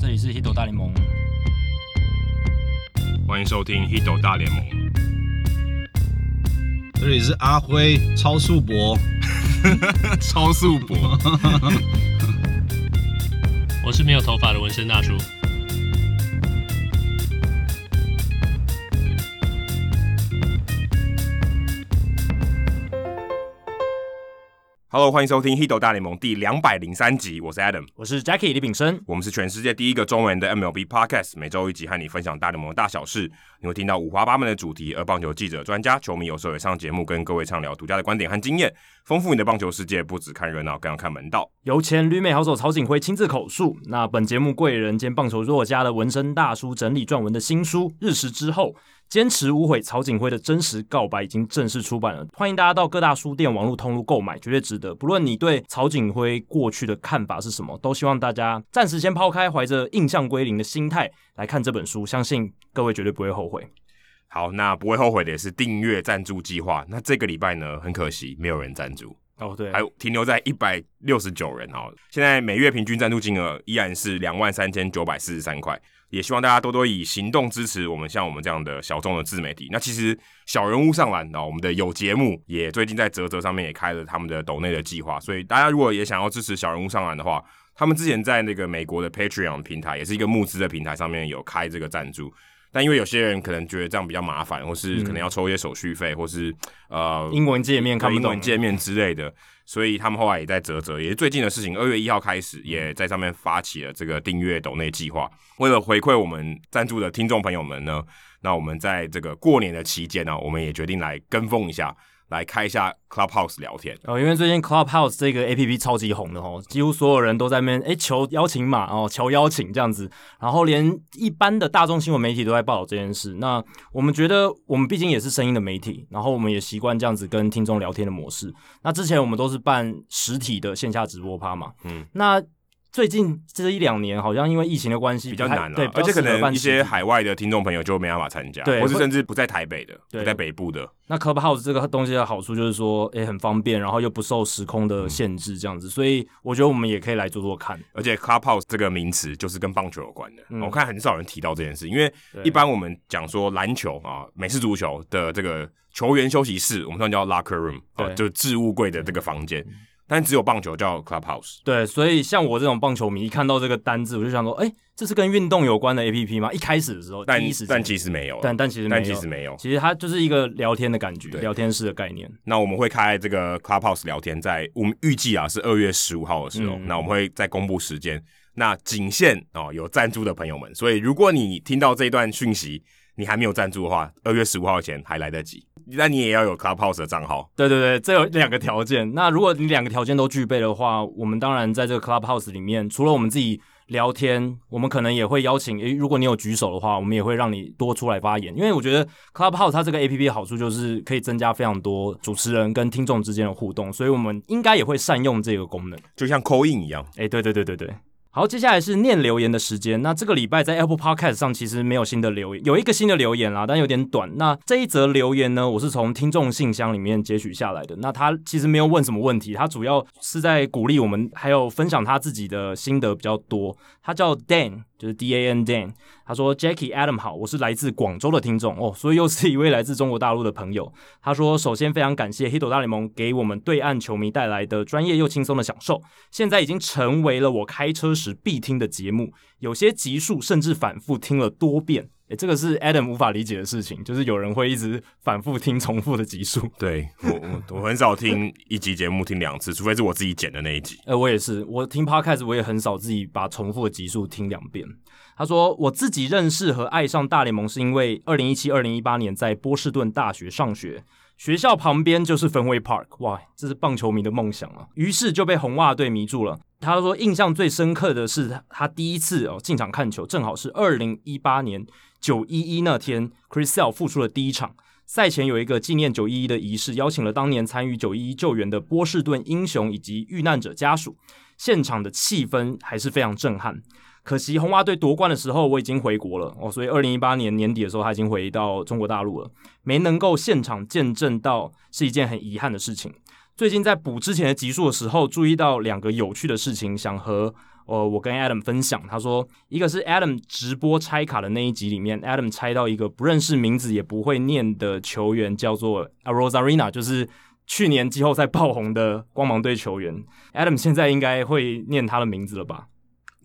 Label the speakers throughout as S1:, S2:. S1: 这里是 Hito 大联盟。
S2: 欢迎收听《Hito 大联盟》。
S3: 这里是阿辉超速博，
S2: 超速博，
S4: 我是没有头发的纹身大叔。
S2: Hello，欢迎收听《Hito 大联盟》第两百零三集，我是 Adam，
S1: 我是 Jackie 李炳生，
S2: 我们是全世界第一个中文的 MLB Podcast，每周一集和你分享大联盟的大小事，你会听到五花八门的主题，而棒球记者、专家、球迷有时候也上节目，跟各位畅聊独家的观点和经验，丰富你的棒球世界。不只看热闹，更要看门道。
S1: 由前旅美好手曹景辉亲自口述。那本节目贵人兼棒球作家的纹身大叔整理撰文的新书《日食之后》，坚持无悔曹景辉的真实告白已经正式出版了，欢迎大家到各大书店、网络通路购买，绝对值得。不论你对曹景辉过去的看法是什么，都希望大家暂时先抛开怀着印象归零的心态来看这本书，相信各位绝对不会后悔。
S2: 好，那不会后悔的也是订阅赞助计划。那这个礼拜呢，很可惜没有人赞助，
S1: 哦，对
S2: 还有停留在一百六十九人哦。现在每月平均赞助金额依然是两万三千九百四十三块，也希望大家多多以行动支持我们像我们这样的小众的自媒体。那其实小人物上篮哦，我们的有节目也最近在泽泽上面也开了他们的抖内的计划，所以大家如果也想要支持小人物上篮的话。他们之前在那个美国的 Patreon 平台，也是一个募资的平台上面有开这个赞助，但因为有些人可能觉得这样比较麻烦，或是可能要抽一些手续费，或是呃
S1: 英文界面看不
S2: 英
S1: 懂
S2: 文，界面之类的，所以他们后来也在泽泽，也是最近的事情，二月一号开始，也在上面发起了这个订阅抖内计划。为了回馈我们赞助的听众朋友们呢，那我们在这个过年的期间呢、我们也决定来跟风一下，来开一下 Clubhouse 聊天。
S1: 哦，因为最近 Clubhouse 这个 A P P 超级红的哦，几乎所有人都在那边哎求邀请码哦，求邀请这样子，然后连一般的大众新闻媒体都在报道这件事。那我们觉得，我们毕竟也是声音的媒体，然后我们也习惯这样子跟听众聊天的模式。那之前我们都是办实体的线下直播趴嘛，
S2: 嗯
S1: 嗯，那最近这一两年好像因为疫情的关系
S2: 比较
S1: 不太
S2: 难了、
S1: 对，
S2: 而且可
S1: 比较适合
S2: 能
S1: 办
S2: 一
S1: 实体
S2: 些海外的听众朋友就没办法参加，
S1: 对
S2: 或是
S1: 会
S2: 甚至不在台北的，
S1: 对
S2: 不在北部的，
S1: 那 Clubhouse 这个东西的好处就是说，诶、很方便，然后又不受时空
S2: 嗯
S1: 的限制，这样子，所以我觉得我们也可以来做做看。
S2: 而且 clubhouse 这个名词就是跟棒球有关的、
S1: 嗯
S2: 我看很少人提到这件事，因为
S1: 对
S2: 一般我们讲说篮球啊、美式足球的这个球员休息室，我们通常叫 locker room 啊，
S1: 对
S2: 就是置物柜的这个房间，但只有棒球叫 clubhouse。
S1: 对，所以像我这种棒球迷，一看到这个单字，我就想说，诶、这是跟运动有关的 A P P 吗？一开始的时候，
S2: 但
S1: 第一时间
S2: 但其实没有，
S1: 但但其实没
S2: 但
S1: 有，
S2: 其实没有。
S1: 其实它就是一个聊天的感觉，
S2: 对
S1: 聊天室的概念。
S2: 那我们会开这个 Clubhouse 聊天在，我们预计啊是二月十五号的时候，
S1: 嗯
S2: 那我们会再公布时间。那仅限哦有赞助的朋友们，所以如果你听到这一段讯息，你还没有赞助的话，二月十五号前还来得及。那你也要有 Clubhouse 的账号，
S1: 对对对，这有两个条件。那如果你两个条件都具备的话，我们当然在这个 Clubhouse 里面，除了我们自己聊天，我们可能也会邀请，诶，如果你有举手的话，我们也会让你多出来发言。因为我觉得 Clubhouse 它这个 APP 的好处就是可以增加非常多主持人跟听众之间的互动，所以我们应该也会善用这个功能。
S2: 就像 Coin 一样。
S1: 哎，对对对对对。好，接下来是念留言的时间。那这个礼拜在 Apple Podcast 上其实没有新的留言，有一个新的留言啦，但有点短。那这一则留言呢，我是从听众信箱里面截取下来的。那他其实没有问什么问题，他主要是在鼓励我们，还有分享他自己的心得比较多。他叫 Dan，就是 D A N Dan。他说：“Jackie Adam 好，我是来自广州的听众哦，所以又是一位来自中国大陆的朋友。”他说：“首先非常感谢黑斗大联盟给我们对岸球迷带来的专业又轻松的享受。现在已经成为了我开车时必听的节目，有些集数甚至反复听了多遍。诶，这个是 Adam 无法理解的事情，就是有人会一直反复听重复的集数。
S2: 对我我我很少听一集节目听两 次，除非是我自己剪的那一集。
S1: 呃，我也是，我听 podcast 我也很少自己把重复的集数听两遍。他说，我自己认识和爱上大联盟是因为二零一七、二零一八年在波士顿大学上学，学校旁边就是芬威 Park，哇，这是棒球迷的梦想啊！于是就被红袜队迷住了。他说，印象最深刻的是他他第一次哦进场看球，正好是二零一八年九一一那天，Chris Sale 复出的第一场。赛前有一个纪念九一一的仪式，邀请了当年参与九一一救援的波士顿英雄以及遇难者家属。现场的气氛还是非常震撼。可惜红袜队夺冠的时候，我已经回国了哦，所以二零一八年年底的时候，他已经回到中国大陆了，没能够现场见证到，是一件很遗憾的事情。最近在补之前的集数的时候，注意到两个有趣的事情，想和呃我跟 Adam 分享。他说，一个是 Adam 直播拆卡的那一集里面，Adam 拆到一个不认识名字也不会念的球员，叫做 a Rosarina，就是去年季后赛爆红的光芒队球员。Adam 现在应该会念他的名字了吧？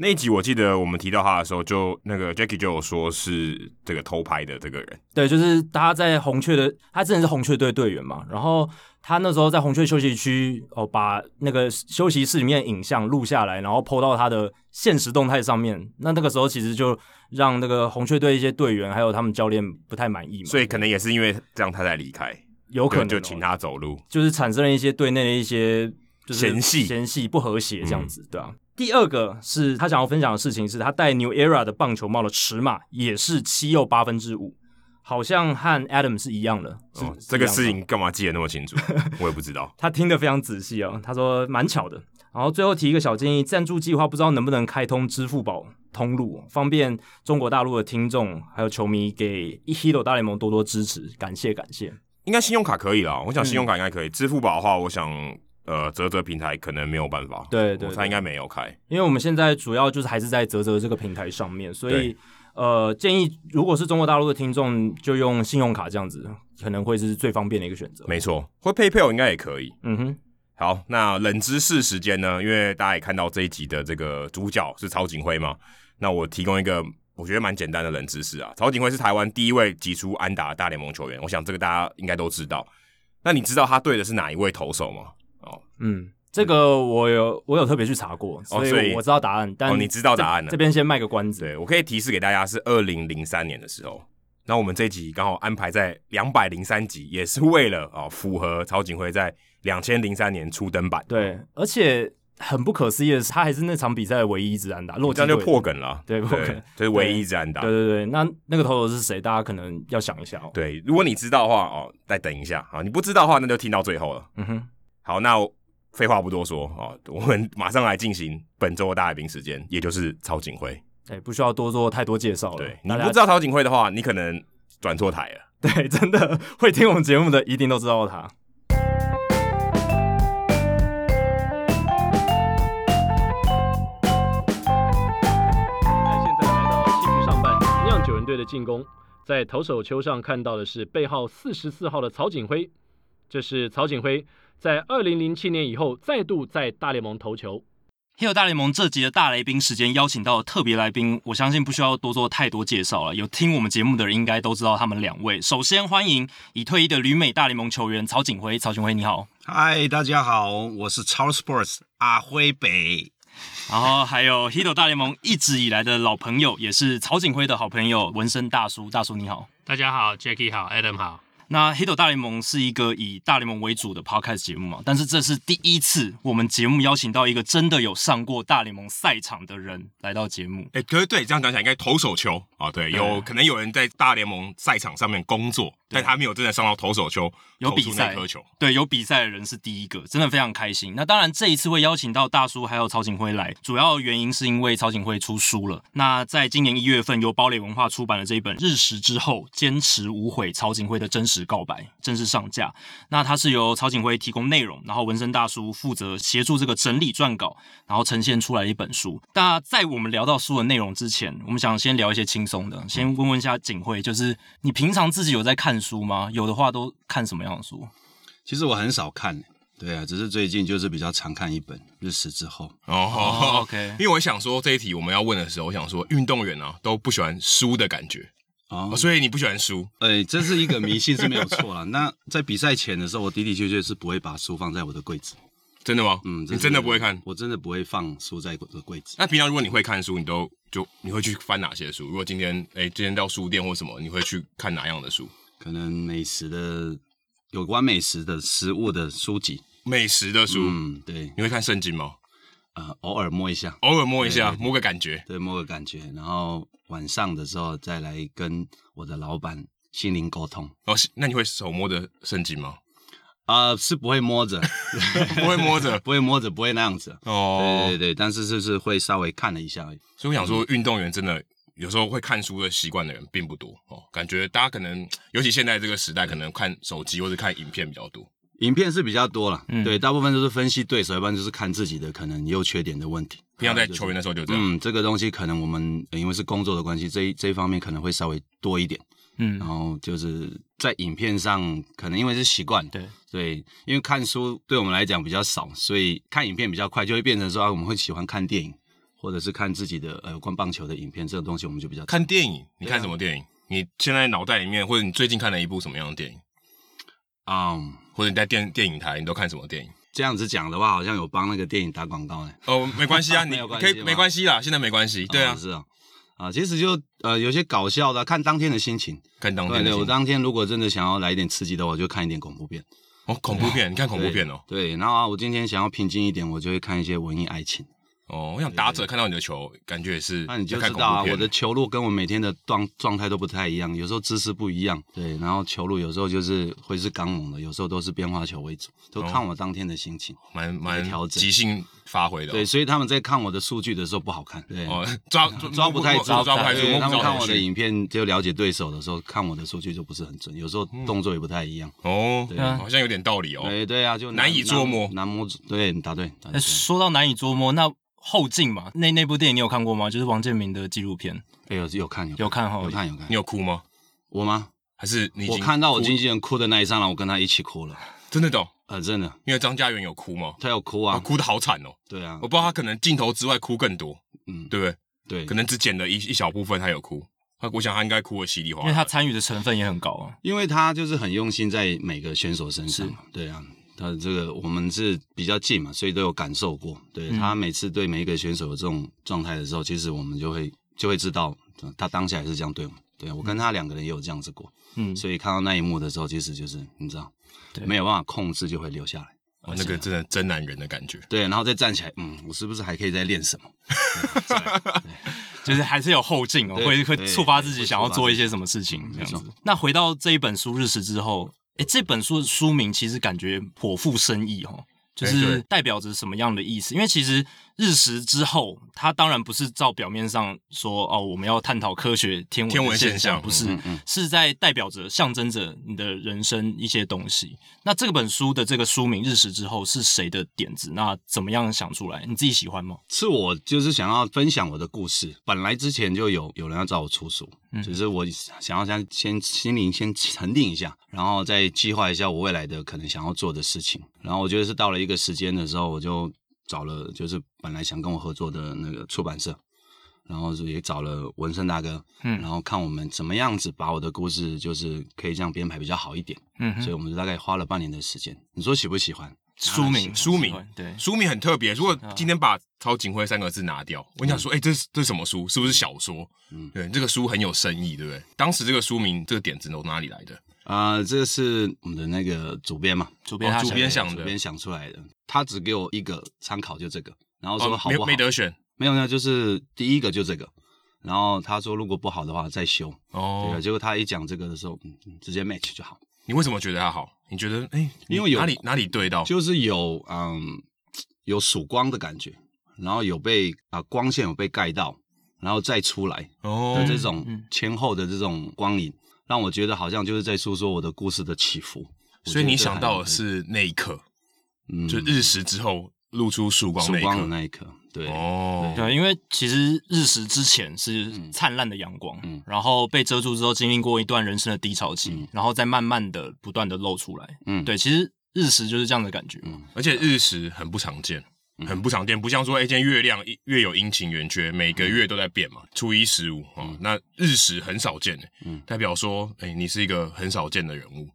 S2: 那一集我记得我们提到他的时候就，那个 Jackie 就有说是这个偷拍的这个人，
S1: 对，就是他在红雀的，他之前是红雀队队员嘛，然后他那时候在红雀休息区哦，把那个休息室里面的影像录下来，然后 PO 到他的现实动态上面。那那个时候其实就让那个红雀队一些队员还有他们教练不太满意嘛，
S2: 所以可能也是因为这样他才离开，
S1: 有嗯哦可能、
S2: 就就请，他走路。
S1: 就是产生了一些队内的一些就是
S2: 嫌隙嗯
S1: 嫌隙不和谐这样子，对啊。第二个是他想要分享的事情是，他戴 New Era 的棒球帽的尺码也是七又八分之五，好像和 Adam 是一样的。是
S2: 哦，
S1: 是
S2: 这个
S1: 一样的
S2: 事情干嘛记得那么清 楚？我也不知道。
S1: 他听得非常仔细哦，他说蛮巧的。然后最后提一个小建议，赞助计划不知道能不能开通支付宝通路，哦方便中国大陆的听众还有球迷给 Hero 大联盟多多支持，感谢感谢。
S2: 应该信用卡可以啦，我想信用卡
S1: 嗯
S2: 应该可以。支付宝的话，我想呃，泽泽平台可能没有办法，
S1: 对对
S2: 我猜
S1: 对
S2: 应该没有开。
S1: 因为我们现在主要就是还是在泽泽这个平台上面，所以
S2: 对
S1: 呃，建议如果是中国大陆的听众，就用信用卡这样子，可能会是最方便的一个选择。
S2: 没错，或 PayPal 应该也可以。
S1: 嗯哼，
S2: 好，那冷知识时间呢？因为大家也看到这一集的这个主角是曹景辉嘛，那我提供一个我觉得蛮简单的冷知识啊。曹景辉是台湾第一位击出安打的大联盟球员，我想这个大家应该都知道。那你知道他对的是哪一位投手吗？
S1: 嗯，这个我有我有特别去查过，所
S2: 哦所以
S1: 以我知道答案，但
S2: 哦你知道答案了
S1: 这这边先卖个关子。
S2: 对我可以提示给大家是二零零三年的时候。那我们这一集刚好安排在两百零三集，也是为了啊、哦符合曹景辉在两千零三年初登板。
S1: 对，而且很不可思议的是，他还是那场比赛的唯一一支安打，洛
S2: 我
S1: 基
S2: 这样就
S1: 队
S2: 破。梗了，
S1: 对破梗
S2: 这是唯一一支安打。
S1: 对对对，那那个投手是谁？大家可能要想一下哦。，
S2: 对，如果你知道的话，哦，再等一下啊；你不知道的话，那就听到最后了。
S1: 嗯哼，
S2: 好，那我废话不多说啊、哦，我们马上来进行本周的大来宾时间，也就是曹景辉。
S1: 哎，不需要多做太多介绍了。
S2: 对，你
S1: 大
S2: 不
S1: 家
S2: 知道曹景辉的话，你可能转错台了。
S1: 对，真的会听我们节目的一定都知道他。
S4: 哎现在来到西区上半，酿酒人队的进攻，在投手丘上看到的是背号四十四号的曹景辉，这是曹景辉在二零零七年以后再度在大联盟投球。
S1: 黑有大联盟这集的大来宾时间邀请到的特别来宾，我相信不需要多做太多介绍了。有听我们节目的人应该都知道他们两位。首先欢迎已退役的旅美大联盟球员曹景辉，曹景辉你好。
S3: 嗨，大家好，我是超 Sports 阿辉北。
S1: 然后还有 Hito 大联盟一直以来的老朋友，也是曹景辉的好朋友纹身大叔，大叔你好。
S4: 大家好，Jackie 好，Adam 好，
S1: 那 Hito 大联盟是一个以大联盟为主的 podcast 节目嘛，但是这是第一次我们节目邀请到一个真的有上过大联盟赛场的人来到节目。
S2: 哎、可是对，这样讲起来应该投手球啊、对，有可能有人在大联盟赛场上面工作，但他没有真的上到投手球，
S1: 有比赛对，有比赛的人是第一个，真的非常开心。那当然，这一次会邀请到大叔还有曹景辉来，主要原因是因为曹景辉出书了。那在今年一月份，由堡垒文化出版的这一本《日食之后：坚持无悔》曹景辉的真实告白正式上架。那它是由曹景辉提供内容，然后纹身大叔负责协助这个整理撰稿，然后呈现出来的一本书。那在我们聊到书的内容之前，我们想先聊一些轻松的，先问问一下景辉，就是你平常自己有在看书吗？有的话，都看什么样的书？
S3: 其实我很少看，对啊，只是最近就是比较常看一本《日食之后》。
S1: 哦，OK
S2: 因为我想说这一题我们要问的时候，我想说运动员啊都不喜欢输的感觉，
S3: 哦
S2: 哦，所以你不喜欢输，
S3: 哎，这是一个迷信是没有错 啦。那在比赛前的时候，我的的确确是不会把书放在我的柜子。
S2: 真的吗？
S3: 嗯，这
S2: 你
S3: 是
S2: 真的不会看？
S3: 我真的不会放书在我的柜子。
S2: 那平常如果你会看书，你都就你会去翻哪些书？如果今天哎、今天到书店或什么，你会去看哪样的书？
S3: 可能美食的有关美食的食物的书籍，
S2: 美食的书，
S3: 嗯，对，
S2: 你会看圣经吗？
S3: 呃，偶尔摸一下，
S2: 偶尔摸一下，
S3: 对对对
S2: 摸个感觉。
S3: 对，摸个感觉，然后晚上的时候再来跟我的老板心灵沟通。
S2: 哦，是那你会手摸着圣经吗？
S3: 啊、是不会摸着，
S2: 不会摸着
S3: 不会摸着，不会那样 子。
S2: 哦
S3: 对。对对，但是就是会稍微看了一下而已。
S2: 所以我想说，运动员真的有时候会看书的习惯的人并不多哦。感觉大家可能，尤其现在这个时代，可能看手机或者看影片比较多。
S3: 影片是比较多了，
S1: 嗯
S3: 对，大部分都是分析对手，要不然就是看自己的可能优缺点的问题。
S2: 平常在球员的时候就这样。
S3: 嗯，这个东西可能我们呃因为是工作的关系，这一这一方面可能会稍微多一点。
S1: 嗯
S3: 然，后就是在影片上，可能因为是习惯，
S1: 对
S3: 对，因为看书对我们来讲比较少，所以看影片比较快，就会变成说、啊、我们会喜欢看电影，或者是看自己的呃有关棒球的影片，这种东西我们就比较
S2: 看电影，你看什么
S3: 啊
S2: 电影？你现在脑袋里面，或者你最近看了一部什么样的电影？
S3: 啊、
S2: 或者你在电电影台，你都看什么电影？
S3: 这样子讲的话，好像有帮那个电影打广告呢。
S2: 哦，没关 系啊，你
S3: 没有关系
S2: 可以
S3: 吗
S2: 没关系啦，现在没关系。对
S3: 哦
S2: 啊，
S3: 是啊，啊，其实就呃有些搞笑的，看当天的心情。
S2: 看当
S3: 对
S2: 天的
S3: 对，
S2: 新
S3: 我
S2: 闻
S3: 当天如果真的想要来一点刺激的话，我就看一点恐怖片。
S2: 哦，恐怖片，你看恐怖片哦。
S3: 对，对然后啊我今天想要平静一点，我就会看一些文艺爱情。
S2: 哦，我想打者看到你的球，感觉也是
S3: 那你就
S2: 在看
S3: 知
S2: 恐
S3: 道啊，
S2: 怖
S3: 我
S2: 片
S3: 的。球路跟我每天的状状态都不太一样，有时候姿势不一样。对，然后球路有时候就是会是刚猛的，有时候都是变化球为主，都
S2: 哦
S3: 看我当天的心情。
S2: 蛮蛮
S3: 调整
S2: 即兴发挥的哦。
S3: 对，所以他们在看我的数据的时候不好看。对。
S2: 哦，抓抓
S3: 抓不太
S2: 摸
S3: 准，
S2: 抓不太
S3: 对
S2: 摸
S3: 他
S2: 不
S3: 们
S2: 着
S3: 看
S2: 头
S3: 我的
S2: 绪。
S3: 影片就了解对手的时候，看我的数据就不是很准，有时候动作也不太一样。
S2: 哦，
S3: 对
S1: 啊
S2: 好像有点道理哦。
S3: 对对啊，就
S2: 难以捉摸
S3: 难摸。对，你答对，答
S1: 哎
S3: 对。
S1: 说到难以捉摸，那后劲嘛，那那部电影你有看过吗？就是王建民的纪录片，
S3: 哎，有有看
S1: 有看哈
S3: 有看有看
S2: 你。有哭吗？
S3: 我吗？
S2: 还是你已
S3: 我
S2: 经
S3: 看到我
S2: 哭
S3: 经纪人哭的那一刹那，我跟他一起哭了。
S2: 真的懂，哦
S3: 呃，真的，
S2: 因为张家源有哭吗？
S3: 他有哭
S2: 啊，
S3: 啊。
S2: 哭的好惨哦。
S3: 对啊
S2: 我，不知道他可能镜头之外哭更多，
S3: 嗯，
S2: 对不对？
S3: 对，
S2: 可能只剪了一一小部分，他有哭。他我想他应该哭的稀里哗
S3: 啊
S1: 因
S2: 啦。
S1: 为他参与的成分也很高啊。
S3: 因为他就是很用心在每个选手身上
S1: 是。
S3: 对啊，他这个我们是比较近嘛，所以都有感受过。对、
S1: 嗯
S3: 他每次对每一个选手有这种状态的时候，其实我们就会就会知道呃他当下也是这样对我们。对我跟他两个人也有这样子过，
S1: 嗯，
S3: 所以看到那一幕的时候，其实就是你知道
S1: 对，
S3: 没有办法控制就会流下来。
S2: 哦那个真的真男人的感觉。
S3: 对，然后再站起来，嗯，我是不是还可以再练什么？
S1: 就是还是有后劲哦，
S3: 对
S1: 会会
S3: 对
S1: 触发自己
S3: 会
S1: 想要
S3: 触发
S1: 做一
S3: 自己
S1: 些什么事情这样
S3: 没
S1: 子
S3: 错。
S1: 那回到这一本书《日食》之后，诶，这本书的书名其实感觉颇富深意哦。就
S2: 诶
S1: 是
S2: 对
S1: 代表着什么样的意思？因为其实日食之后，它当然不是照表面上说哦，我们要探讨科学天文
S2: 天文
S1: 的
S2: 现
S1: 现
S2: 象
S1: 不是，
S3: 嗯嗯，
S1: 是在代表着、象征着你的人生一些东西。那这本书的这个书名《日食之后》是谁的点子？那怎么样想出来？你自己喜欢吗？
S3: 是我就是想要分享我的故事。本来之前就有有人要找我出书，
S1: 嗯
S3: 只是我想要先先心灵先沉淀一下，然后再计划一下我未来的可能想要做的事情。然后我觉得是到了一个时间的时候，我就找了就是本来想跟我合作的那个出版社，然后也找了文胜大哥，
S1: 嗯
S3: 然后看我们怎么样子把我的故事就是可以这样编排比较好一点。
S1: 嗯哼
S3: 所以我们大概花了半年的时间。你说喜不喜欢？
S1: 书名，
S2: 书名
S1: 喜欢对，
S2: 书名很特别，如果
S1: 啊
S2: 今天把“曹景辉”三个字拿掉，我想说，哎、这是这是什么书？是不是小说？
S3: 嗯
S2: 对，这个书很有深意，对不对？当时这个书名这个点子从哪里来的？
S3: 啊、这是我们的那个主编嘛，
S1: 主编他
S2: 哦主
S1: 想
S2: 编
S1: 的
S2: 想的
S3: 主编想出来的。他只给我一个参考，就这个，然后说
S2: 哦，
S3: 好
S2: 没
S3: 不好？
S2: 没得选
S3: 没有，那就是第一个就这个。然后他说如果不好的话再修。对啊，
S2: 哦。
S3: 结果他一讲这个的时候，嗯嗯直接 match 就好，
S2: 你为什么觉得它好？你觉得，哎、你
S3: 因为有
S2: 哪里哪里对到？
S3: 就是有嗯有曙光的感觉，然后有被啊、光线有被盖到，然后再出来
S2: 哦
S3: 的，这种
S1: 嗯
S3: 前后的这种光影，让我觉得好像就是在诉说我的故事的起伏。我
S2: 所以
S3: 觉得
S2: 你
S3: 这
S2: 想
S3: 还
S2: 到
S3: 蛮
S2: 的
S3: 可以
S2: 是那一刻，
S3: 嗯
S2: 就日食之后露出曙光
S3: 曙
S2: 那一
S3: 光的
S2: 刻。
S3: 那一刻，对，
S2: 哦，
S1: 对，因为其实日食之前是灿烂的阳光，
S3: 嗯
S1: 然后被遮住之后，经历过一段人生的低潮期，
S3: 嗯
S1: 然后再慢慢的不断的露出来。
S3: 嗯，
S1: 对，其实日食就是这样的感觉。
S3: 嗯
S2: 而且日食很不常见，
S3: 嗯
S2: 很不常见，不像说哎，今天月亮一月有阴晴圆缺，每个月都在变嘛，初一十五哦，那日食很少见，
S3: 嗯
S2: 代表说哎，你是一个很少见的人物，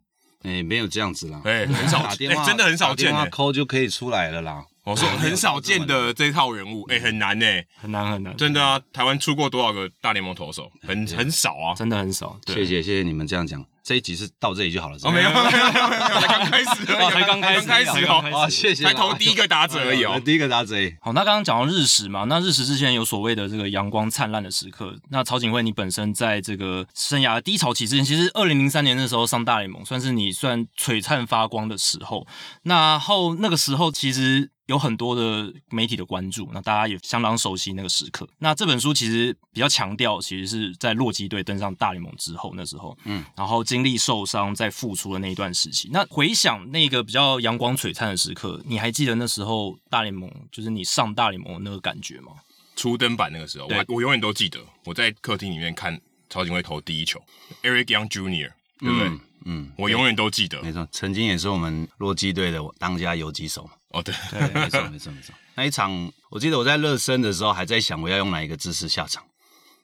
S3: 哎，没有这样子啦，
S2: 哎，很少
S3: 打
S2: 见，
S3: 电话
S2: 哎，真的很少见
S3: 打电话
S2: 哎，
S3: 抠就可以出来了啦。
S2: 我说很少见的这套人物，哎，很难哎，
S1: 很难很难，
S2: 真的
S3: 嗯
S2: 啊，台湾出过多少个大联盟投手，很很少啊，
S1: 真的很少。对，
S3: 谢谢谢谢你们这样讲，这一集是到这里就好了。是吧
S2: 哦，没有，没有，没有，没有才刚开始
S1: 哦才刚开
S2: 而已，
S1: 始
S2: 才刚开始
S1: 才刚开
S2: 哦，
S1: 始
S3: 啊，谢谢啦，
S2: 才投第一个打者而已
S3: 我
S2: 哦
S3: 的，第一个打者而已，
S1: 好，那刚刚讲到日食嘛，那日食之前有所谓的这个阳光灿烂的时刻。那曹景惠，你本身在这个生涯低潮期之前，其实二零零三年那时候上大联盟，算是你算璀璨发光的时候。那后那个时候，其实有很多的媒体的关注，那大家也相当熟悉那个时刻。那这本书其实比较强调，其实是在洛基队登上大联盟之后，那时候，嗯，然后经历受伤再复出的那一段时期。那回想那个比较阳光璀璨的时刻，你还记得那时候大联盟就是你上大联盟的那个感觉吗？
S2: 初登板那个时候，我
S1: 对
S2: 还我永远都记得，我在客厅里面看曹景辉投第一球，Eric Young Jr.，对不对？
S3: 嗯嗯，
S2: 我永远都记得。
S3: 没错，曾经也是我们洛基队的当家游击手嘛。
S2: 哦，对，
S3: 对，没错，没错，没错。那一场，我记得我在热身的时候还在想我要用哪一个姿势下场，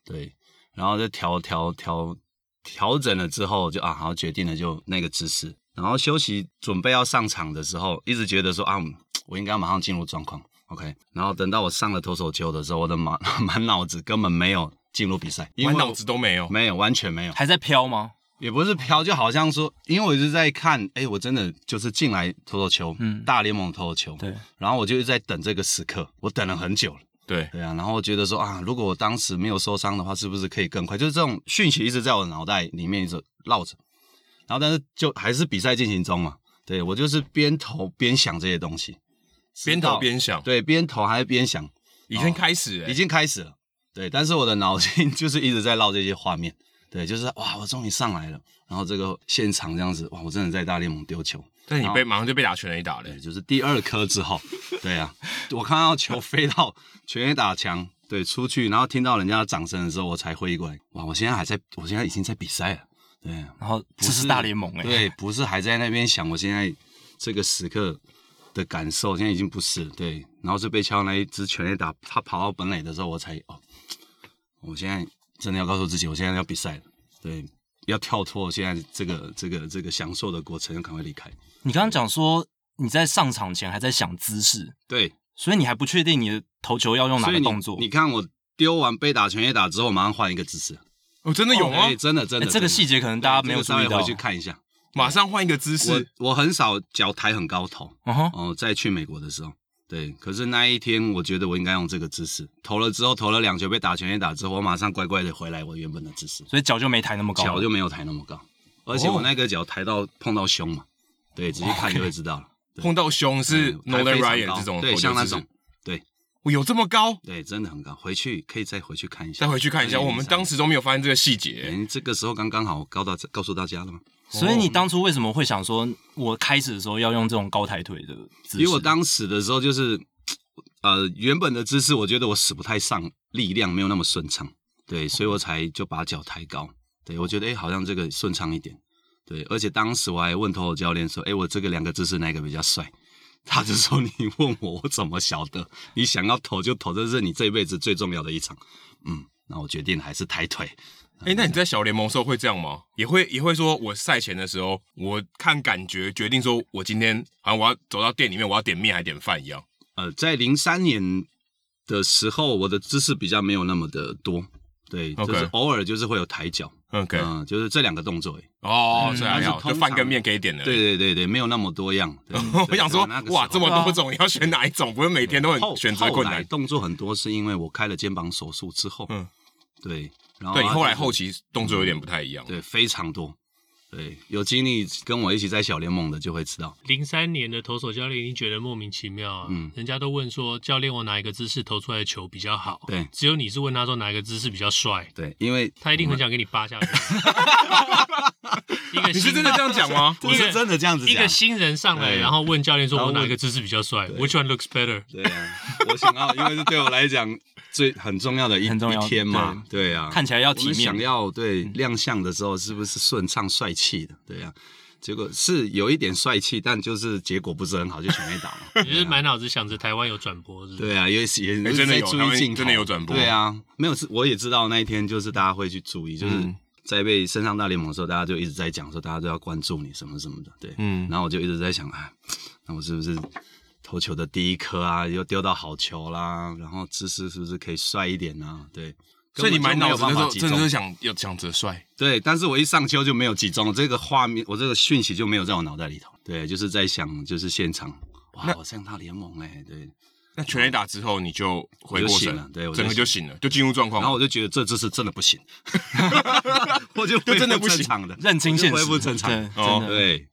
S3: 对，然后就调调调调整了之后就，啊，好决定了就那个姿势。然后休息准备要上场的时候，一直觉得说啊，嗯我应该马上进入状况，OK。然后等到我上了投手球的时候，我的满 满脑子根本没有进入比赛，因 为
S2: 满
S3: 我
S2: 脑子都没有。
S3: 没有，完全没有。
S1: 还在飘吗？
S3: 也不是飘，就好像说，因为我就是在看，哎、我真的就是进来投投球，
S1: 嗯
S3: 大联盟投投球，
S1: 对，
S3: 然后我就一直在等这个时刻，我等了很久了，
S2: 对，
S3: 对啊，然后我觉得说啊，如果我当时没有受伤的话，是不是可以更快？就是这种讯息一直在我脑袋里面一直绕着，然后但是就还是比赛进行中嘛，对我就是边投边想这些东西，
S2: 边
S3: 直到
S2: 投边想，
S3: 对，边投还是边想，
S2: 已经开始、欸，
S3: 已经开始了，对，但是我的脑筋 就是一直在绕这些画面，对，就是哇，我终于上来了，然后这个现场这样子，哇，我真的在大联盟丢球，
S2: 但你被马上就被打全垒打了、
S3: 对，
S2: 欸。
S3: 哎就是第二颗之后，对啊，我看到球飞到全垒打墙，对，出去，然后听到人家的掌声的时候，我才回忆过来，哇，我现在还在，我现在已经在比赛了，对，
S1: 然后
S3: 不
S1: 这是大联盟哎、
S3: 对，不是还在那边想我现在这个时刻的感受，现在已经不是对，然后是被敲那一只全垒打，他跑到本垒的时候，我才哦，我现在真的要告诉自己，我现在要比赛了，对，要跳脱现在这个这个这个享受的过程，要赶快离开，
S1: 你刚刚讲说你在上场前还在想姿势，
S3: 对，
S1: 所以你还不确定你的投球要用哪
S3: 所以
S1: 个
S3: 你
S1: 动作。
S3: 你看我丢完被打全垒打之后，马上换一个姿势，
S2: 哦，真的有吗
S3: 哎？真的真
S1: 哎这
S3: 的，
S1: 个
S3: 真的
S1: 细节可能大家
S3: 对
S1: 没有注
S3: 这个
S1: 意
S3: 稍微
S1: 到。
S3: 回去看一下，
S2: 马上换一个姿势，
S3: 我我很少脚抬很高头。
S1: 嗯哼，
S3: 哦，再去美国的时候，对。可是那一天，我觉得我应该用这个姿势投了之后，投了两球被打全垒打之后，我马上乖乖的回来我原本的姿势，
S1: 所以脚就没抬那么高。
S3: 脚就没有抬那么高，而
S2: 哦
S3: 且我那个脚抬到碰到胸嘛，对，仔细看就会知道了。对
S2: 碰到胸哦是
S3: 嗯
S2: Nolan
S3: 抬非常高
S2: Ryan 这种投球姿势，
S3: 对，像那种，
S2: 哦有这么高？
S3: 对，真的很高。回去可以再回去看一下，
S2: 再回去看一下，
S3: 对
S2: 我们当时都没有发现这个细节、欸
S3: 哎，这个时候刚刚好告到告诉大家了吗？
S1: 所以你当初为什么会想说，我开始的时候要用这种高抬腿的姿势？
S3: 因为我当时的时候就是，呃，原本的姿势，我觉得我使不太上力量，没有那么顺畅，对，所以我才就把脚抬高，对我觉得哎、诶好像这个顺畅一点，对，而且当时我还问投手教练说，哎、我这个两个姿势哪个比较帅？ 他就说：“你问我，我怎么晓得？你想要投就投，这是你这辈子最重要的一场。”嗯，那我决定还是抬腿。
S2: 哎、那你在小联盟的时候会这样吗？也会也会说，我赛前的时候，我看感觉决定说，我今天好像我要走到店里面，我要点面还点饭一样。
S3: 呃，在零三年的时候，我的姿势比较没有那么的多，对
S2: OK
S3: 就是偶尔就是会有抬脚，
S2: OK，、
S3: 嗯，就是这两个动作而已。
S2: 哦，
S1: 嗯
S2: 所以还
S3: 但是
S2: 好，
S3: 通
S2: 就饭跟
S3: 常
S2: 面可以点了。
S3: 对对对对，没有那么多样。对
S2: 我想说，哇，这么多种，你要选哪一种？不是每天都很选择困。
S3: 啊对在那个时候后后来
S2: 难。
S3: 动作很多是因为我开了肩膀手术之后，
S2: 嗯
S3: 嗯，对，然后
S2: 对你后来
S3: 就是
S2: 后期动作有点不太一样。
S3: 对非常多，对，有经历跟我一起在小联盟的就会知道，
S5: 零三年的投手教练，你觉得莫名其妙啊？
S3: 嗯
S5: 人家都问说，教练我哪一个姿势投出来的球比较好？
S3: 对
S5: 只有你是问他说哪一个姿势比较帅，
S3: 对，因为
S5: 他一定很想给你扒下 去。一个
S2: 你是
S5: 新
S2: 真的这样讲吗？
S3: 我是真的这样子
S5: 一
S3: 讲
S5: 个。新人上来，
S3: 对
S5: 然后问教练说
S3: 然
S5: 我
S3: 后问
S5: 哪一个姿势比较帅？Which one looks better？
S3: 对啊，我想要，因为是对我来讲最很重要的一
S1: 很重要
S3: 一天嘛，对啊，
S1: 看起来要
S3: 我
S1: 体
S3: 们想
S1: 面，
S3: 要对亮相的时候是不是顺畅帅气的？对啊，结果是有一点帅气，但就是结果不是很好，就全垒打 嘛。
S5: 你是满脑子想着台湾有转播，是不是？
S3: 啊对啊，也是也
S2: 哎
S3: 是
S2: 真的
S3: 在
S2: 有
S3: 注
S2: 他
S3: 意
S2: 们
S3: 镜头，
S2: 真的有转播
S3: 对啊，没有是我也知道那一天就是大家会去注意，就是
S2: 嗯
S3: 在被升上大联盟的时候，大家就一直在讲说大家都要关注你什么什么的，对，
S2: 嗯
S3: 然后我就一直在想，哎，那我是不是投球的第一颗啊，又丢到好球啦，然后姿势是不是可以帅一点啊？对，
S2: 所以你满脑子
S3: 根
S2: 那时
S3: 本就没有办
S2: 候
S3: 法集
S2: 真的
S3: 中
S2: 是想要想着帅，
S3: 对，但是我一上秋就没有集中，这个画面，我这个讯息就没有在我脑袋里头。对，就是在想，就是现场，哇，我上大联盟哎、对。
S2: 那全垒打之后你就回过
S3: 我就醒
S2: 神
S3: 了对我就
S2: 整个就醒了，就进入状况。
S3: 然后我就觉得这姿势真的 不行，我就
S2: 就真的不行
S3: 正常的，
S1: 认清现
S3: 我
S1: 实，
S3: 就恢复正常哦
S1: 对，真的。
S3: 对，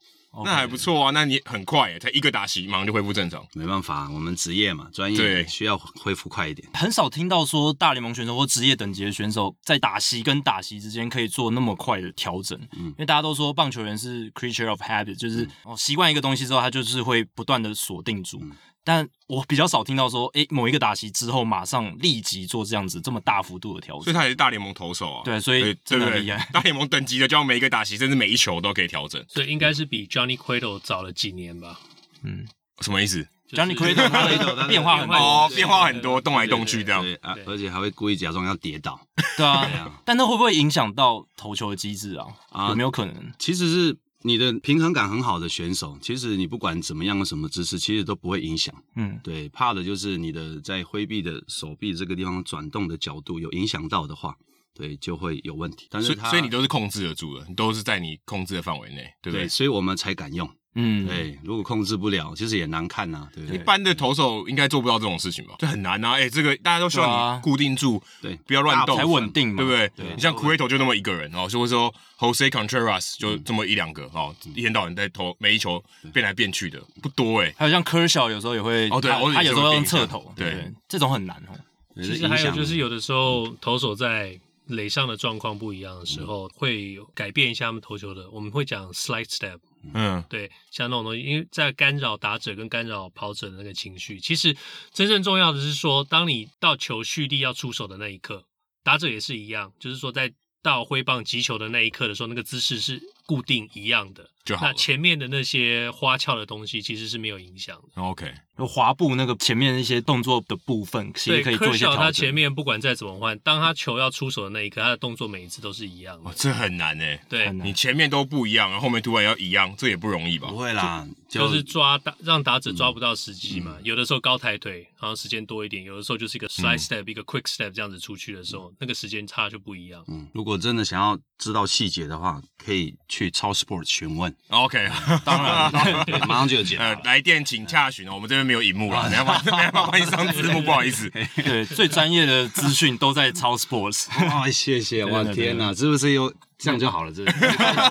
S2: 那还不错啊。那你很快耶，才一个打席，马上就恢复正常。
S3: 没办法，我们职业嘛，专业
S2: 对
S3: 需要恢复快一点。
S1: 很少听到说大联盟选手或职业等级的选手在打席跟打席之间可以做那么快的调整，
S2: 嗯
S1: 因为大家都说棒球员是 creature of habit，就是哦习惯一个东西之后，他就是会不断的锁定住。
S2: 嗯
S1: 但我比较少听到说，诶、某一个打席之后马上立即做这样子这么大幅度的调
S2: 所以
S1: 整。
S2: 他也是大联盟投手啊。
S1: 对所以
S2: 对
S1: 真
S2: 不
S1: 的很
S2: 对
S1: 厉 害？
S2: 大联盟等级的，就要每一个打席，甚至每一球都可以调整。
S5: 所以应该是比 Johnny Cueto 早了几年吧。
S1: 嗯
S2: 什么意思？
S5: 就是
S1: Johnny Cueto 他的变化很
S5: 对
S1: 多，
S2: 哦，
S5: 对
S2: 变化很多，动来动去这样。
S3: 对啊
S5: 对，
S3: 而且还会故意假装要跌倒
S1: 对啊
S3: 啊。
S1: 但那会不会影响到投球的机制啊？
S3: 啊
S1: 有没有可能？
S3: 其实是你的平衡感很好的选手，其实你不管怎么样的什么姿势，其实都不会影响。
S1: 嗯，
S3: 对，怕的就是你的在挥臂的手臂这个地方转动的角度有影响到的话，对，就会有问题。但
S2: 所
S3: 是
S2: 以
S3: 它
S2: 所以你都是控制得住的，你都是在你控制的范围内，对不对
S3: 对，？所以我们才敢用。
S1: 嗯，
S3: 对，如果控制不了，其实也难看呐、对不
S2: 一
S3: 对？
S2: 般的投手应该做不到这种事情吧？这很难啊！哎、这个大家都希
S1: 对
S2: 望
S1: 啊
S2: 你固定住，
S3: 对
S2: 不要乱动，
S1: 才稳定嘛
S2: 对不对？
S1: 对嗯
S2: 你像 Cueto 就那么一个人哦，所以说 Jose Contreras 就这么一两个哦，一天到晚在投每一球变来变去的，不多哎、
S1: 还有像 Kershaw 有时候也会，
S2: 哦对
S1: 他
S2: 我也
S1: 他有时候要用
S2: 是会
S1: 侧
S2: 变
S1: 投，
S2: 对
S1: 对不对，这种很难哦。
S3: 对
S5: 其实还有就是，有的时候投手在垒上的状况不一样的时候，会改变一下他们投球的。我们会讲 slide step，
S2: 嗯，
S5: 对，像那种东西，因为在干扰打者跟干扰跑者的那个情绪。其实真正重要的是说，当你到球蓄力要出手的那一刻，打者也是一样，就是说在到挥棒击球的那一刻的时候，那个姿势是固定一样的。
S2: 就好
S5: 那
S2: 了。
S5: 前面的那些花俏的东西其实是没有影响的。
S2: OK，
S1: 就滑步那个前面一些动作的部分，其
S5: 对，
S1: 实可以做一些
S5: 科
S1: 调
S5: 小
S1: 整。
S5: 他前面不管再怎么换，当他球要出手的那一刻，他的动作每一次都是一样
S2: 哇
S5: 的，。
S2: 这很难哎、
S5: 对
S1: 哦很，难
S2: 你前面都不一样，然后后面突然要一样，这也不容易吧
S3: 不？会啦，就
S5: 就是抓打让打
S1: 嗯
S5: 者抓不到时机嘛。有的时候高抬腿，然后时间多一点；有的时候就
S1: 嗯
S5: 是一个 slide step、一个 quick step 这样子出去的时候，那个时间差就不一样。
S3: 嗯，如果真的想要知道细节的话，可以去超 sport 询问，
S2: OK，
S1: 当然
S3: 对马上就有解
S2: 呃
S3: 答，。
S2: 来电请洽询哦，我们这边没有荧幕了，没办法，没办法帮你上字幕，不好意思。
S1: 对最专业的资讯都在超 Sports，
S3: 哇，哦谢谢，哇，
S1: 对对
S3: 天哪，是不是又这样就好了？这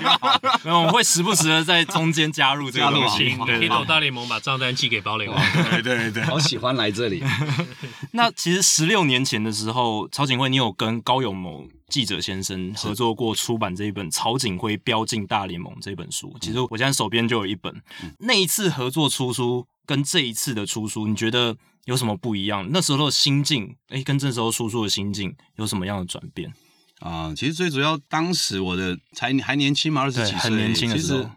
S1: 然后我们会时不时的在中间加入这个东西
S3: 加入。啊
S1: 对对对
S5: 听懂大联盟把账单寄给堡垒王，
S2: 对对对，
S3: 好喜欢来这里。
S1: 那其实十六年前的时候，曹景辉，你有跟高永谋记者先生合作过出版这一本《曹景辉标进大联盟》这本书。其实我现在手边就有一本。那一次合作出书跟这一次的出书，你觉得有什么不一样？那时候的心境，哎，跟这时候出书的心境有什么样的转变？
S3: 啊、其实最主要，当时我的才还年轻嘛，二十
S1: 对
S3: 几岁，
S1: 很年轻的
S3: 其
S1: 时候
S3: 实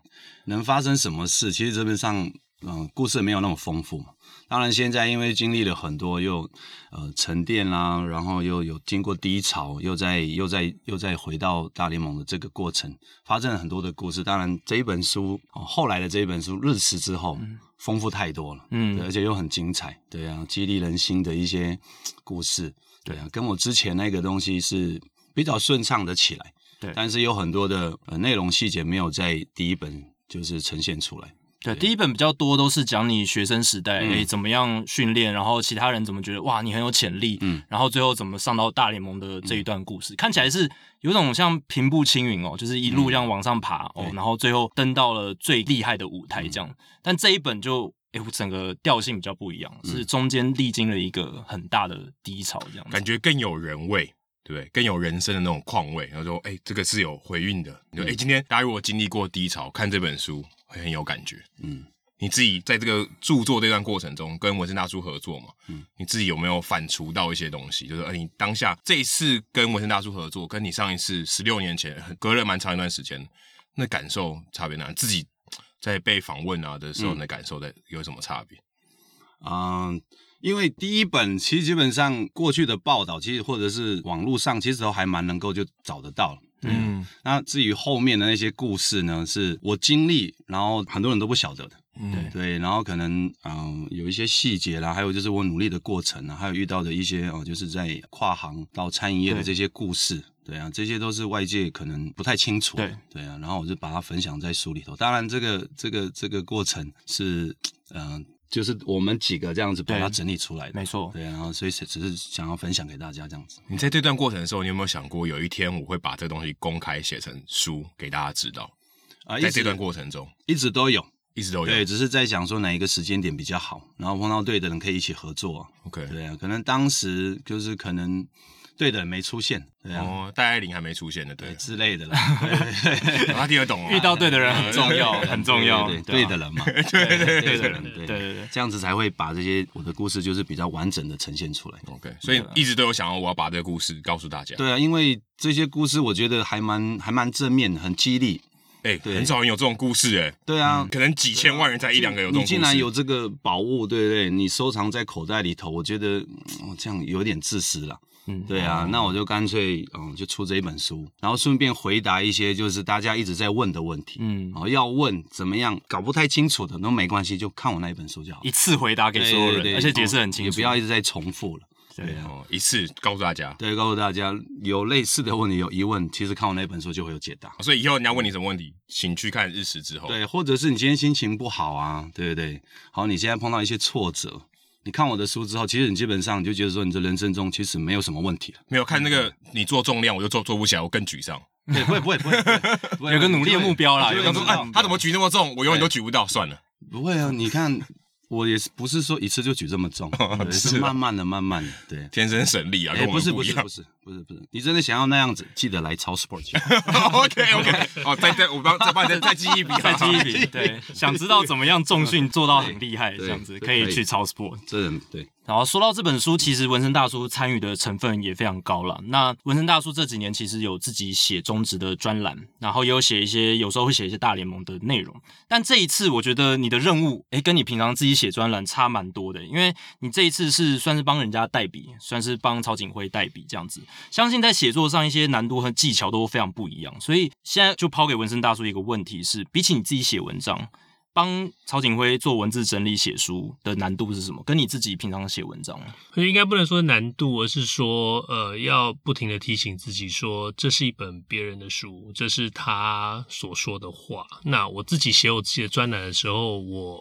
S3: 能发生什么事？其实这边上，嗯、故事没有那么丰富嘛。当然，现在因为经历了很多，又呃沉淀啦，然后又有经过低潮，又在又在又在回到大联盟的这个过程，发生了很多的故事。当然，这一本书、哦后来的这一本书《日食》之后，丰富太多了，
S1: 嗯
S3: 对而且又很精彩，对啊，激励人心的一些故事，对啊，跟我之前那个东西是比较顺畅的起来，
S1: 对
S3: 但是有很多的呃内容细节没有在第一本就是呈现出来，
S1: 对，第一本比较多都是讲你学生时代，哎、
S3: 嗯
S1: 怎么样训练，然后其他人怎么觉得哇，你很有潜力，
S3: 嗯
S1: 然后最后怎么上到大联盟的这一段故事，看起来是有种像平步青云哦，就是一路这样往上爬、哦，
S3: 对
S1: 然后最后登到了最厉害的舞台这样。但这一本就。哎，我整个调性比较不一样，是中间历经了一个很大的低潮，这样子
S2: 感觉更有人味，对不对？更有人生的那种况味。然后说，哎、这个是有回应的。你说，哎、今天大家如果经历过低潮，看这本书会很有感觉。
S3: 嗯。
S2: 你自己在这个著作这段过程中，跟文森大叔合作嘛，
S3: 嗯
S2: 你自己有没有反刍到一些东西？就是，呃，你当下这一次跟文森大叔合作，跟你上一次十六年前隔了蛮长一段时间，那感受差别哪？自己在被访问啊的时候，
S3: 嗯
S2: 你的感受在有什么差别？
S3: 嗯，因为第一本其实基本上过去的报道，其实或者是网络上，其实都还蛮能够就找得到了。
S2: 嗯
S3: 那至于后面的那些故事呢，是我经历，然后很多人都不晓得的。
S2: 嗯，
S3: 对，然后可能嗯、有一些细节啦，还有就是我努力的过程啊，还有遇到的一些哦、就是在跨行到餐饮业的这些故事。对啊，这些都是外界可能不太清楚的。对啊，然后我就把它分享在书里头。当然，这个这个这个过程是嗯、呃就是我们几个这样子把它
S1: 对
S3: 整理出来的。
S1: 没错，
S3: 对啊，然后所以只只是想要分享给大家这样子。
S2: 你在这段过程的时候，你有没有想过有一天我会把这东西公开写成书给大家知道？
S3: 啊，一
S2: 在
S3: 直
S2: 这段过程中
S3: 一直都有，
S2: 一直都
S3: 对，
S2: 有。
S3: 只是在想说哪一个时间点比较好，然后碰到对的人可以一起合作、啊。
S2: OK，
S3: 对啊，可能当时就是可能对的人没出现，对啊，
S2: 哦，戴爱玲还没出现呢，对
S3: 对，之类的啦，对对对
S2: 哦他听得懂 哦。
S1: 遇到对的人很重要，很重要，
S3: 对
S1: 对
S3: 对
S1: 啊
S3: 的 人嘛，对对对
S1: 对
S3: 的
S1: 的人
S3: 人，对
S1: 对对对。
S3: 这样子才会把这些我的故事就是比较完整的呈现出来。
S2: OK，所以一直都有想要我要把这个故事告诉大家。
S3: 对啊，因为这些故事我觉得还蛮还蛮正面，很激励。
S2: 哎，
S3: 对
S2: 很少人有这种故事哎，
S3: 对啊，
S2: 可能几千万人才一两个有这种
S3: 你
S2: 故事。
S3: 竟然有这个宝物，对不对？你收藏在口袋里头，我觉得嗯这样有点自私了。
S1: 嗯
S3: 对
S2: 哦
S3: 啊，那我就干脆嗯就出这一本书，然后顺便回答一些就是大家一直在问的问题。
S1: 嗯，
S3: 哦，要问怎么样，搞不太清楚的都没关系，就看我那一本书就好了
S1: 一。次回答给所有
S3: 对对
S1: 人，
S3: 对哦
S1: 而且解释很
S3: 也
S1: 清楚，
S3: 不要 一直在重复了。对啊，
S2: 哦一次告诉大家，
S3: 对，告诉大家有类似的问题、有疑问，其实看我那本书就会有解
S1: 哦
S3: 答。
S2: 所以以后人家问你什么问题，请去看《日食之后》。
S3: 对，或者是你今天心情不好啊，对不对？好，你现在碰到一些挫折，你看我的书之后，其实你基本上你就觉得说，你这人生中其实没有什么问题了。
S2: 没有看那个你做重量，我就做做不起来，我更沮丧。
S3: 对，不会，不会，不会，不会啊
S1: 有个努力的目标啦
S3: 就
S1: 有个
S3: 会
S2: 他
S1: 目
S2: 说：“
S1: 标
S2: 哎，他怎么举那么重？我永远都举不到，算了。
S3: 不会啊，你看我也是不是说一次就举这么 重，对
S2: 是
S3: 是
S2: 啊
S3: 慢慢的，慢慢的，对。
S2: 天生神力啊，
S3: 哎，
S2: 跟我
S3: 不
S2: 们
S3: 是不
S2: 一
S3: 是
S2: 样
S3: 不。是不是不是，你真的想要那样子，记得来超 sport 去。
S2: OK OK，哦，再再我帮再帮你再再记一笔啊，
S1: 再记一笔。对，想知道怎么样重训做到很厉害，
S3: 对
S1: 这样子
S3: 对
S1: 可以
S3: 可以
S1: 去超 sport。
S3: 这人对，
S1: 然后说到这本书，其实纹身大叔参与的成分也非常高了。那纹身大叔这几年其实有自己写中职的专栏，然后也有写一些，有时候会写一些大联盟的内容。但这一次，我觉得你的任务，诶，跟你平常自己写专栏差蛮多的，因为你这一次是算是帮人家代笔，算是帮曹景辉代笔这样子。相信在写作上一些难度和技巧都非常不一样，所以现在就抛给纹身大叔一个问题是：比起你自己写文章，帮曹景辉做文字整理写书的难度是什么？跟你自己平常写文章吗，
S5: 可是应该不能说难度，而是说，呃，要不停的提醒自己说，这是一本别人的书，这是他所说的话。那我自己写我自己的专栏的时候，我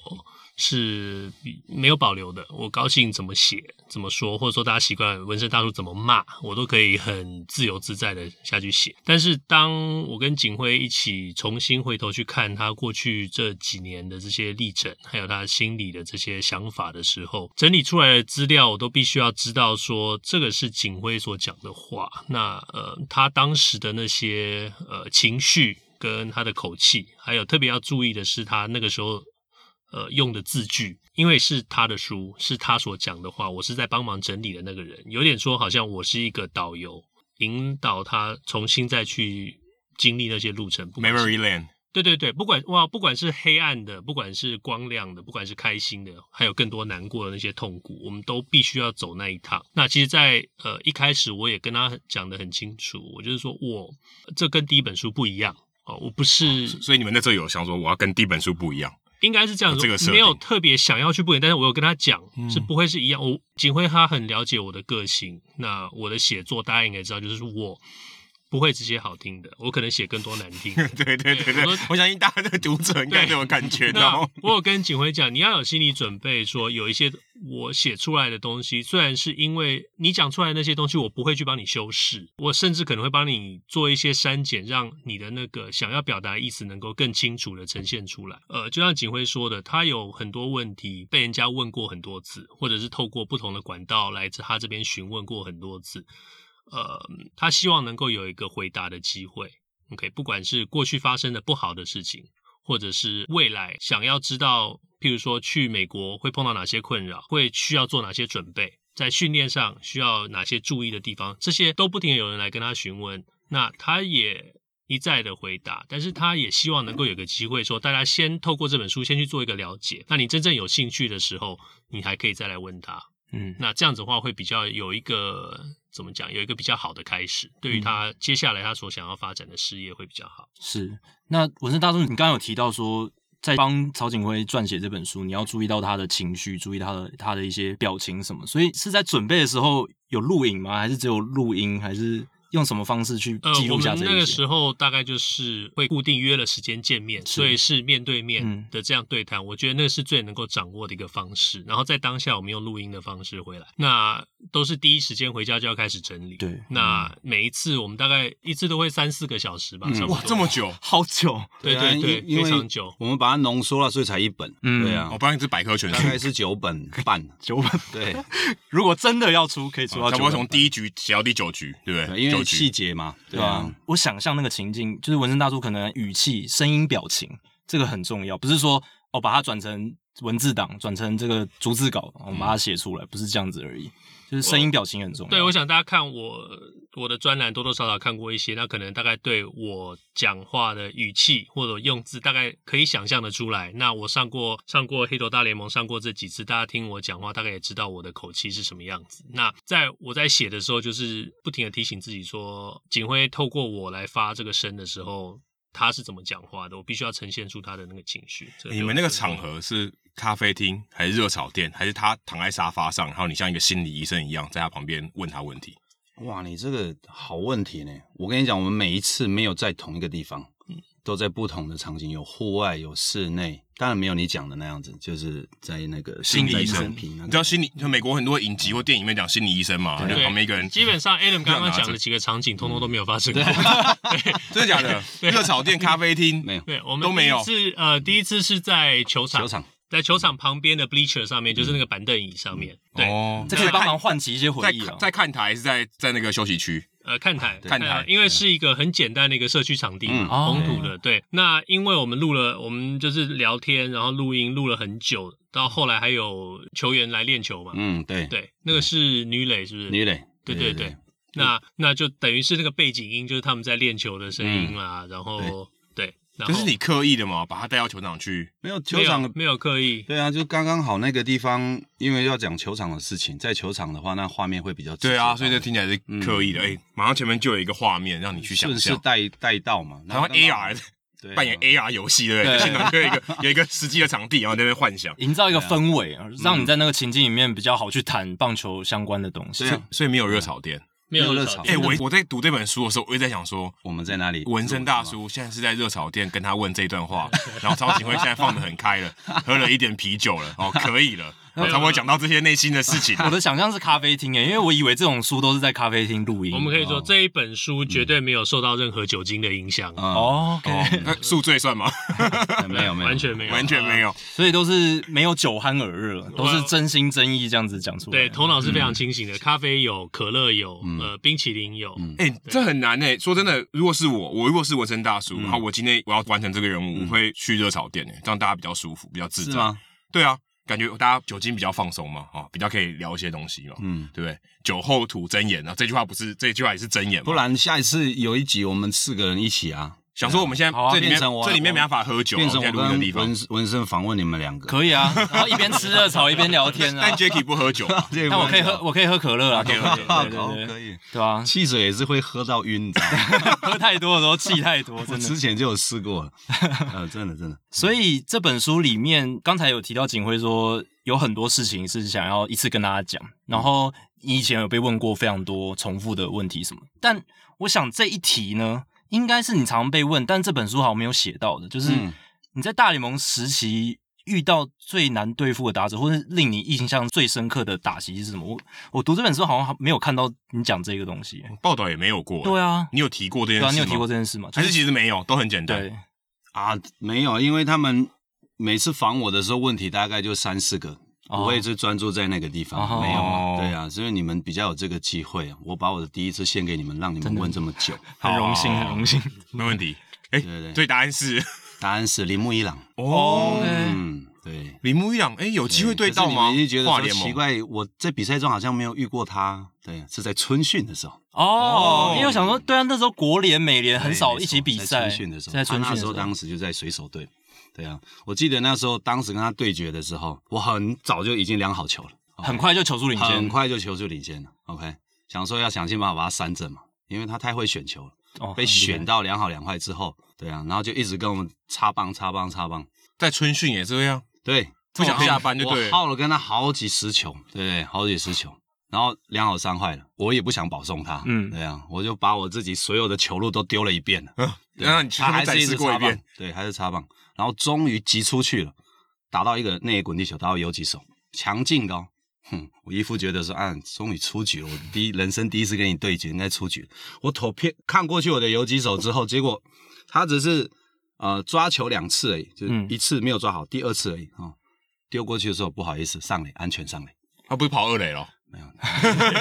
S5: 是没有保留的，我高兴怎么写、怎么说，或者说大家习惯纹身大叔怎么骂，我都可以很自由自在的下去写。但是当我跟景辉一起重新回头去看他过去这几年的这些历程，还有他心里的这些想法的时候，整理出来的资料，我都必须要知道说这个是景辉所讲的话。那呃，他当时的那些呃情绪跟他的口气，还有特别要注意的是，他那个时候呃用的字句，因为是他的书，是他所讲的话，我是在帮忙整理的那个人，有点说好像我是一个导游，引导他重新再去经历那些路程。不管是
S2: Memory Land，
S5: 对对对，不管哇，不管是黑暗的，不管是光亮的，不管是开心的，还有更多难过的那些痛苦，我们都必须要走那一趟。那其实在，呃一开始我也跟他讲的很清楚，我就是说我这跟第一本书不一样哦，我不是
S2: 所以你们那时候有想说我要跟第一本书不一样，
S5: 应该是这样
S2: 有
S5: 说，
S2: 这个设定嗯
S5: 没有特别想要去不演，但是我有跟他讲，是不会是一样。我景辉他很了解我的个性，那我的写作大家应该知道，就是我不会只写好听的，我可能写更多难听的。
S2: 对对对对
S5: 我，啊
S2: 我相信大家的读者应该都有感觉
S5: 那
S2: 到。
S5: 我有跟景辉讲，你要有心理准备，说有一些我写出来的东西，虽然是因为你讲出来的那些东西，我不会去帮你修饰，我甚至可能会帮你做一些删减，让你的那个想要表达的意思能够更清楚的呈现出来。呃，就像景辉说的，他有很多问题被人家问过很多次，或者是透过不同的管道来自他这边询问过很多次。呃，他希望能够有一个回答的机会。OK，不管是过去发生的不好的事情，或者是未来想要知道，譬如说去美国会碰到哪些困扰，会需要做哪些准备，在训练上需要哪些注意的地方，这些都不停地有人来跟他询问，那他也一再的回答，但是他也希望能够有个机会说，大家先透过这本书先去做一个了解，那你真正有兴趣的时候，你还可以再来问他。
S1: 嗯，
S5: 那这样子的话会比较有一个怎么讲，有一个比较好的开始，对于他接下来他所想要发展的事业会比较好。
S1: 是，那文生大叔，你刚刚有提到说，在帮曹景辉撰写这本书，你要注意到他的情绪，注意他的他的一些表情什么，所以是在准备的时候有录影吗？还是只有录音？还是用什么方式去
S5: 呃
S1: 记，
S5: 我
S1: 录下
S5: 们
S1: 这
S5: 那
S1: 一
S5: 个
S1: 些？
S5: 时候大概就是会固定约了时间见面，
S1: 是
S5: 所以是面对面
S1: 嗯
S5: 的这样对谈，我觉得那是最能够掌握的一个方式。然后在当下，我们用录音的方式回来。那都是第一时间回家就要开始整理。
S1: 对
S5: 那每一次我们大概一次都会三四个小时吧，
S3: 嗯
S5: 差不多
S2: 哇，这么久，
S1: 好久，
S5: 对
S3: 啊
S5: 对对，
S3: 因因
S5: 非
S3: 为
S5: 常久。
S3: 我们把它浓缩了，所以才一本。
S1: 嗯
S3: 对啊
S2: 哦我，不然是百科全
S3: 大
S2: 书，啊
S3: 概是九本半。
S1: 九本。
S3: 对，
S1: 如果真的要出，可以哦出到九
S2: 差不
S1: 本
S2: 多从第一局写到第九局，对不对？
S3: 因
S2: 九
S3: 为
S2: 局，
S3: 细节嘛，对
S1: 对啊
S3: 啊，，
S1: 我想象那个情境，就是纹身大叔可能语气、声音、表情，这个很重要，不是说哦把它转成文字档，转成这个逐字稿，我们把它写出来，不是这样子而已，就是声音、表情很重要。
S5: 对，我想大家看我我的专栏，多多少少看过一些，那可能大概对我讲话的语气或者用字，大概可以想象的出来。那我上过上过黑头大联盟，上过这几次，大家听我讲话，大概也知道我的口气是什么样子。那在我在写的时候，就是不停的提醒自己说，警徽透过我来发这个声的时候。他是怎么讲话的？我必须要呈现出他的那个情绪。这
S2: 你们那个场，合是咖啡厅还是热炒店，还是他躺在沙发上，然后你像一个心理医生一样在他旁边问他问题？
S3: 哇，你这个好问题呢。我跟你讲，我们每一次没有在同一个地方，都在不同的场景，有户外，有室内。当然没有你讲的那样子，就是在那个
S2: 心理医
S3: 在
S2: 生，
S3: 南平那个
S2: 你知道心理，就美国很多影集或电影里面讲心理医生嘛，就
S5: 对
S2: 旁边一个人，
S5: 基本上 Adam 刚
S2: 不
S5: 刚
S2: 要拿
S5: 讲
S2: 着
S5: 的几个场景，通通都没有 发生过。
S2: 真的假的？ 热炒店、咖啡厅
S3: 没有
S5: 对，我们
S2: 都没有
S5: 是呃，第一次是在球场，
S3: 球场，
S5: 在球场旁边的 bleacher 上面，就是那个板凳椅上面。对，
S2: 哦，
S1: 这可以帮忙唤起一些回
S2: 在
S1: 忆啊
S2: 看。在看台还是在在那个休息区？
S5: 呃，看台，
S2: 看台
S5: 因为是一个很简单的一个社区场地嘛，
S3: 嗯
S1: 哦
S5: 红土的。对，那因为我们录了，我们就是聊天，然后录音录了很久，到后来还有球员来练球嘛。
S3: 嗯，对，
S5: 对，那个是女垒，是不是？
S3: 女垒，
S5: 对
S3: 对
S5: 对对，那那就等于是那个背景音，就是他们在练球的声音啦。然后对，然
S2: 可
S5: 后
S2: 是你刻意的嘛，把他带到球场去，
S3: 没有
S5: 没
S3: 球
S5: 有
S3: 场
S5: 没有刻意，
S3: 对啊，就刚刚好那个地方，因为要讲球场的事情，在球场的话，那画面会比较直接
S2: 对啊，所以这听起来是刻意的。哎，马上前面就有一个画面让你去想
S3: 顺势
S2: 象，
S3: 带带到嘛，
S2: 好像 AR
S3: 对啊
S2: 扮演 AR 游戏，对不对？就现场就有一个 有一个实际的场地，然后在那边幻想。
S1: 营造一个氛围，啊让你在那个情境里面比较好去谈棒球相关的东西。
S3: 对啊
S2: 所以没有热炒店。
S5: 没
S3: 没有
S5: 有
S3: 热
S5: 场
S3: 场
S2: 哎、我我在读这本书的时候，我一直在想说，
S3: 我们在哪里？
S2: 纹身大叔现在是在热炒店跟他问这段 话，然后曹景辉现在放的很开 了，喝了一点啤酒了，哦，可以 了，我才不会讲到这些内心的事情。
S1: 我的想象是咖啡厅诶，欸因为我以为这种书都是在咖啡厅录音。
S5: 我们可以
S3: 哦
S5: 说这一本书
S3: 嗯
S5: 绝对没有受到任何酒精的影响，
S3: 啊，
S1: 哦，
S2: 哦，那宿醉算吗？
S3: 哎没有没有，
S5: 完全没有，
S2: 完全没。有。啊
S1: 所以都是没有酒酣耳热，都是真心真意这样子讲出来。
S5: 对，头脑是
S3: 嗯
S5: 非常清醒的，咖啡有，可乐有，呃，冰淇淋有，
S3: 嗯
S2: 哎、这很难哎、说真的，如果是我，我如果是纹身大叔，然后我今天我要完成这个任务，我会去热炒店哎、这样大家比较舒服，比较自
S3: 是
S2: 在。
S3: 吗？
S2: 对啊，感觉大家酒精比较放松嘛，啊、哦，比较可以聊一些东西嘛，
S3: 嗯，
S2: 对不对？酒后吐真言啊，这句话不是这句话也是真言嘛，
S3: 不然下一次有一集我们四个人一起啊，
S2: 想说我们现在
S1: 好啊
S2: 这里面、
S3: 变成我
S2: 这里面没办法喝酒啊，
S3: 变成
S2: 我们现
S3: 我
S2: 在录音的地
S3: 跟
S2: 方
S3: 文。文生访问你们两个。
S1: 可以啊，然后一边吃热炒一边聊天啊
S2: 但。Jacky 不 喝酒嘛，
S3: 但
S1: 但我可以喝，，我可以喝可乐啊，
S2: 可以
S1: 对
S2: 喝
S1: 对
S3: 啊
S1: 对
S3: 好
S1: 对对
S3: 可以。
S1: 对啊，
S3: 汽水也是会喝到晕，你知道 吗
S1: 喝太多的时候气太多，
S3: 我
S1: 真的
S3: 之。前就有试过了，呃，真的真的，
S1: 所以这本书里面，刚才有提到景辉说有很多事情是想要一次跟大家讲，
S2: 嗯
S1: 然后你以前有被问过非常多重复的问题什么，但我想这一题呢，应该是你常被问，但这本书好像没有写到的，就是
S3: 嗯
S1: 你在大联盟时期。遇到最难对付的打者，或是令你印象最深刻的打击是什么？我我读这本书好像没有看到你讲这个东西。
S2: 报道也没有过。
S1: 对啊，
S2: 你有提过这件
S1: 对
S2: 事
S1: 啊，
S2: 吗？
S1: 你有提过这件事吗？
S2: 还是其实没有，都很简单。
S1: 对，
S3: 啊，没有，因为他们每次访我的时候，问题大概就三四个，
S1: 哦
S3: 不会是专注在那个地方，
S1: 哦
S3: 没有
S2: 哦
S3: 啊，对啊，所以你们比较有这个机会啊，我把我的第一次献给你们，让你们问这么久，
S1: 很荣幸，
S2: 好
S1: 很荣幸。
S2: 没问题。哎
S3: 对对，
S2: 所以答案是
S3: 答案是铃木一朗，
S2: 哦，
S3: 嗯，对，
S2: 铃木一朗，哎，有机会对到吗
S3: 可是你们就觉？得
S2: 跨
S3: 说
S2: 联
S3: 奇
S2: 盟，
S3: 怪，我在比赛中好像没有遇过他，对，是在春训的时候，
S1: 哦
S2: 哦，
S1: 因为我想说，对啊，那时候国联、美联很少
S3: 对
S1: 一起比赛，
S3: 没错在春训的时候，
S1: 在春
S3: 他
S1: 训
S3: 那
S1: 的
S3: 时候当时就在水手队。对啊，我记得那时候当时跟他对决的时候，我很早就已经量好球了，
S1: 很快就求助领先，
S3: 很快就球就领先了。OK，想说要想尽办法把他三振嘛，因为他太会选球了，
S1: 哦
S3: 被选
S1: 到
S3: 到两好两坏之后，对啊，然后就一直跟我们插棒插棒插棒，
S2: 在春训也这样，
S3: 对，
S2: 不想下班就对
S3: 我耗了跟他好几十球，对不对？好几十球，然后两好三坏了，我也不想保送他，
S1: 嗯
S3: 对啊，我就把我自己所有的球路都丢了一遍了，对
S2: 然后你去
S3: 他
S2: 那
S3: 还
S2: 边展
S3: 是一直
S2: 示过一
S3: 插棒
S2: 遍，，
S3: 对，还是插棒，然后终于急出去了，打到一个内野滚地球，打到游击手，强劲的哦，哼，我一副觉得说啊，终于出局了，我第一人生第一次跟你对决，应该出局。我投偏看过去我的游击手之后，结果他只是呃抓球两次而已，就是
S1: 嗯
S3: 一次没有抓好，第二次而已啊、哦丢过去的时候不好意思，上垒安全上垒。
S2: 他不是跑二垒了，
S3: 没有，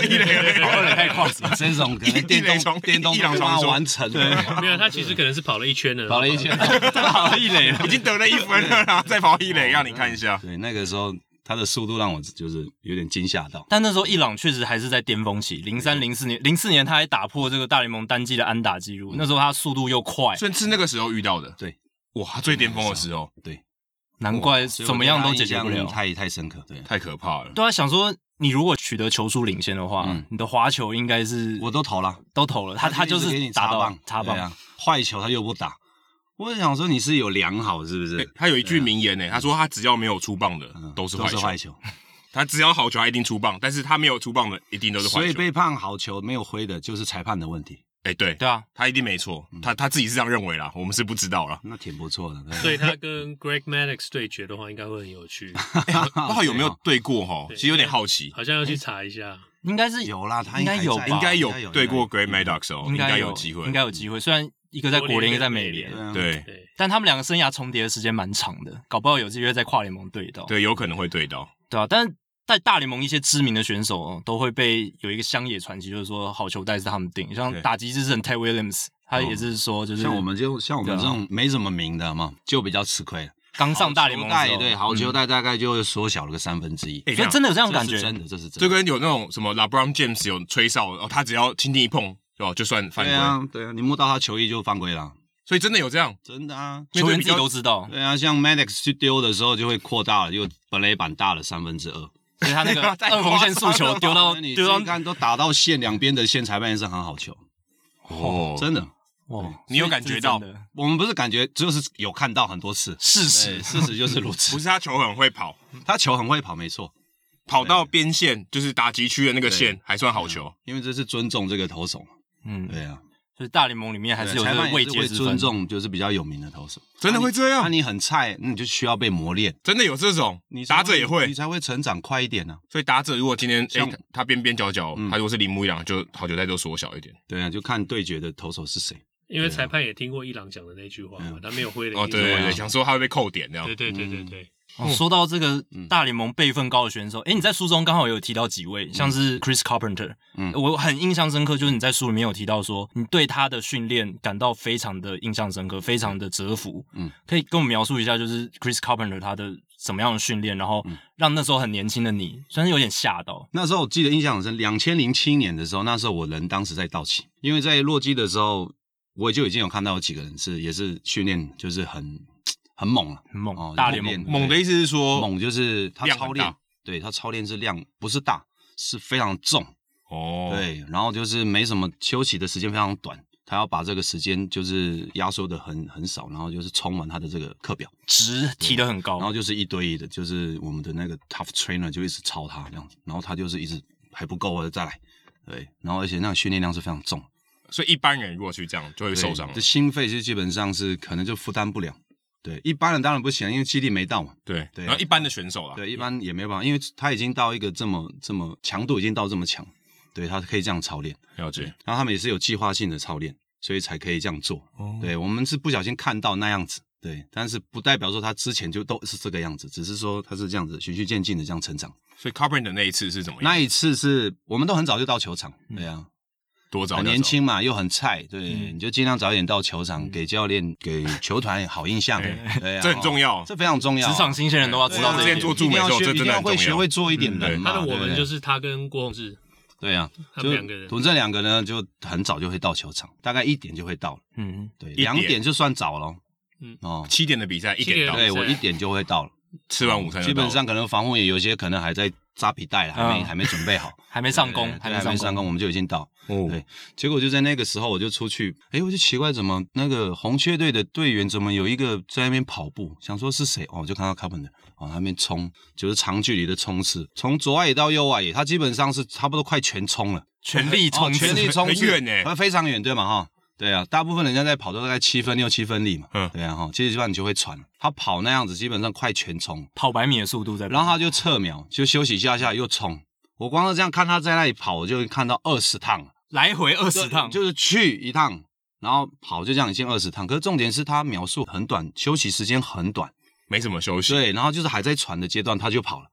S2: 一 垒而已
S3: 跑二垒太快了，这种可能
S2: 一垒
S3: 电
S2: 冲
S3: 动电动
S2: 一垒冲
S3: 都要完成了，
S5: 没有，他其实可能是跑了一圈了，
S3: 跑了一 圈，
S1: 跑一垒了
S2: 已经得了一分了，然后再跑一垒，让你看一下。
S3: 对，那个时候他的速度让我就是有点惊吓到。
S1: 但那时候伊朗确实还是在巅峰期，零三零四年，零四年他还打破这个大联盟单季的安打记录。那时候他速度又快，
S2: 所以是那个时候遇到的，
S3: 对，
S2: 哇，他最巅峰的时候，
S3: 对，
S1: 难怪怎么样都解决不
S3: 所以我对他印
S1: 了
S3: 象。太太深刻。对，
S2: 太可怕了。
S1: 对啊，想说你如果取得球数领先的话，
S3: 嗯
S1: 你的滑球应该是
S3: 我都投了，
S1: 都投了，他他就
S3: 一直给
S1: 是
S3: 你
S1: 打
S3: 插
S1: 到
S3: 棒，
S1: 插
S3: 对
S1: 棒，
S3: 啊，坏球他又不打。我想说你是有良好是不
S2: 对
S3: 是？
S2: 他有一句名言呢，他说他只要没有出棒的
S3: 嗯
S2: 都是
S3: 都
S2: 坏
S3: 是坏
S2: 球，
S3: 球，
S2: 他只要好球他一定出棒，但是他没有出棒的一定都是
S3: 所
S2: 坏
S3: 以
S2: 球。
S3: 被判好球没有挥的，就是裁判的问题。
S2: 哎，对
S1: 对啊，
S2: 他一定没错，他他自己是这样认为啦，我们是不知道啦。
S3: 那挺不错的，
S5: 所以他跟 Greg Maddox 对决的话，应该会很有趣，
S2: 哎
S3: 啊
S2: 不知道有没有对过哈？
S5: 对
S2: 其实有点好奇，
S5: 好像要去查一下。
S1: 应该是
S3: 有啦他
S1: 应该有吧，
S3: 还在
S2: 应该有
S3: 应该有
S2: 对过 Great Maddox 哦，
S1: 应
S2: 该
S1: 有
S2: 机会，
S1: 应该有机会。虽然一个在国联，一个在美联
S3: 对，啊，
S2: 对
S5: 对，
S1: 但他们两个生涯重叠的时间蛮长的，搞不好有机会在跨联盟对到。
S2: 对，有可能会对到。
S1: 对啊，但是在大联盟一些知名的选手、哦都会被有一个乡野传奇，就是说好球带是他们定，像
S2: 对
S1: 打击之神 Ted Williams，他也是说就是
S3: 哦像我们就像我们
S1: 对
S3: 这
S1: 啊
S3: 种没什么名的嘛，就比较吃亏了。
S1: 刚上大联盟的
S3: 好
S1: 时
S3: 球
S1: 候嗯
S3: 带对，好球带大概就会缩小了个三分之一。
S2: 哎，
S1: 所以真的有这
S3: 这
S1: 样感觉
S3: 是，真的，这是真
S2: 就
S3: 的。
S2: 跟有那种什么 LeBron James 有吹哨，哦，他只要轻轻一碰，哦，就算犯
S3: 对
S2: 规。
S3: 啊，对啊，你摸到他球衣就犯规了，
S2: 所以真的有这样，
S3: 真的啊。
S1: 球
S2: 面对
S1: 员
S2: 比
S1: 自己
S2: 较
S1: 都知 道，
S3: 对啊，像 Maddox 去丢的时候就会扩大了，就本垒板大了三分之二。啊
S1: 所以他那 个
S2: 太夸张
S1: 二缝线速球丢到
S3: 那你
S1: 丢到
S3: 你看都打到线两边的线，裁判也是很好球，
S2: 哦
S3: 真的。
S1: 哇，
S2: 你有感觉
S1: 所
S2: 到
S1: 以这是真的
S3: 我们不是感觉，就是有看到很多次，
S1: 事
S3: 对
S1: 实，
S3: 事实就是如
S2: 不
S3: 此。
S2: 是他球很会跑，
S3: 他球很会跑，没错，
S2: 跑到边线就是打击区的那个线还算好球。
S3: 因为这是尊重这个投手嘛。
S1: 嗯，
S3: 对啊，
S1: 所以大联盟里面还是有这
S3: 对裁
S1: 个
S3: 判也
S1: 未
S3: 是
S1: 解
S3: 会
S1: 之分啊
S3: 尊。重，就是比较有名的投手。
S2: 真的会这
S3: 那
S2: 样？
S3: 啊你很菜，那你就需要被磨练，
S2: 真的有这种
S3: 你，才
S2: 打者也
S3: 你
S2: 会。
S3: 才会成长快一点呢、
S2: 所以打者如果今天哎
S3: 像
S2: 他他边边角角，
S3: 嗯
S2: 他如果是铃木一朗，就好球带就缩小一点。
S3: 对啊，就看对决的投手是谁。
S5: 因为裁判也听过伊朗讲的那句话嘛，
S3: 啊嗯
S5: 他没有挥的
S2: 哦，
S5: 意思
S2: 对对对，
S5: 嘛
S2: 想说他会被扣点这样
S5: 对。对对对对，
S3: 嗯
S1: 哦说到这个大联盟辈分高的选手，诶，你在书中刚好有提到几位，像是 Chris Carpenter，
S3: 嗯
S1: 我很印象深刻，就是你在书里面有提到说，你对他的训练感到非常的印象深刻，非常的折服。
S3: 嗯，
S1: 可以跟我们描述一下，就是 Chris Carpenter 他的什么样的训练，然
S3: 嗯
S1: 后让那时候很年轻的你，虽然有点吓到，
S3: 那时候我记得印象很深，两千零七年的时候，那时候我人当时在道奇，因为在洛基的时候，我就已经有看到有几个人是也是训练就是很很猛了、
S1: 很猛，
S3: 哦
S1: 大联盟
S3: 练
S2: 猛的意思是说，
S3: 猛就是他
S2: 量很
S3: 操练
S2: 大，
S3: 对他操练是量不是大，是非常重，
S2: 哦，，
S3: 对，然后就是没什么休息的时间非常短，他要把这个时间就是压缩的很很少，然后就是冲完他的这个课表，
S1: 值提得很
S3: 然
S1: 高
S2: 哦
S3: 后。就是一对一的，就是我们的那个 tough trainer 就一直抄他这样子，然后他就是一直还不够，我啊就再来，对，然后而且那个训练量是非常重，
S2: 所以一般人如果去这样就会
S3: 对
S2: 受伤了啊
S3: 这。心肺是基本上是可能就负担不了，对，一般人当然不行，因为肌力没到嘛，
S2: 对，
S3: 对
S2: 然后一般的选手啦，
S3: 对，一般也没办法，因为他已经到一个这么这么强度已经到这么强，对他可以这样操练。
S2: 了解。
S3: 然后他们也是有计划性的操练，所以才可以这样做。
S2: 哦
S1: 啊
S3: 对我们是不小心看到那样子，对，但是不代表说他之前就都是这个样子，只是说他是这样子循序渐进的这样成长。
S2: 所以 Carpenter 那一次是怎么样？
S3: 那一次是我们都很早就到球场，对啊，
S2: 多早？
S3: 很年。轻嘛，又很菜，对，
S1: 嗯
S3: 你就尽量早点到球场，给教练、给球团好印象，对啊，
S2: 这很重要
S3: 哦这非常重要啊，
S1: 职场新鲜人都要知
S3: 对啊。
S1: 道这
S2: 之
S1: 一
S2: 前
S1: 点
S2: 做。助
S3: 一
S2: 美的
S3: 定要
S2: 时候
S3: 学，
S2: 这
S3: 一
S2: 真
S3: 定
S2: 的
S3: 要
S2: 很重
S3: 会学
S2: 要
S3: 会。做一点
S2: 嗯对
S3: 人嘛。
S5: 他的我们
S3: 对
S5: 就是他跟郭宏志，
S3: 对啊，
S5: 他们两个人
S3: 我们这两个呢，就很早就会到球场，大概一点就会到了。
S1: 嗯，
S3: 对，
S2: 点
S3: 两点就算早了。
S5: 嗯
S3: 嗯哦，
S2: 七点的比赛一
S5: 七
S2: 点
S5: 点
S2: 到
S5: 的，
S3: 对我一点就会到了，
S2: 吃完午餐就
S3: 基
S2: 到
S3: 本
S2: 了
S3: 上可能防护也有些可能还在扎皮带了，还没
S1: 嗯
S3: 还没准备好，
S1: 还没上工
S3: 对，
S1: 还
S3: 对
S1: 没上
S3: 上
S1: 工。
S3: 工，我们就已经到。
S2: 哦
S3: 对结果就在那个时候，我就出去，哎，我就奇怪怎么那个红雀队的队员怎么有一个在那边跑步，想说是谁哦，我就看到 Carpenter 往那边冲，就是长距离的冲刺，从左外野到右外野，他基本上是差不多快全冲了。
S1: 全力
S3: 哦
S1: 冲刺，
S3: 全力冲刺，
S2: 很远欸
S3: 呃它非常远，对吗？哈，对啊，大部分人家在跑都大概七分六七分里嘛，
S2: 嗯
S3: 对啊哈，其实基本上你就会喘。他跑那样子基本上快全冲，
S6: 跑百米的速度在跑，
S3: 然后他就侧秒，就休息一下下又冲。我光是这样看他在那里跑，我就会看到二十趟，
S6: 来回二十趟，
S3: 就就是去一趟，然后跑就这样已经二十趟。可是重点是他描述很短，休息时间很短，
S2: 没什么休息，
S3: 对，然后就是还在喘的阶段他就跑了。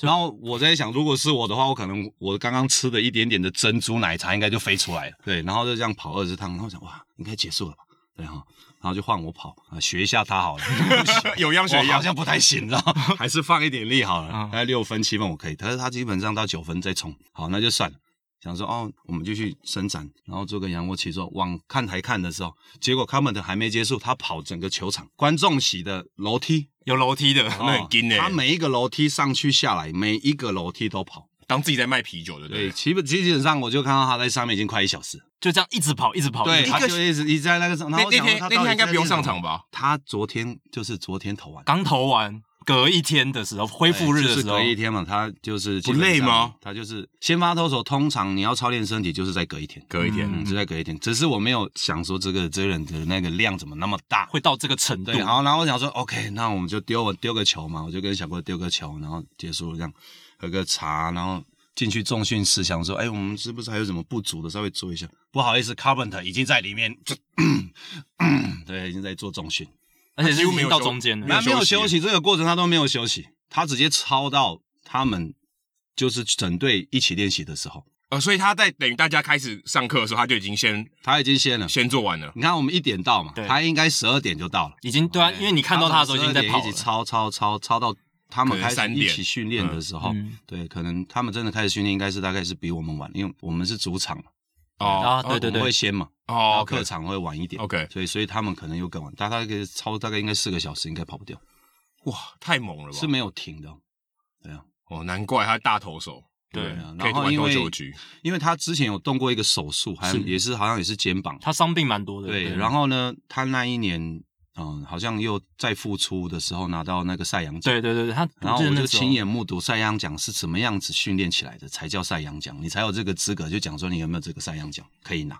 S3: 然后我在想，如果是我的话，我可能我刚刚吃的一点点的珍珠奶茶应该就飞出来了。对，然后就这样跑二十趟，然后我想哇，应该结束了吧？对哈、然后就换我跑啊，学一下他好了。
S2: 有样学
S3: 我好
S2: 样。啊
S3: 像不太行，你知道吗，还是放一点力好了
S6: 嗯。
S3: 大概六分、七分我可以，但是他基本上到九分再冲，好那就算了。想说哦，我们就去伸展，然后做个仰卧起坐。往看台看的时候，结果他们的还没结束，他跑整个球场，观众席的楼梯，
S6: 有楼梯的，
S2: 那很劲欸
S3: 他每一个楼梯上去下来，每一个楼梯都跑。
S2: 当自己在卖啤酒的，
S3: 对，
S2: 对，
S3: 基本基本上我就看到他在上面已经快一小时，
S6: 就这样一直跑，一直
S2: 哦
S6: 跑，
S3: 对，
S6: 一直
S3: 他
S6: 跑
S3: 就一直一直在那个上。然
S2: 那
S3: 后我
S2: 那
S3: 想说
S2: 天
S3: 他
S2: 那
S3: 到底
S2: 天应该
S3: 在
S2: 不用
S3: 练什
S2: 上
S3: 么
S2: 场？吧？
S3: 他昨天就是昨天投完。
S6: 刚投完，隔一天的时候，恢复日
S3: 对
S6: 的时
S3: 就哎是
S1: 哦
S6: 候
S3: 隔，一天嘛，他就是基
S2: 不
S3: 本
S2: 累
S3: 上
S2: 吗？
S3: 他就是先发投手，通常你要操练身体，就是在隔一天，
S2: 隔一天，
S3: 嗯，就在隔一天。只是我没有想说这个这个人的那个量怎么那么大，
S6: 会到这个程度
S3: 对，，好，然后我想说，OK，那我们就丢我丢个球嘛，我就跟小郭丢个球，然后结束这样，喝个茶，然后进去重训室，想说，哎，我们是不是还有什么不足的，稍微做一下。不好意思，Carpenter 已经在里面， 就对，已经在做重训，
S6: 而且
S2: 他几
S6: 是
S2: 乎
S6: 已经
S2: 没有
S6: 到
S2: 休
S6: 中间
S2: 没
S6: 了
S2: 有
S3: 那，没有
S2: 休息
S3: 休息这个过程他都没有休息，他直接超到他们就是整队一起练习的时候，
S2: 呃，所以他在等于大家开始上课的时候，他就已经先
S3: 他已经先了。
S2: 先做完了。
S3: 你看我们一点到嘛
S6: 对，
S3: 他应该十二点就到了。
S6: 已经对啊，因为你看到他的时候已经在
S3: 12点
S6: 跑
S3: 一起
S6: 了，
S3: 超超超超到他
S2: 可
S3: 们
S2: 能
S3: 开始
S2: 3
S3: 一
S2: 点
S3: 起训练的时候
S6: 嗯嗯，
S3: 对，可能他们真的开始训练，应该是大概是比我们晚，因为我们是主场嘛，哦
S6: 啊对对
S3: 我们会先嘛，然
S2: 哦
S3: 后，
S2: 客
S3: 客场会晚一点
S2: OK
S3: 所以所以他们可能又更晚，但他概超大概应该四个小时，应该跑不掉，
S2: 哇，太猛了吧？
S3: 是没有停的哦。
S2: 哦，难怪他大投手，
S6: 对
S3: 啊
S2: 可以
S3: 然后
S2: 玩
S3: 因
S2: 多
S3: 为
S2: 久局？
S3: 因为他之前有动过一个手术，还
S6: 是
S3: 也是好像也是肩膀，
S6: 他伤病蛮多的，
S3: 对，然后呢，他那一年，嗯，好像又再复出的时候拿到那个赛扬奖，
S6: 对对对对，他
S3: 然后
S6: 记得哦
S3: 我
S6: 那
S3: 就
S6: 时候
S3: 亲眼目睹赛扬奖是怎么样子训练起来的，才叫赛扬奖，你才有这个资格，就讲说你有没有这个赛扬奖可以拿，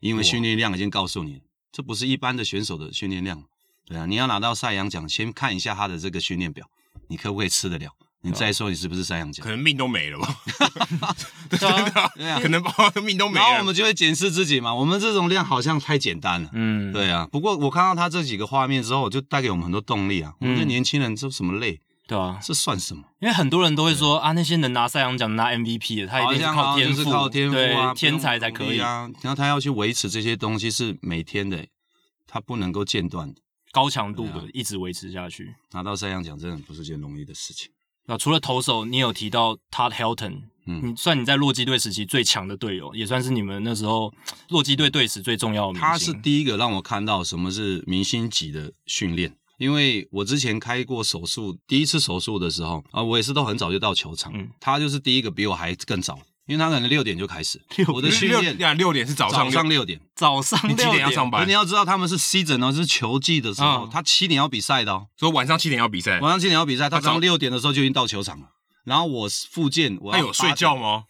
S3: 因为训练量已经告诉你，这不是一般的选手的训练量，对啊，你要拿到赛扬奖，先看一下他的这个训练表，你可不可以吃得了，
S6: 啊
S3: 你再说你是不是赛扬奖
S2: 可。能命都没了 吧？
S6: 对啊，
S3: 对啊
S2: 可能把命都没
S3: 然后我
S2: 了。
S3: 们就会检视自己嘛，我们这种量好像太简单了，
S6: 嗯，
S3: 对啊，不过我看到他这几个画面之后，就带给我们很多动力啊。我们这
S6: 嗯
S3: 年轻人这什么累，
S6: 对啊，
S3: 这算什么？
S6: 因为很多人都会说啊，那些能拿赛扬奖、拿 MVP 的，他一定
S3: 好像
S6: 靠
S3: 好像
S6: 天
S3: 就
S6: 赋，
S3: 是靠天赋啊，
S6: 对，天才才
S3: 不用
S6: 可
S3: 努力
S6: 以。
S3: 啊。然后他要去维持这些东西是每天的，他不能够间断的。
S6: 高强度的、
S3: 对啊
S6: 一直维持下去。
S3: 拿到三样奖真的不是件容易的事情。
S6: 那除了投手，你有提到 Todd Helton，
S3: 嗯
S6: 你算你在洛基队时期最强的队友，也算是你们那时候洛基队队史最重要的明星。
S2: 啊
S3: 他是第一个让我看到什么是明星级的训练。因为我之前开过手术，第一次手术的时候啊，我也是都很早就到球场，
S6: 嗯
S3: 他就是第一个比我还更早，因为他可能六点就开始。我的训练
S2: 六六点是早上
S3: 早上
S2: 六，
S3: 六点，
S6: 早上
S2: 你
S6: 六
S2: 几点要上
S3: 而
S2: 班
S3: 你？要知道他们是 season 哦，是球季的时候，
S6: 嗯
S3: 他七点要比赛的哦，
S2: 所以晚上七点要比赛。
S3: 晚上七点要比赛，
S2: 他
S3: 他
S2: 早
S3: 早上六点的时候就已经到球场了。然后我附件，我
S2: 他
S3: 要
S2: 有
S3: 八
S2: 哎睡觉？吗？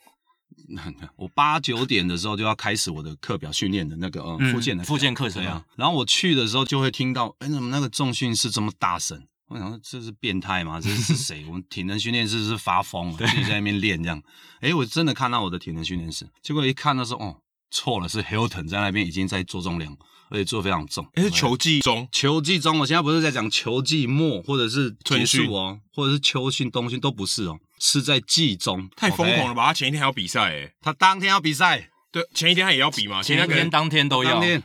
S3: 我八九点的时候就要开始我的课表训练的那个呃
S6: 嗯
S3: 附件的
S6: 复健课程
S3: 对
S6: 啊
S2: 嗯
S3: 啊。然后我去的时候就会听到，哎，怎么那个重训是这么大声？我想说这是变态吗？这是 谁？我们体能训练室是发疯了，自己在那边练这样。哎，我真的看到我的体能训练室，结果一看那时候，哦，错了，是 Hilton 在那边已经在做重量，而且做非常重。
S2: 哎，是球季中
S3: 球季中，我现在不是在讲球季末或者是结
S2: 春训
S3: 束哦，或者是秋训、冬训都不是哦，是在季中。
S2: 太疯狂了
S3: OK，
S2: 吧？他前一天还要比赛，哎，
S3: 他当天要比赛，
S2: 对，前一天他也要比嘛？
S6: 前
S2: 前一
S6: 一
S2: 天可
S6: 天
S2: 能，
S6: 当天都要，
S3: 当天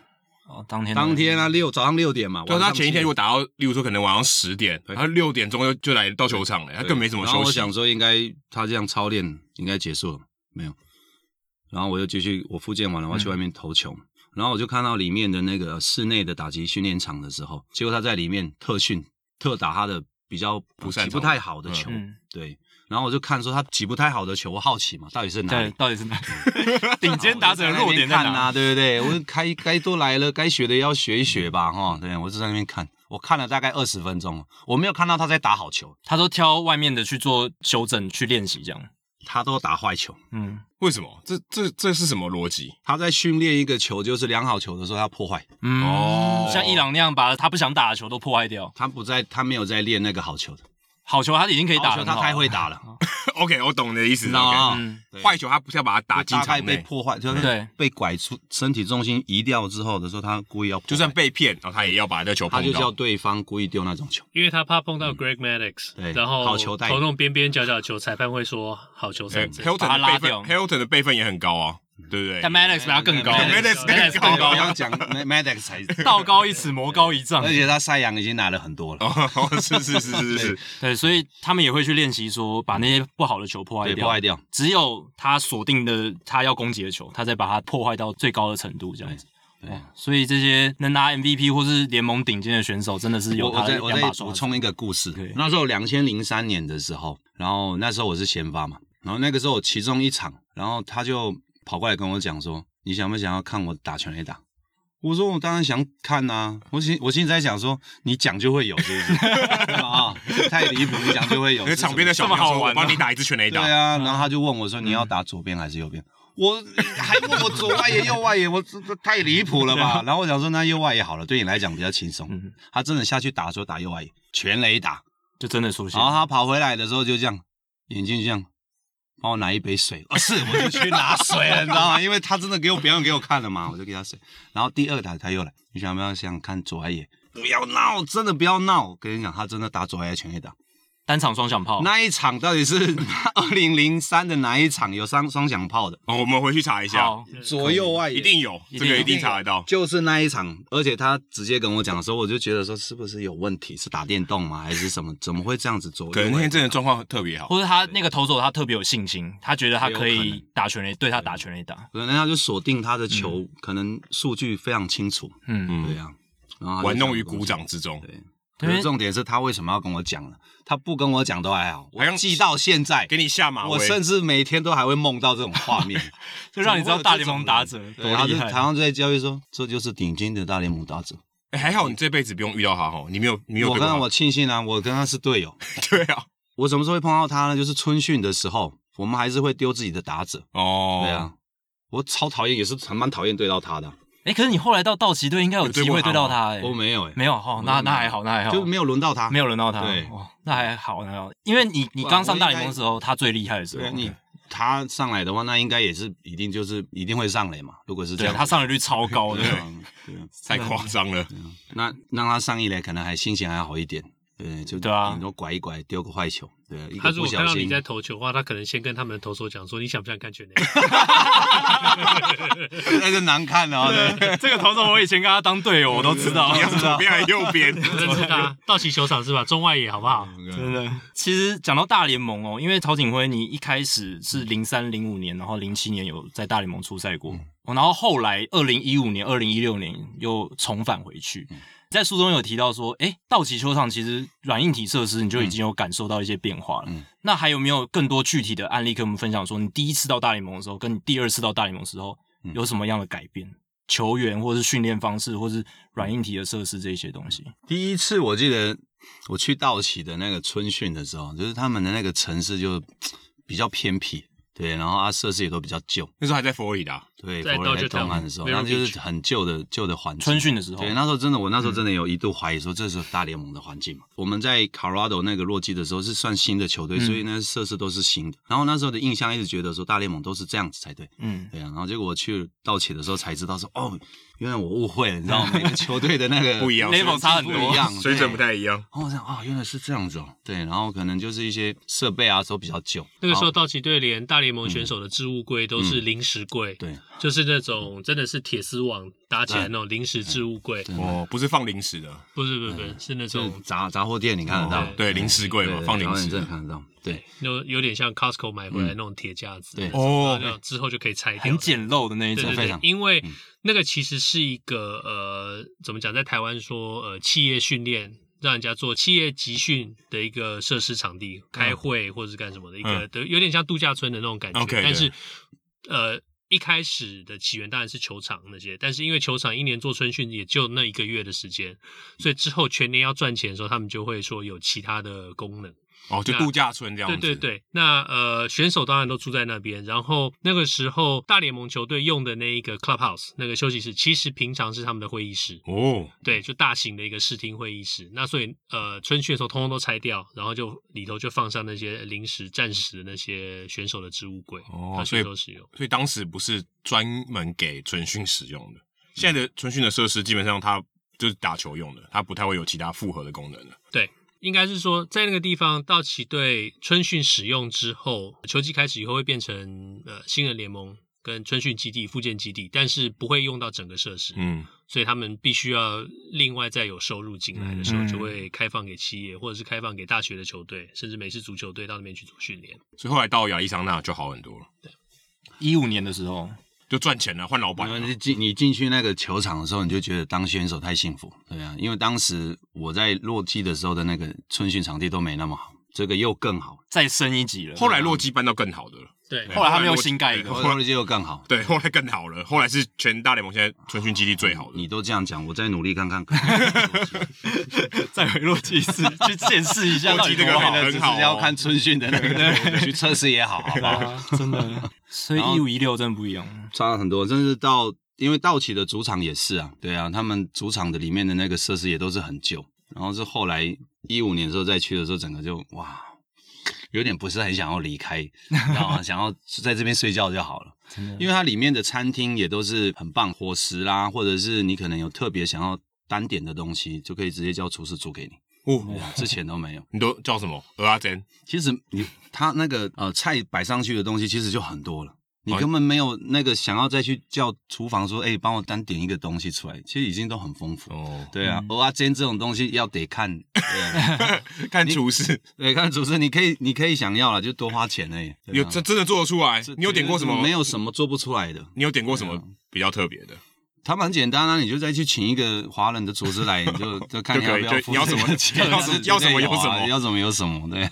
S6: 哦，当天
S3: 当天啊，六早上六点嘛，
S2: 对啊，
S3: 晚上
S2: 他前一天
S3: 七
S2: 如果打到，例如说可能晚上十点，
S3: 对
S2: 他六点钟就就来到球场了，他
S3: 对
S2: 更没怎么
S3: 然后
S2: 休
S3: 我
S2: 息。
S3: 想说，应该他这样操练应该结束了，没有。然后我又继续，我复健完了，我要去外面投球。然后我就看到里面的那个室内的打击训练场的时候，结果他在里面特训，特打他的比较
S2: 不擅
S3: 击
S2: 长
S3: 不太好的球，
S6: 嗯
S3: 对。然后我就看说他击不太好的球，我好奇嘛，到底是哪
S6: 对
S3: 里，？
S6: 到底是哪顶尖打者的
S3: 我就
S6: 弱点在
S3: 那边看
S6: 哪？
S3: 啊？对不对？我该该都来了，该学的要学一学吧，哈。对，我就在那边看，我看了大概二十分钟，我没有看到他在打好球，
S6: 他都挑外面的去做修正、去练习这样。
S3: 他都打坏球。
S1: 嗯
S2: 为什么？这这这是什么逻辑？
S3: 他在训练一个球，就是良好球的时候，他破坏，
S1: 嗯，
S2: 哦
S1: 像伊朗那样把他不想打的球都破坏掉，
S3: 他不在，他没有在练那个好球的，
S1: 好球他已经可以打
S3: 好
S1: 得很
S3: 球
S1: 好
S3: 他
S1: 了，
S3: 太会打了，
S2: OK，我懂你的意思。
S3: 知道
S2: o
S3: 啊？
S1: 嗯，
S3: 对
S2: k 坏球他不哎是要把它打进
S3: 啊大概
S2: 场
S3: 被
S2: 内，
S3: 破坏，就是
S1: 对
S3: 被拐出身体重心移掉之后的时候，他故意要破坏，
S2: 就算被骗，然后他也要把这球
S3: 他
S2: 碰
S3: 就叫
S2: 到。
S3: 对方故意丢那种球。
S5: 因为他怕碰到 Greg Maddox，、
S3: 嗯对
S5: 然后
S3: 好球带
S5: 投那种边边角角球，裁判会说好球
S2: 哎
S5: 三振。
S1: 把
S2: Hilton
S1: 他
S2: 的
S1: 拉
S2: 辈分
S1: 掉
S2: ，Hilton 的辈分也很高啊，
S3: 嗯
S2: 对不对
S1: 但？Maddox 比他更高
S2: Maddox 更高
S3: 不要讲 Maddox 才，
S1: 道高一尺，魔高一丈
S3: 而。且他赛扬已经拿了很多了，
S2: 哦， 是是是是是，
S1: 对，所以他们也会去练习说，把那些不好的球破哦坏
S3: 对，
S1: 掉。
S3: 破坏掉。
S1: 只有他锁定的他要攻击的球，他再把它破坏到最高的程度，这样子。
S3: 对
S1: 哇所以这些能拿 MVP 或是联盟顶尖的选手，真的是有
S3: 我
S1: 他
S3: 我
S1: 的
S3: 再我
S1: 两
S3: 再
S1: 把刷
S3: 补
S1: 子。
S3: 充一个故事
S1: 对。
S3: 那时候两千零三年的时候，然后那时候我是先发嘛，然后那个时候我其中一场，然后他就跑过来跟我讲说：“你想不想要看我打全垒打？”我说：“我当然想看啊！”我心我心里在想说：“你讲就会有，是不是？ 对吧啊，这太离谱！你讲就会有。
S2: 因为
S3: 是什么
S2: 场边的小朋
S1: 这
S2: 友
S1: 么好
S2: 说：“
S1: 玩
S2: 我
S1: 啊
S2: 帮你打一支全垒
S3: 对
S2: 打。”
S3: 啊，然后他就问我说：“你要打左边还是右边？”我还问我左外野、右外野，我 这这太离谱了吧？然后我想说，那右外野好了，对你来讲比较轻松
S1: 嗯。
S3: 他真的下去打的时候打右外野，全垒打，
S1: 就真的出现
S3: 然后。他跑回来的时候就这样，眼睛这样，帮我拿一杯 水。哦，是，我就去拿水了，你知道 吗？因为他真的给我表演给我看了嘛，我就给他水。然后第二打他又来，你想不要想看左外野？不要闹，真的不要闹！我跟你讲，他真的打左外野全垒打。
S1: 单场双响炮，
S3: 那一场到底是 二零零三的哪一场有双双响炮的？
S2: 哦，我们回去查一下，
S1: 好，
S3: 左右外野
S2: 一定有，这
S1: 一定有
S2: 个一定查得到。
S3: 就是那一场，而且他直接跟我讲的时候，我就觉得说是不是有问题？是打电动吗？还是什么？怎么会这样子左右
S2: 可
S3: 外野？
S2: 能那天真的状况特别好，
S1: 或者他那个投手他特别有信心，他觉得他可
S3: 有可
S1: 以
S3: 能嗯
S1: 打全垒，对他打全垒打。
S3: 可能他就锁定他的球，
S2: 嗯
S3: 可能数据非常清楚，
S1: 嗯，
S3: 对呀、然后他就
S2: 玩弄于
S3: 讲
S2: 股掌之中
S3: 这。种东西。对，
S1: 因
S3: 可
S1: 为
S3: 是重点是他为什么要跟我讲呢？他不跟我讲都还好，
S2: 好
S3: 我
S2: 像
S3: 记到现在，
S2: 给你下马威
S3: 我，甚至每天都还会梦到这种画 面，
S1: 就让你知道大联盟打者
S3: 对，他
S1: 多厉
S3: 就
S1: 害。
S3: 台湾队教育说，这就是顶尖的大联盟打者。
S2: 哎还好你这辈子不用遇到他哦，你没有，你没有
S3: 我
S2: 对
S3: 跟他
S2: 过
S3: 我庆幸啊，我跟他是队友。
S2: 他， 对啊，
S3: 我什么时候会碰到他呢？就是春训的时候，我们还是会丢自己的打者。
S2: 哦，
S3: 对，啊，我超讨厌，也是还蛮讨厌对到他的。
S1: 哎，可是你后来到道奇队应该有
S2: 有对
S1: 机
S2: 过
S1: 会
S2: 他
S1: 对到
S2: 吗
S1: 他，哎，
S3: 我没有哎、
S1: 没有哦，那那还好，那还好，
S3: 就没有轮到他。
S1: 没有轮到他，
S3: 啊对
S1: 哇，那还好，那还好，因为你你刚上大联盟的时候，他最厉害的时
S3: 对
S1: 候，
S3: 啊，你他上来的话，那应该也是一定就是一定会上来嘛。如果是这
S1: 对
S3: 样，
S1: 他上垒率超高的
S3: 对，啊对啊，
S2: 太夸张了。
S3: 那让他上一来可能还心情还好一点，对，就
S1: 对啊
S3: 顶多拐一拐，丢个坏球，对啊，一
S5: 他
S3: 个
S5: 如
S3: 不
S5: 果看
S3: 小
S5: 到你
S3: 心
S5: 在 投球的话，他可能先跟他们的投手讲说：“你想不想看全垒 打？”
S3: 那就难看了哦，对，
S1: 这个投手我以前跟他当队友，我都知
S3: 啊
S1: 道
S2: 你。要是左边还是右边？
S5: 认识他，啊道奇球场是吧？中外野好不好？
S3: 嗯
S1: 真的，其实讲到大联盟哦，因为曹景辉，你一开始是零三零五年，然后零七年有在大联盟出赛过，哦然后后来二零一五年、二零一六年又重返回去。在书中有提到说，诶，道奇球场其实软硬体设施你就已经有感受到一些变化了。
S3: 嗯
S1: 那还有没有更多具体的案例跟我们分享？说你第一次到大联盟的时候，跟你第二次到大联盟的时候
S3: 嗯
S1: 有什么样的改变？球员或是训练方式，或是软硬体的设施这些东西，
S3: 第一次我记得我去道奇的那个春训的时候，就是他们的那个城市就比较偏僻，对，然后啊设施也都比较旧，
S2: 那时候还在佛罗里达，
S3: 对，
S5: 在
S3: 佛罗
S5: Dodger
S3: 里达
S5: Town，
S3: 东岸的时候，
S5: Vero
S3: 那就是很旧的旧的环境。
S1: 春训的时候嗯
S3: 对，那时候真的，我那时候真的有一度怀疑说这是大联盟的环境嘛。我们在 Colorado 那个洛基的时候是算新的球队，
S1: 嗯
S3: 所以呢设施都是新的。然后那时候的印象一直觉得说大联盟都是这样子才对，
S1: 嗯，
S3: 对啊。然后结果我去道奇的时候才知道说，哦，原来我误会了，你知道吗？每个球队的 那个
S2: 不一样
S1: level 差很
S3: 不
S1: 多
S3: 一样，
S2: 水准
S3: 对
S2: 不。太一样。
S3: 哦，我想哦，原来是这样子哦，对，然后可能就是一些设备啊都比较旧，
S5: 那个时候
S3: 然后
S5: 道奇队连大联盟选手的置物柜都是零食柜，
S3: 嗯对，
S5: 就是那种真的是铁丝网搭起来那种零食置物柜，
S2: 哦，不是放零食的，哦
S5: 不是不是不
S3: 嗯
S5: 是，是那
S3: 就是
S5: 种
S3: 杂杂货店你看得到，
S2: 对，零食柜嘛，
S3: 对
S2: 放
S3: 对
S2: 零
S3: 然后你真
S2: 食
S3: 的。看得到，对，
S5: 有有点像 Costco 买回来那种铁架子，
S3: 嗯对啊
S5: 然
S2: 哦，
S5: 后之后就可以拆掉，
S1: 很简陋的那一
S5: 对
S1: 种
S5: 对，
S3: 非
S5: 对
S3: 常，
S5: 因为那个其实是一个呃，怎么讲，在台湾说呃，企业训练，让人家做企业集训的一个设施场地，开会或者是干什么的一个，都有点像度假村的那种感觉。
S2: OK，
S5: 但是
S2: 对
S5: 呃，一开始的起源当然是球场那些，但是因为球场一年做春训也就那一个月的时间，所以之后全年要赚钱的时候，他们就会说有其他的功能。
S2: 哦，就
S3: 啊
S5: 那
S2: 度假村这样
S5: 对
S2: 子，
S5: 对对，那呃，选手当然都住在那边。然后那个时候，大联盟球队用的那一个 clubhouse 那个休息室，其实平常是他们的会议室。
S2: 哦，
S5: 对，就大型的一个视听会议室。那所以呃，春训的时候通通都拆掉，然后就里头就放上那些临时、暂时的那些选手的置物柜，
S2: 哦所
S5: 让选
S2: 以
S5: 手使用。
S2: 所以当时不是专门给春训使用
S3: 嗯
S2: 的。现在的春训的设施基本上它就是打球用的，它不太会有其他复合的功能了。
S5: 应该是说，在那个地方，道奇队春训使用之后，球季开始以后会变成呃新人联盟跟春训基地、复健基地，但是不会用到整个设施。
S2: 嗯，
S5: 所以他们必须要另外再有收入进来的时
S6: 嗯
S5: 候，就会开放给企业，或者是开放给大学的球队，甚至美式足球队到那边去做训练。
S2: 所以后来到亚利桑那就好很多了，
S6: 一五年的时候，
S2: 就赚钱了，换老板
S3: 然后
S2: 了。
S3: 你进你进去那个球场的时候，你就觉得当选手太幸福，对啊，因为当时我在落地的时候的那个春训场地都没那么好，这个又更好，
S6: 再升一级了。
S2: 后来洛基搬到更好的了，
S5: 对
S6: 后来他们又新盖一个
S2: 对
S3: 后
S2: 后
S3: 来
S2: 来
S3: 又更好。
S2: 对，后来更好了，后来是全大联盟现在春训基地最好的。
S3: 你都这样讲，我再努力看看。
S6: 再回洛基斯去 见识一下
S2: 洛
S6: 到
S2: 基
S6: 底
S2: 这
S6: 多
S2: 个
S6: 好
S2: 很
S3: 只
S2: 好
S3: 是
S2: 哦
S3: 要看春训的那个去测试也好，好不好？
S6: 真的。所以
S3: 然后
S6: 一五一六真的不一样，
S3: 差了很多，甚至到因为道奇的主场也是啊，对啊，他们主场的里面的那个设施也都是很旧，然后是后来一五年的时候再去的时候，整个就哇，有点不是很想要离开，你知道吗？ 想要在这边睡觉就好了。因为它里面的餐厅也都是很棒，伙食啦，或者是你可能有特别想要单点的东西，就可以直接叫厨师煮给你。
S2: 哦
S3: 对，啊之前都没有。
S2: 你都叫什么？鹅阿珍，
S3: 其实你他那个呃菜摆上去的东西其实就很多了，你
S2: 哦
S3: 根本没有那个想要再去叫厨房说，哎、帮我单点一个东西出来，其实已经都很丰富。
S2: 哦，
S3: 对啊，蚵仔煎这种东西要得看，对啊
S2: 看厨师
S3: 对，看主持人，你可以你可以想要了，就多花钱而已。对啊
S2: 有真真的做得出来
S3: 这。
S2: 你有点过什么？
S3: 没有什么做不出来的，
S2: 你有点过什么比较特别的？
S3: 他们很简单啊，你就再去请一个华人的厨师来，你就就看你
S2: 就
S3: 要
S2: 可以
S3: 不要
S2: 就你要什
S3: 付这
S2: 么
S3: 个钱
S2: 要什么要什么有
S3: 有啊
S2: 什么
S3: 要什么有什么，对啊、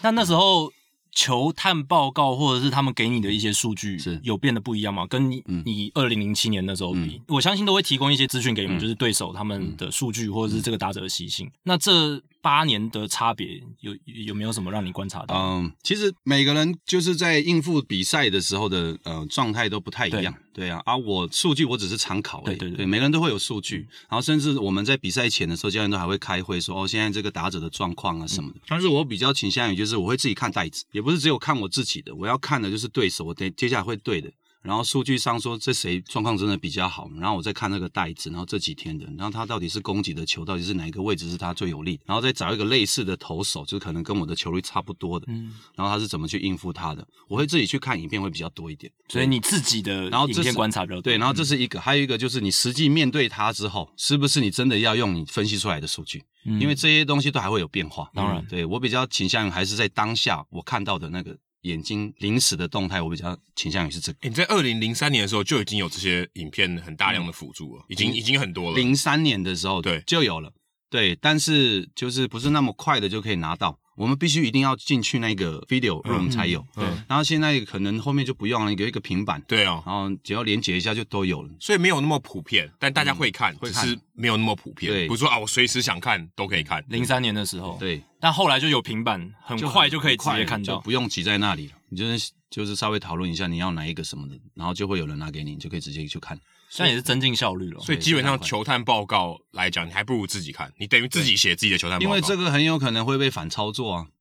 S6: 但那时候球探报告或者是他们给你的一些数据
S3: 是
S6: 有变得不一样吗？跟你
S3: 嗯
S6: 你二零零七年那时候比，我相信都会提供一些资讯给你们，
S3: 嗯
S6: 就是对手他们的数据或者是这个打者的习性。那这八年的差别有有没有什么让你观察到？
S3: 嗯，其实每个人就是在应付比赛的时候的呃状态都不太一样，对啊，啊，我数据我只是参考而已，
S6: 对对对
S3: 每个人都会有数据，然后甚至我们在比赛前的时候，教练都还会开会说哦，现在这个打者的状况啊什么的。
S6: 嗯
S3: 但是我比较倾向于就是我会自己看袋子，也不是只有看我自己的，我要看的就是对手，我得接下来会对的。然后数据上说这谁状况真的比较好，然后我再看那个袋子，然后这几天的，然后他到底是攻击的球到底是哪一个位置是他最有利的，然后再找一个类似的投手，就是可能跟我的球率差不多的，
S6: 嗯，
S3: 然后他是怎么去应付他的，我会自己去看影片会比较多一点。
S6: 所以你自己的
S3: 然后
S6: 影
S3: 这是
S6: 片观察比较多
S3: 对，然后这是一个，还有一个就是你实际面对他之后，是不是你真的要用你分析出来的数据？
S6: 嗯
S3: 因为这些东西都还会有变化。
S6: 当然
S3: 对我比较倾向于还是在当下我看到的那个眼睛临时的动态，我比较倾向于是这个。
S2: 欸你在二零零三年的时候就已经有这些影片很大量的辅助了，已经已经很多了。
S3: 零三年的时候
S2: 对
S3: 就有了，对，但是就是不是那么快的就可以拿到，我们必须一定要进去那个 video
S6: 嗯
S3: room 才有。
S6: 对
S3: 然后现在可能后面就不用了，有一个平板，
S2: 嗯对啊，
S3: 然后只要连接一下就都有了。
S2: 所以没有那么普遍，但大家嗯会看，
S3: 会
S2: 只
S3: 看
S2: 是没有那么普遍。
S3: 对
S2: 不是说啊，我随时想看都可以看。
S6: 零三年的时候，，
S3: 对，
S6: 但后来就有平板，很快就可以直
S3: 很快
S6: 接看
S3: 就
S6: 到。
S3: 不用挤在那里了。你就是就是稍微讨论一下你要哪一个什么的，然后就会有人拿给你，你就可以直接去看。
S6: 现在也是增进效
S1: 哦嗯
S6: 率了。
S2: 所以基本上球探报告来讲，你还不如自己看，你等于自己写自己的球探报告。
S3: 因为这
S2: 个
S3: 个很有可能会被反操作啊。对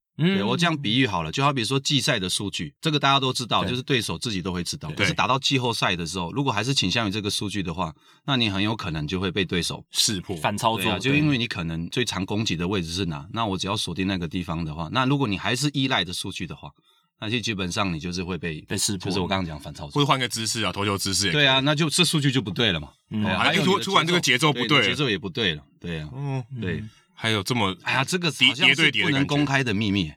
S6: 嗯
S3: 我这样比喻好了，就好比说季赛的数据，这个大家都知道，
S6: 对
S3: 就是对手自己都会知道。
S2: 对
S3: 可是打到季后赛的时候，如果还是倾向于这个数据的话，那你很有可能就会被对手。
S2: 识破，
S6: 反操
S3: 对
S6: 作，
S3: 啊，就因为你可能最常攻击的位置是哪，那我只要锁定那个地方的话，那如果你还是依赖的数据的话，那就基本上你就是会被
S6: 被识破
S3: 就是我刚刚讲反操作
S2: 或。者换个姿势啊，投球姿势也可以
S3: 对啊，，那就这数据就不对了嘛。
S6: 嗯
S3: 对啊
S2: 还
S3: 还有
S2: 突
S3: 你的
S2: 突然这个节奏不对
S3: 你的
S2: 了
S3: 节奏也不对了。对啊，
S2: 嗯，
S3: 对，
S2: 还有这么
S3: 哎呀，这个
S2: 叠
S3: 好像
S2: 叠对
S3: 是
S2: 叠
S3: 不
S2: 的
S3: 能
S2: 感觉
S3: 公开的秘密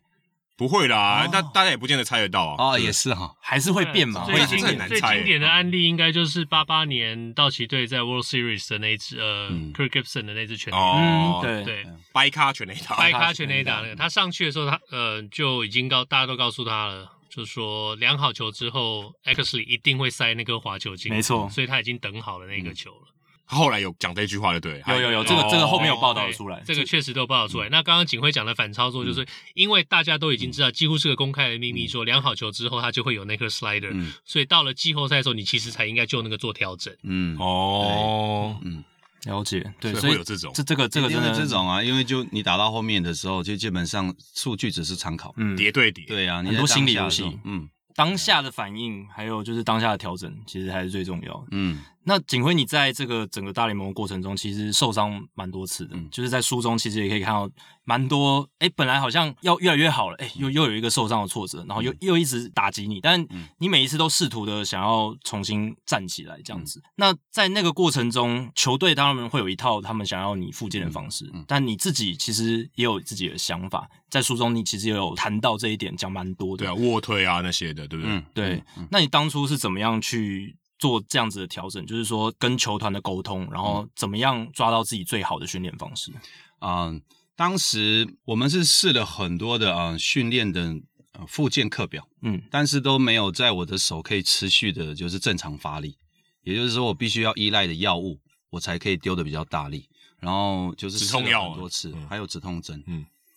S2: 不会啦，那大家也不见得猜得到啊。
S3: 哦，也是哈。
S6: 还是会变嘛，
S2: 这个
S6: 会
S5: 最
S2: 这
S5: 经
S2: 个很难
S5: 典、最
S2: 猜
S5: 经
S6: 嗯
S5: 典的案例应该就是八八年道奇队在 World Series 的那一支，呃、
S3: 嗯
S5: k i r k Gibson 的那支全垒打，
S2: 哦，
S6: 嗯哦对
S5: 对，
S2: 掰咖全垒打，
S5: 白
S6: 卡
S5: 卡
S6: 全
S5: 全
S6: 垒
S5: 垒
S6: 打
S5: 打那个，他上去的时候，他呃就已经告大家都告诉他了，就说量好球之后，Xley 一定会塞那颗滑球进，
S6: 没错嗯
S5: 所以他已经等好了那个球了。
S2: 他后来有讲这句话就对了，哎
S6: 有有有，
S2: 他
S6: 这个这个后面有报
S5: 哦
S6: 道
S5: 对
S6: 出来，嗯
S5: 这个确实都报道出来。那刚刚景辉讲的反操作，就是因为大家都已经知道，几乎是个公开的
S6: 嗯
S5: 秘密，说量好球之后，他就会有那颗 slider，
S3: 嗯
S5: 所以到了季后赛的时候，你其实才应该就那个做调整。
S3: 嗯，
S2: 哦，
S3: 嗯，
S6: 了解，对，
S2: 所以
S6: 所以
S2: 会有这种
S6: 这这个这个
S3: 因
S6: 真
S3: 为
S6: 的
S3: 这种啊，因为就你打到后面的时候，就基本上数据只是参考。
S6: 嗯
S2: 叠对叠，
S3: 对啊，你
S6: 很多
S3: 在当
S6: 心理
S3: 下
S6: 游
S3: 的时候
S6: 戏
S3: 嗯
S6: 当下的反应，还有就是当下的调整，其实还是最重要的。
S3: 嗯
S6: 那景辉，你在这个整个大联盟的过程中，其实受伤蛮多次的，
S3: 嗯
S6: 就是在书中其实也可以看到蛮多，哎，本来好像要越来越好了，哎，又又有一个受伤的挫折，然后又、又一直打击你，但你每一次都试图的想要重新站起来这样子。那在那个过程中，球队当然会有一套他们想要你复健的方式，但你自己其实也有自己的想法，在书中你其实也有谈到这一点，讲蛮多的
S2: 对啊，。卧推啊那些的，对不对？
S3: 嗯，
S6: 对，那你当初是怎么样去做这样子的调整？就是说跟球团的沟通，然
S3: 嗯
S6: 后怎么样抓到自己最好的训练方式？
S3: 啊、当时我们是试了很多的啊、呃训练的呃附件课表，
S6: 嗯，
S3: 但是都没有在我的手可以持续的，就是正常发力。也就是说，我必须要依赖的药物，我才可以丢的比较大力。然后就是
S2: 止
S3: 试
S2: 痛
S3: 了
S2: 药啊
S3: 很多次，
S2: 嗯
S3: 还有止痛针。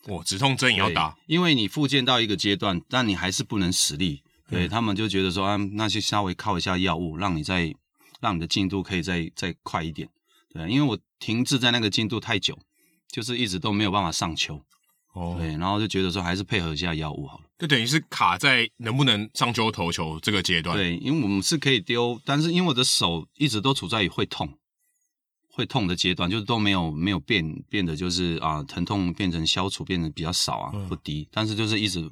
S2: 哇，止痛针也要
S3: 对
S2: 打，，
S3: 因为你复健到一个阶段，但你还是不能使力，对、他们就觉得说啊，那就稍微靠一下药物，让你再让你的进度可以再再快一点，对，因为我停滞在那个进度太久，就是一直都没有办法上球，
S2: 哦
S3: 对，然后就觉得说还是配合一下药物好了，
S2: 就等于是卡在能不能上球投球这个阶段，
S3: 对，因为我们是可以丢，但是因为我的手一直都处在于会痛。会痛的阶段，就是都没有没有变变得就是啊、疼痛变成消除，变得比较少啊，不低，但是就是一直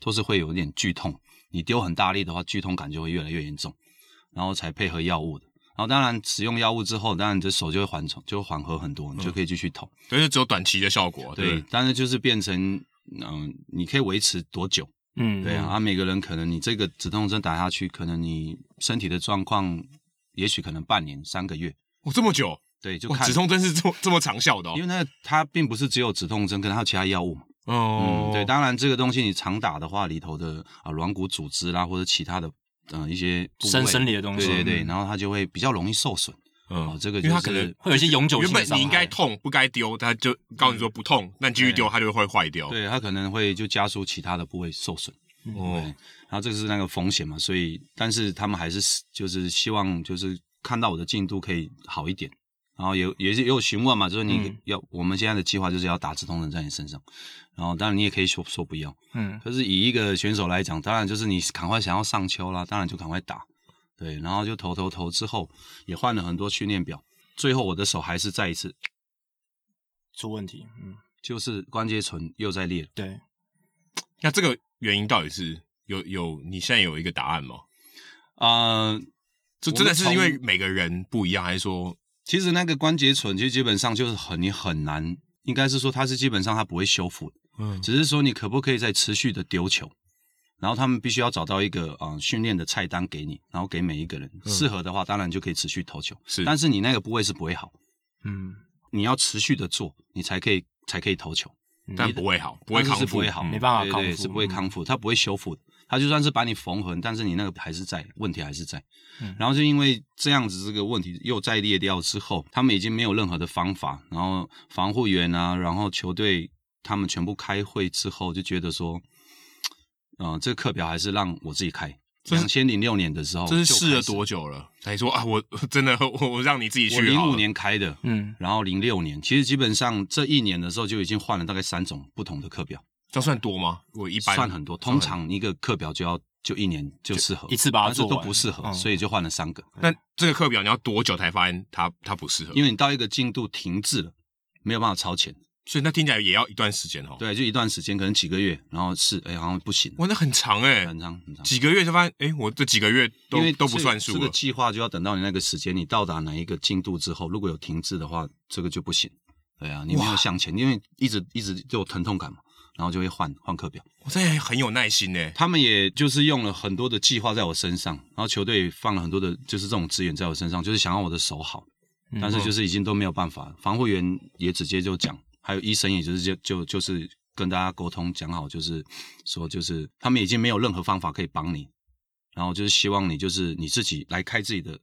S3: 都是会有一点剧痛。你丢很大力的话，剧痛感就会越来越严重，然后才配合药物的。然后当然使用药物之后，当然你的手就会缓冲，就会缓和很多，你就可以继续投。
S2: 所以就只有短期的效果，对
S3: 嗯对
S2: 不对，，
S3: 但是就是变成嗯、你可以维持多久？
S6: 嗯，
S3: 对啊，啊，每个人可能你这个止痛针打下去，可能你身体的状况，也许可能半年、三个月，
S2: 哇，这么久，
S3: 对，就
S2: 哇
S3: 看
S2: 止，痛针是这么这么长效的哦
S3: 因为，那它并不是只有止痛针，可能还有其他药物嘛。
S2: 哦
S3: 嗯，对，当然这个东西你常打的话，里头的啊软骨组织啦，或者其他的呃一些部位
S6: 生生理的东西，
S3: 对对对，
S6: 嗯
S3: 然后它就会比较容易受损。哦
S2: 嗯，
S3: 这个
S2: 因为它可
S3: 就
S2: 能
S3: 是
S6: 会有一些永久
S2: 原
S6: 性的
S2: 本
S6: 伤害
S2: 你应该痛不该丢，它就告诉你说不痛，那你继续丢，它就会坏掉，
S3: 对，它可能会就加速其他的部位受损。
S2: 哦，
S3: 然后这个是那个风险嘛，所以但是他们还是就是希望就是看到我的进度可以好一点，然后也也是也有询问嘛，就是你
S6: 嗯
S3: 要、我们现在的计划就是要打直通人在你身上，然后当然你也可以说说不要，
S6: 嗯，
S3: 可是以一个选手来讲，当然就是你赶快想要上丘啦，当然就赶快打，对，然后就投投投之后也换了很多训练表，最后我的手还是再一次
S6: 出问题，嗯，
S3: 就是关节唇又在裂了。
S6: 对，
S2: 那这个原因到底是有有你现在有一个答案吗？
S3: 啊。
S2: 这
S3: 我
S2: 真的
S3: 们
S2: 是
S3: 从
S2: 因为每个人不一样，还是说
S3: 其实那个关节唇，其实基本上就是很你很难，应该是说它是基本上它不会修复的，
S2: 嗯
S3: 只是说你可不可以再持续的丢球，然后他们必须要找到一个啊、呃训练的菜单给你，然后给每一个人，适合的话当然就可以持续投球，
S2: 是
S3: 但是你那个部位是不会好，
S6: 嗯，
S3: 你要持续的做，你才可以才可以投球，
S2: 但不会好，不会
S3: 但是
S2: 康
S3: 是
S2: 复，
S3: 不会好，
S2: 嗯
S6: 没办法康
S3: 对对
S6: 复
S3: 是不会康复，它不会修复的。它就算是把你缝合，但是你那个还是在，问题还是在。
S6: 嗯
S3: 然后就因为这样子，这个问题又再裂掉之后，他们已经没有任何的方法。然后防护员啊，然后球队他们全部开会之后，就觉得说，呃，这个课表还是让我自己开。
S2: 这是
S3: 两千零六年的时候，
S2: 这是试了多？久了？才说啊，我 真的我我让你自己
S3: 我
S2: 去好
S3: 零
S2: 了
S3: 五年开的，
S6: 嗯，
S3: 然后零六年，其实基本上这一年的时候就已经换了大概三种不同的课表。
S2: 这样算多吗？我一般
S3: 算很多，通常一个课表就要就一年就适合
S6: 一次把它
S3: 但是
S6: 做
S3: 都
S6: 完
S3: 不适合，
S6: 嗯
S3: 所以就换了三个。
S2: 那这个课表你要多久才发现它它不适合？
S3: 因为你到一个进度停滞了，没有办法超前，
S2: 所以那听起来也要一段时间哦。，
S3: 对，就一段时间，可能几个月，然后是哎好像不行，
S2: 哇，那很长哎、
S3: 很长很长，
S2: 几个月就发现，哎、我这几个月
S3: 因
S2: 都
S3: 为
S2: 都不
S3: 这
S2: 算数
S3: 这
S2: 了
S3: 个。计划就要等到你那个时间，你到达哪一个进度之后，如果有停滞的话，这个就不行。对啊，你没有向前，因为一直一直就有疼痛感嘛，然后就会换换课表。
S2: 我这也很有耐心呢、
S5: 嗯
S3: 他们也就是用了很多的计划在我身上，然后球队也放了很多的，就是这种资源在我身上，就是想让我的手好，
S6: 嗯
S1: 嗯
S3: 但是就是已经都没有办法了。防护员也直接就讲，还有医生也就是就就就是跟大家沟通讲好，就是说就是他们已经没有任何方法可以帮你，然后就是希望你就是你自己来开自己的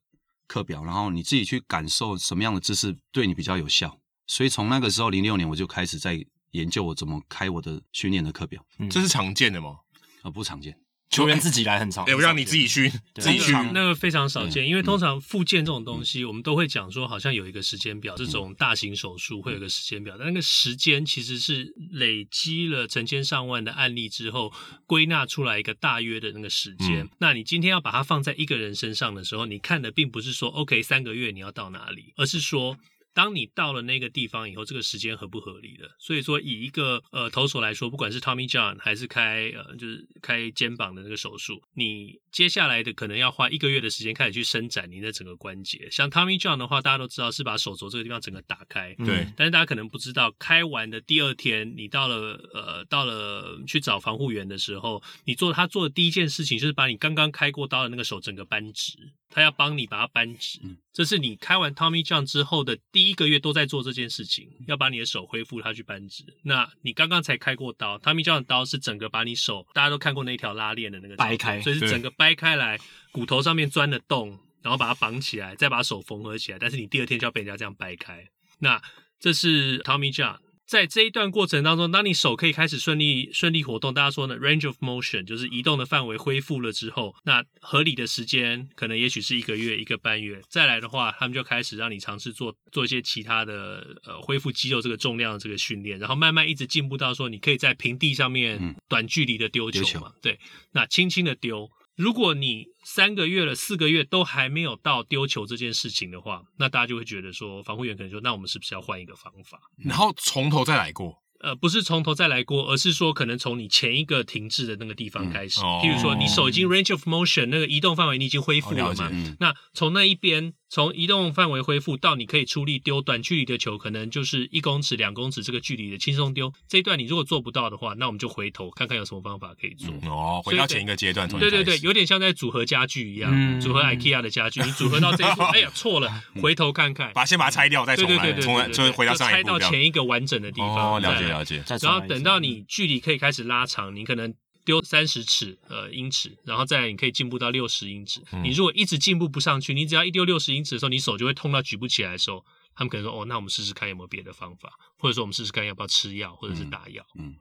S3: 课表，然后你自己去感受什么样的知识对你比较有效。所以从那个时候，零六年我就开始在研究我怎么开我的训练的课表，
S6: 嗯
S2: 这是常见的吗？
S3: 啊，不常见。
S6: 球员自己来很
S5: 嗯
S6: 长，
S2: 哎，我让你自己去，自己去。
S5: 那个非常少见，因为通常复健这种东西，我们都会讲说好像有一个时间表，这种大型手术会有一个时间表，但那个时间其实是累积了成千上万的案例之后，归纳出来一个大约的那个时间。那你今天要把它放在一个人身上的时候，你看的并不是说 OK 三个月你要到哪里，而是说当你到了那个地方以后，这个时间合不合理的？所以说，以一个呃投手来说，不管是 Tommy John 还是开呃就是开肩膀的那个手术，你接下来的可能要花一个月的时间开始去伸展你的整个关节。像 Tommy John 的话，大家都知道是把手肘这个地方整个打开，
S1: 嗯
S2: 对，
S3: 嗯
S5: 但是大家可能不知道，开完的第二天，你到了呃，到了去找防护员的时候，你做他做的第一件事情就是把你刚刚开过刀的那个手整个扳直，他要帮你把它扳直。这是你开完 Tommy John 之后的第一个月都在做这件事情，要把你的手恢复它去扳直。那你刚刚才开过刀，Tommy John 的刀是整个把你手，大家都看过那条拉链的那个
S6: 掰开
S5: 所以是
S2: 对
S5: 整个掰开来，骨头上面钻的洞，然后把它绑起来，再把手缝合起来。但是你第二天就要被人家这样掰开。那这是 Tommy John。在这一段过程当中，当你手可以开始顺利顺利活动，大家说呢，range of motion 就是移动的范围恢复了之后，那合理的时间可能也许是一个月、一个半月。再来的话，他们就开始让你尝试做做一些其他的呃恢复肌肉这个重量的这个训练，然后慢慢一直进步到说你可以在平地上面
S3: 嗯
S5: 短距离的丢
S3: 丢球
S5: 球嘛，对，那轻轻的丢。如果你三个月了、四个月都还没有到丢球这件事情的话，那大家就会觉得说，防护员可能说，那我们是不是要换一个方法？
S2: 然后从头再来过，
S5: 呃，不是从头再来过，而是说可能从你前一个停滞的那个地方开始，
S2: 嗯哦
S5: 譬如说你手已经 range of motion 那个移动范围你已经恢复
S2: 哦
S5: 了
S2: 了解
S5: 嘛，
S3: 嗯
S5: 那从那一边从移动范围恢复到你可以出力丢短距离的球，可能就是一公尺、两公尺这个距离的轻松丢，这一段你如果做不到的话，那我们就回头看看有什么方法可以做。
S2: 哦，回到前一个阶段，从
S5: 对对对，有点像在组合家具一样，
S6: 嗯
S5: 组合 IKEA 的家具，你组合到 这一步，哎呀错了，回头看看，
S2: 嗯把先把它拆掉，再
S5: 对
S2: 重
S5: 对
S2: 来
S5: 对，对
S2: 重来，
S5: 对
S2: 就
S5: 对
S2: 回到
S5: 就
S2: 上
S5: 拆
S2: 一步
S5: 到
S2: 这样。
S5: 前一个完整的地方，
S2: 哦，了解
S5: 再来嗯
S2: 了解，
S6: 再重
S5: 然
S6: 来一次，
S5: 后等到你距离可以开始拉长，你可能丢三十尺呃英尺，然后再来你可以进步到六十英尺。你如果一直进步不上去，你只要一丢六十英尺的时候，你手就会痛到举不起来的时候，他们可能说哦，那我们试试看有没有别的方法，或者说我们试试看要不要吃药或者是打药。
S3: 嗯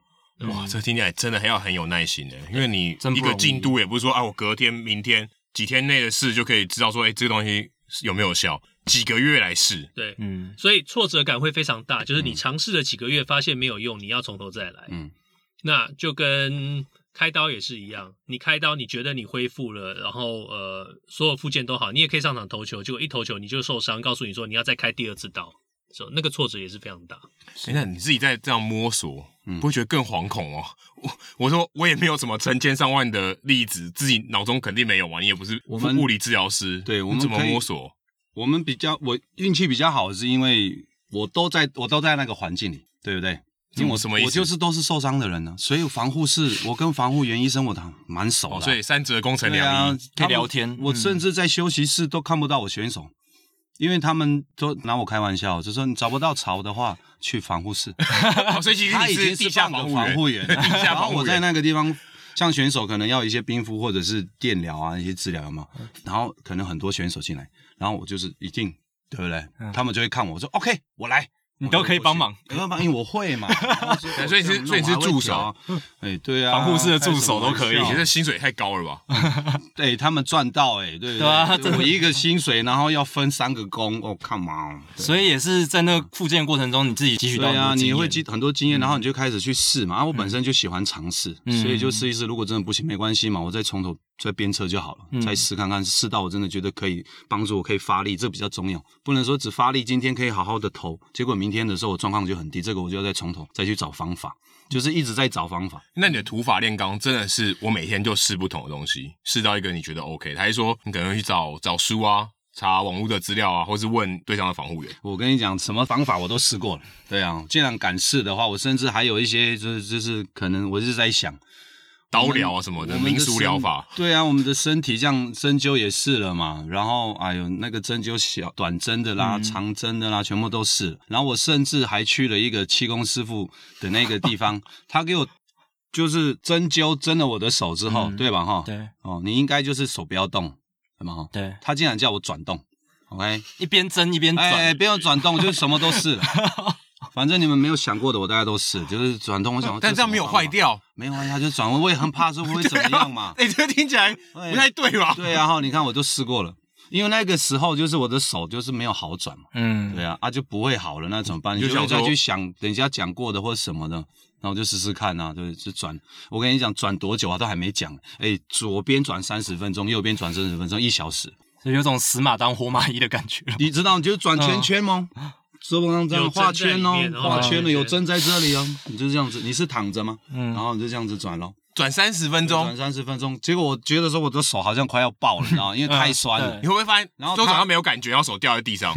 S2: 哇，这听起来真的还要很有耐心的，因为你
S6: 真不
S2: 一
S6: 容易
S2: 个进度也不是说啊，我隔天、明天几天内的事就可以知道说，哎，这个东西有没有效，几个月来试。
S5: 对，
S6: 嗯，
S5: 所以挫折感会非常大，就是你尝试了几个月，发现没有用，你要从头再来。
S3: 嗯，
S5: 那就跟开刀也是一样，你开刀你觉得你恢复了，然后呃所有附件都好，你也可以上场投球，结果一投球你就受伤，告诉你说你要再开第二次刀，所以那个挫折也是非常大。
S2: 哎，那你自己在这样摸索，
S3: 嗯
S2: 不会觉得更惶恐哦？我 我说我也没有什么成千上万的例子，自己脑中肯定没有嘛，你也不是
S3: 我们
S2: 物理治疗师，
S3: 对我
S2: 你
S3: 们
S2: 怎么
S3: 可以
S2: 摸索？
S3: 我们比较，我运气比较好，是因为我都在我都在那个环境里，对不对？因为我
S2: 嗯什么意思
S3: 我就是都是受伤的人呢、所以防护是我跟防护员、医生我都蛮熟的、啊
S2: 哦，所以三折工程
S3: 对
S2: 良
S3: 啊
S2: 医，，
S6: 可以
S3: 他们
S6: 聊天
S3: 我
S6: 嗯
S3: 甚至在休息室都看不到我选手，因为他们都拿我开玩笑，就说你找不到槽的话，去防护室。
S2: 哦所以其实
S3: 他
S2: 你
S3: 已
S2: 是
S3: 经
S2: 地
S3: 是
S2: 下
S3: 半个
S2: 防
S3: 防护
S2: 护
S3: 员，
S2: 地下
S3: 然
S2: 防
S3: 后
S2: 护员。
S3: 我在那个地方，像选手可能要一些冰敷或者是电疗啊一些治疗嘛，然后可能很多选手进来，然后我就是一定对不对？他们就会看我我说 OK，我来。
S6: 你都可以帮忙，
S3: 我就过去，因为我会嘛，然后说
S2: 所以是
S3: 我
S2: 所以你是助手，
S3: 我还会调哎，对啊，
S6: 防护室的助手都可以
S3: 开什么玩
S2: 你
S3: 笑
S2: 这薪水也太高了吧？
S3: 对他们赚到哎、欸，对不
S6: 对啊
S3: 就我一个薪水，然后要分三个工，哦，come on，对
S6: 所以也是在那个复健过程中，你自己汲取到
S3: 对
S6: 很
S3: 啊，
S6: 多经
S3: 你
S6: 验
S3: 会积很多经验，然嗯后你就开始去试嘛。啊，我本身就喜欢尝试，
S6: 嗯
S3: 所以就试一试。如果真的不行，没关系嘛，我再从头再鞭策就好了，再试看看，试到我真的觉得可以帮助我，可以发力，这比较重要。不能说只发力，今天可以好好的投，结果明天的时候我状况就很低，这个我就要再从头再去找方法，就是一直在找方法。
S2: 那你的土法炼钢真的是我每天就试不同的东西，试到一个你觉得 OK，的还是说你可能会去找找书啊、查网络的资料啊，或是问对象的防护员？
S3: 我跟你讲，什么方法我都试过了。对啊，既然敢试的话，我甚至还有一些就是就是可能我是在想，
S2: 刀疗啊什么的
S3: 我们
S2: 民俗疗法。
S3: 身对啊，我们的身体这样针灸也是了嘛，然后哎呦，那个针灸小短针的
S2: 嗯
S3: 啦、长针的啦，全部都是。然后我甚至还去了一个气功师傅的那个地方， 他给我就是针灸针了我的手之后，
S6: 嗯
S3: 对吧？哈，
S6: 对
S3: 哦，你应该就是手不要动，对吗？哈，
S6: 对，
S3: 他竟然叫我转动， OK，
S1: 一边争一边转，
S3: 哎，哎不要转动，就是什么都是 了。反正你们没有想过的，我大概都是，就是转动。我想，
S2: 但这样没有坏，掉，
S3: 啊没有坏掉，就是转弯，我也很怕说会怎么样嘛。
S2: 哎，这个听起来
S3: 哎
S2: 不太对吧？
S3: 对啊，哈，你看我都试过了，因为那个时候就是我的手就是没有好转嘛，
S1: 嗯，
S3: 对啊，啊就不会好了，那怎么办？你
S7: 就
S3: 就会
S7: 想
S3: 再
S7: 说
S3: 去想人家讲过的或什么的。那我就试试看啊，对，就转。我跟你讲，转多久啊，都还没讲。哎，左边转三十分钟，右边转三十分钟，一小时。
S1: 所以有种死马当活马医的感觉。
S3: 你知道，你就转圈圈哦吗？桌子上这样
S5: 有针
S3: 画圈哦
S5: 在里面，然后
S3: 画圈了，
S5: 转
S3: 有针在这里哦。你就这样子，你是躺着吗？
S1: 嗯
S3: 然后你就这样子转咯。
S2: 转三十分钟
S3: 转，三十分钟，结果我觉得说我的手好像快要爆了，你知道吗？因为太酸了。
S2: 你会不会发现，
S3: 然后
S2: 周
S3: 他
S2: 转到没有感觉，然后手掉在地上？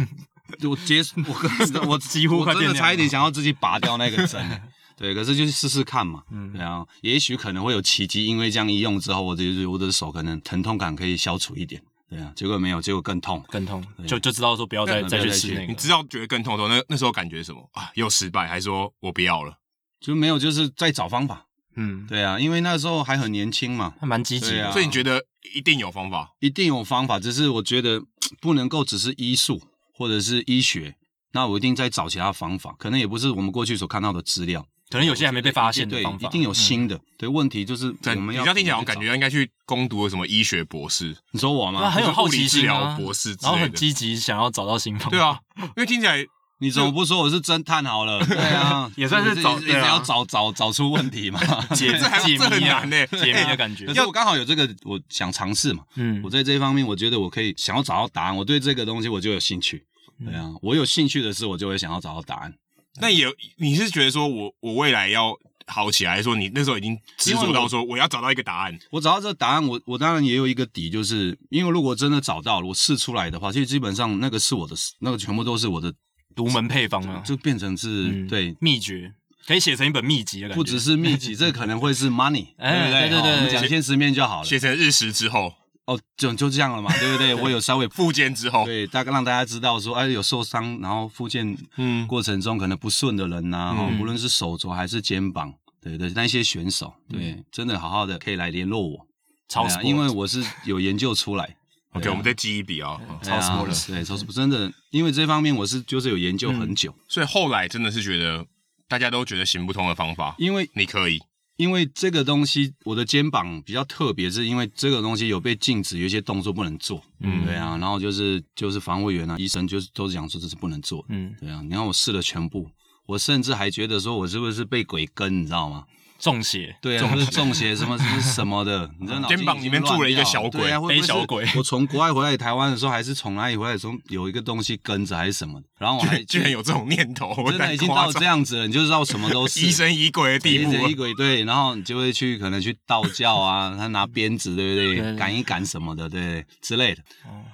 S3: 我接 我跟我
S1: 几乎
S3: 我
S1: 快
S3: 真
S1: 变
S3: 的
S1: 那
S3: 差一
S1: 样
S3: 点想要自己拔掉那个针 了。对，可是就是试试看嘛，然后也许可能会有奇迹，因为这样一用之后，我的我的手可能疼痛感可以消除一点。对啊，结果没有，结果更痛。
S1: 更痛，
S3: 对
S1: 就就知道说不要再
S3: 那
S1: 再
S3: 不
S1: 去
S3: 要再
S1: 吃
S3: 去
S1: 那
S2: 你
S1: 个。
S2: 知道觉得更痛的时候，那那时候感觉是什么啊？又失败，还说我不要了。
S3: 就没有，就是在找方法。
S1: 嗯，
S3: 对啊，因为那时候还很年轻嘛，
S1: 还蛮积极
S3: 对啊
S1: 的。
S2: 所以你觉得一定有方法？
S3: 一定有方法，只是我觉得嗯不能够只是医术或者是医学，那我一定在找其他方法，可能也不是我们过去所看到的资料，
S1: 可能有些还没被发现的
S3: 对
S1: 方，法，嗯
S3: 一定有新的。对，问题就是我
S2: 在
S3: 们
S2: 你
S3: 要
S2: 这样听起来，我
S3: 怎么
S2: 感
S3: 去
S2: 觉应该去攻读什么医学博士。
S3: 找你说我
S1: 嗯那
S3: 吗？
S1: 很有好奇心
S2: 物理治
S1: 啊，
S2: 疗博士之类的
S1: 然后很积极想要找到新方法。
S2: 对，啊，因为听起来
S3: 你怎么不说我是侦探好 了？对啊，
S1: 也算是找
S3: 一直一
S1: 对
S3: 直
S1: 啊
S3: 要找找找出问题嘛。
S1: 解
S2: 这还
S1: 解
S2: 这很
S1: 谜啊
S2: 难呢
S1: 解谜的感觉
S3: 哎可。是我刚好有这个，我想尝试嘛。
S1: 嗯
S3: 我，在这一方面，我觉得我可以想要找到答案，我对这个东西我就有兴趣。
S1: 嗯
S3: 对啊，我有兴趣的事，我就会想要找到答案。
S2: 那也有你是觉得说我我未来要好起来，说你那时候已经执着到说我要找到一个答案，
S3: 我找到这个答案，我我当然也有一个底，就是因为如果真的找到了，我试出来的话，其实基本上那个是我的，那个全部都是我的，
S1: 独门配方啊，
S3: 就变成是、
S1: 嗯
S3: 对，
S1: 秘诀可以写成一本秘籍的感觉。
S3: 不只是秘籍，这可能会是 money，
S1: 哎
S3: 对不
S1: 对对
S3: 对？
S1: 对
S3: 哦我们讲现实面就好了。
S2: 写成日食之后、
S3: 哦，就就这样了嘛，对不对？我有稍微
S2: 复健之后，
S3: 对，大概让大家知道说，哎，有受伤，然后复健
S2: 嗯
S3: 过程中可能不顺的人呐、哈
S1: 嗯
S3: 无论是手肘还是肩膀，对对，那些选手，对，真的好好的可以来联络我，
S1: 超
S3: 对啊
S1: sport
S3: 因为我是有研究出来。哎
S2: OK，我们再记一笔啊。
S1: 超 sport 的。
S3: 对，超 sport 真的，因为这方面我是就是有研究很久，
S2: 所以后来真的是觉得大家都觉得行不通的方法，
S3: 因为
S2: 你可以，
S3: 因为这个东西，我的肩膀比较特别，是因为这个东西有被禁止，有一些动作不能做，嗯，对啊，然后就是就是防护员啊，医生就是都是讲说这是不能做的，
S1: 嗯，
S3: 对啊，你看我试了全部，我甚至还觉得说我是不是被鬼跟，你知道吗？
S1: 中邪，
S3: 对啊， 就是中邪什么什么什么的，你知道脑筋
S2: 肩膀里面
S3: 已经乱
S2: 住了一个
S3: 掉
S2: 小鬼
S3: 对啊、会不会
S1: 背
S3: 是
S1: 小鬼
S3: 我从国外回来台湾的时候，还是从哪里回来的时候有一个东西跟着还是什么的，然后我还
S2: 居然有这种念头，我
S3: 真的已经
S2: 太夸
S3: 到
S2: 张
S3: 这样子了，你就知道什 么都是
S2: 疑神疑鬼的地步
S3: 疑神疑
S2: 了。
S3: 鬼对，然后你就会去可能去道教啊，他拿鞭子对不对，
S1: 对
S3: 赶一赶什么的对之类的。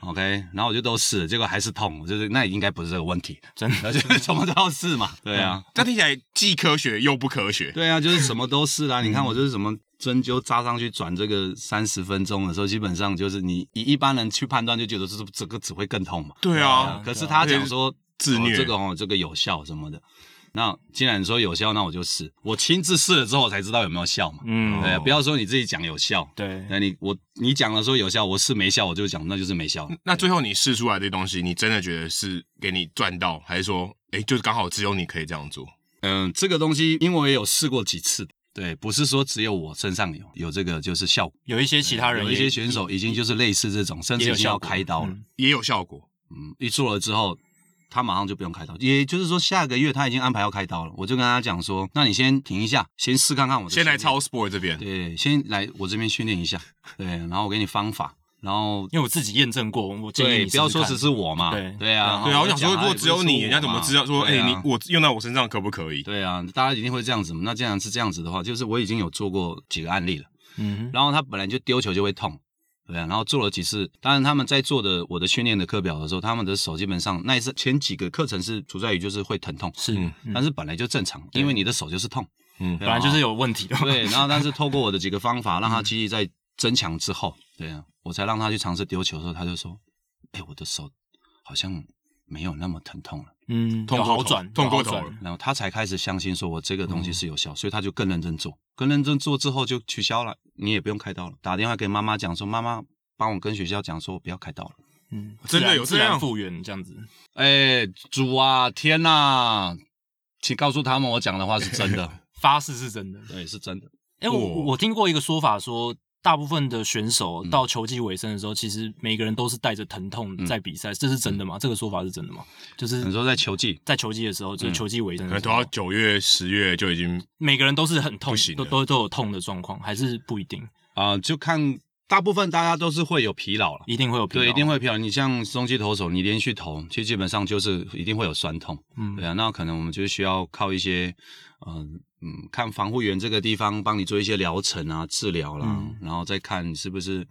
S3: OK，然后
S2: 哦
S3: 我就都试了，结果还是痛，我就是那应该不是这个问题，
S1: 真
S3: 然
S1: 的
S3: 后就是什么都要试嘛，对啊，
S2: 这样听起来既科学又不科学。
S3: 对啊，就是什么都试啦、
S2: 嗯
S3: 你看我就是什么。针灸扎上去转这个三十分钟的时候，基本上就是你以一般人去判断就觉得这这个只会更痛嘛。
S2: 对啊，
S3: 可是他讲说
S2: 自虐
S3: 哦这个哦，这个有效什么的。那既然你说有效，那我就试。我亲自试了之后，我才知道有没有效嘛。
S1: 嗯，
S3: 对啊，不要说你自己讲有效，
S1: 对，
S3: 那你我你讲了说有效，我试没效，我就讲那就是没效。
S2: 那最后你试出来这东西，你真的觉得是给你赚到，还是说，哎、就是刚好只有你可以这样做？
S3: 嗯，这个东西因为我也有试过几次，对，不是说只有我身上有有这个就是效果，
S1: 有一些其他人
S3: 有
S1: 也，
S3: 一些选手已经就是类似这种，甚
S1: 也
S3: 至
S1: 有
S3: 已经
S1: 效
S3: 要
S1: 果
S3: 开刀了。
S1: 嗯
S2: 也有效果，
S3: 嗯，一做了之后，他马上就不用开刀，也就是说下个月他已经安排要开刀了。我就跟他讲说，那你先停一下，先试看看我的
S2: 先来
S3: 训练
S2: 超 sport 这边，
S3: 对，先来我这边训练一下，对，然后我给你方法，然后
S1: 因为我自己验证过，我建议
S3: 对，
S1: 你
S3: 不要
S1: 试试
S3: 说
S1: 看
S3: 只是我嘛，
S1: 对
S3: 对啊，
S2: 对啊，我想说，
S3: 讲
S2: 如
S3: 他
S2: 果
S3: 也不
S2: 只
S3: 是
S2: 有你，
S3: 我
S2: 人家怎么
S3: 嘛
S2: 知道说，哎、
S3: 对啊
S2: 你我用到我身上可不可以？
S3: 对啊，大家一定会这样子嘛。那既然是这样子的话，就是我已经有做过几个案例了。
S1: 嗯哼，
S3: 然后他本来就丢球就会痛，对啊。然后做了几次，当然他们在做的我的训练的课表的时候，他们的手基本上那一次前几个课程是处在于就是会疼痛，
S1: 是，嗯
S3: 但是本来就正常，因为你的手就是痛，
S2: 嗯
S3: 对
S1: 本
S3: 啊
S1: 来就是有嗯问题的，
S3: 对。然后但是透过我的几个方法，让他记忆在增强之后，对啊，我才让他去尝试丢球的时候，他就说：“哎，我的手好像没有那么疼痛了。”
S1: 嗯，
S2: 痛
S1: 有
S2: 过
S1: 好
S2: 头
S1: 转，
S2: 痛
S1: 有
S2: 过
S1: 好
S2: 头
S1: 转
S2: 了
S3: 然后他才开始相信说我这个
S1: 嗯
S3: 东西是有效，所以他就更认真做，更认真做之后就取消了，你也不用开刀了。打电话给妈妈讲说，妈妈帮我跟学校讲说我不要开刀了，
S1: 嗯，自
S2: 真的
S1: 然
S2: 有这
S1: 自然
S2: 样
S1: 复原这样子，
S3: 哎，主啊，天哪！请告诉他们，我讲的话是真 的，
S1: 发誓是真的。
S3: 对，是真的。
S1: 哎、我我听过一个说法说。大部分的选手
S3: 嗯
S1: 到球季尾声的时候，其实每个人都是带着疼痛在比赛，这是真的吗？这个说法是真的吗？就是
S3: 嗯你说嗯哎在球季，
S1: 在球季的时候，就是球季尾声
S2: 可
S1: 的
S2: 能
S1: 时
S2: 都
S1: 候，
S3: 啊
S2: 要九月、十月就已经
S1: 每个人都是很痛
S2: 不，行
S1: 都
S2: 了
S1: 都都有痛的状况，还是不一定，
S3: 啊、就看大部分大家都是会有疲劳了。
S1: 一定会有疲劳
S3: 对，一定会疲劳。你像中继投手，你连续投，其实基本上就是一定会有酸痛。
S1: 嗯
S3: 对啊，那可能我们就需要靠一些，嗯、嗯，看防护员这个地方帮你做一些疗程啊、治疗啦，
S1: 嗯
S3: 然后再看你是不是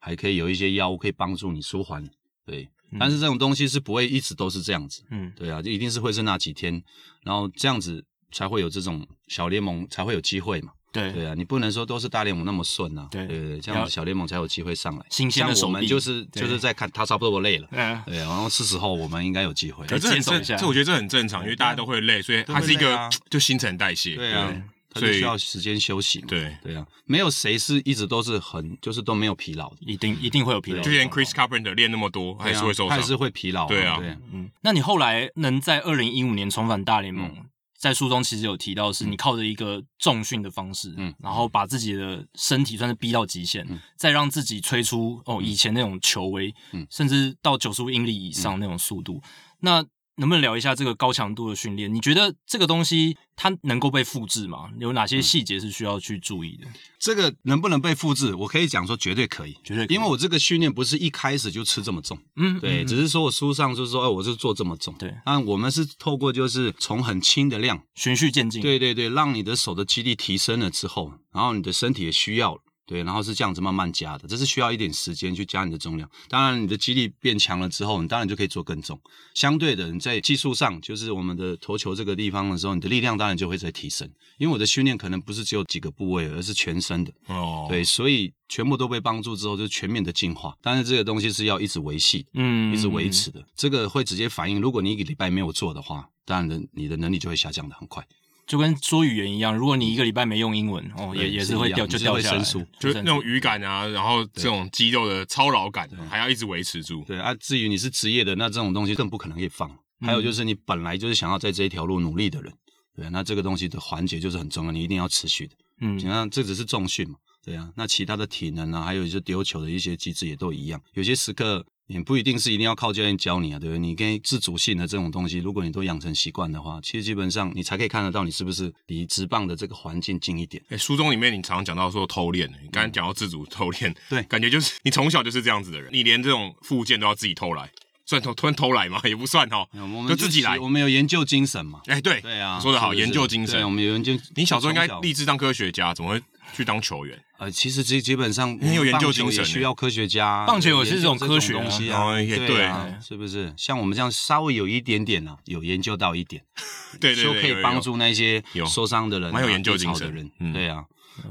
S3: 还可以有一些药物可以帮助你舒缓。对，但是这种东西是不会一直都是这样子。
S1: 嗯
S3: 对啊，就一定是会是那几天，然后这样子才会有这种小联盟才会有机会嘛。
S1: 对
S3: 对啊，你不能说都是大联盟那么顺啊。
S1: 对
S3: 对对，这样
S1: 要
S3: 子小联盟才有机会上来。
S1: 新鲜的
S3: 像
S1: 手
S3: 我们
S1: 臂
S3: 就是
S1: 对
S3: 就是在看他差不多 累了，
S1: 嗯
S3: 对，啊然后是时候我们应该有机会。
S2: 可是这很
S1: 接受
S2: 正，
S1: 一下
S2: 这我觉得这很正常，因为大家都会累，所以它是一
S3: 啊都会
S2: 个
S3: 累啊
S2: 就新陈代谢。
S3: 对啊，他就
S2: 所以
S3: 需要时间休息嘛。
S2: 对，
S3: 对啊，没有谁是一直都是很就是都没有疲劳的。
S1: 一定一定会有疲劳
S3: 对
S1: 的
S2: 就
S1: 状
S2: 连
S1: 况。
S2: Chris Carpenter 练那么多，还
S3: 对
S2: 是
S3: 啊
S2: 会受
S3: 他
S2: 伤
S3: 还。是会疲劳。
S2: 对啊
S3: 对啊，
S1: 嗯，那你后来能在二零一五年重返大联盟，
S3: 嗯
S1: 在书中其实有提到，是你靠着一个重训的方式，
S3: 嗯
S1: 然后把自己的身体算是逼到极限，再让自己吹出哦以前那种球威，
S3: 嗯
S1: 甚至到九十五英里以上那种速度。那能不能聊一下这个高强度的训练？你觉得这个东西它能够被复制吗？有哪
S3: 嗯
S1: 些细节是需要去注意的？
S3: 这个能不能被复制？我可以讲说绝对可以，
S1: 绝对可以
S3: 因为我这个训练不是一开始就吃这么重。
S1: 嗯，
S3: 对，
S1: 嗯
S3: 只是说我书上就是说，哎，我是做这么重。
S1: 对
S3: 但我们是透过就是从很轻的量，
S1: 循序渐进，，
S3: 对对对，让你的手的肌力提升了之后，然后你的身体也需要了，对，然后是这样子慢慢加的，这是需要一点时间去加你的重量。当然，你的肌力变强了之后，你当然就可以做更重。相对的，你在技术上，就是我们的投球这个地方的时候，你的力量当然就会在提升，因为我的训练可能不是只有几个部位，而是全身的。
S2: 哦，
S3: 对，所以全部都被帮助之后，就是全面的进化。但是这个东西是要一直维系的，
S1: 嗯
S3: 一直维持的。这个会直接反映，如果你一个礼拜没有做的话，当然的你的能力就会下降的很快，
S1: 就跟说语言一样，如果你一个礼拜没用英文，哦，
S3: 对
S1: 也也
S3: 是
S1: 是会
S3: 一样
S1: 掉，
S3: 你
S1: 就是掉
S3: 会
S1: 下来，
S3: 生疏
S1: 就
S2: 就是
S1: 生
S2: 那种
S1: 疏
S2: 语感啊，然后这种肌肉的操劳感，
S3: 啊
S2: 还要一直维持住。
S3: 对啊。至于你是职业的，那这种东西更不可能可以放。还有
S2: 嗯
S3: 就是你本来就是想要在这一条路努力的人，对啊、那这个东西的环节就是很重要，你一定要持续的。
S1: 嗯
S3: 你看，这只是重训嘛，对啊。那其他的体能啊，还有一些丢球的一些机制也都一样。有些时刻也不一定是一定要靠教练教你啊，对不对？你跟自主性的这种东西，如果你都养成习惯的话，其实基本上你才可以看得到你是不是离直棒的这个环境近一点。
S2: 哎，书中里面你常讲到说偷练，你刚才讲到自主偷练，
S3: 嗯 对
S2: 感觉就是你从小就是这样子的人，你连这种附件都要自己偷来，算偷突然偷来吗？ 也不算哦，
S3: 哎我们
S2: 就自己来
S3: 我。们有研究精神嘛？
S2: 哎，对，
S3: 对啊，
S2: 说的好，
S3: 是不是
S2: 研究精神
S3: 对，我。们有研究。
S2: 你小时候应该
S3: 从
S2: 立志当科学家，怎么会去当球员？
S3: 呃，其实基基本上
S2: 很有研究精神
S3: 棒球也
S2: 欸
S3: 需要科学家。
S1: 棒球也
S3: 有
S1: 是
S3: 研
S1: 这种
S3: 究
S1: 科学啊
S3: 东西
S2: 哦
S3: 啊，
S2: 也
S3: 对啊
S1: 对，
S3: 是不是？像我们这样稍微有一点点啊，有研究到一点。
S2: 对对
S3: 就
S2: 对，
S3: 可
S2: 有
S3: 以
S2: 有
S3: 帮助那些
S2: 有
S3: 受伤的人啊、
S2: 蛮有研究精神
S3: 低潮的人
S2: 嗯，
S3: 对啊。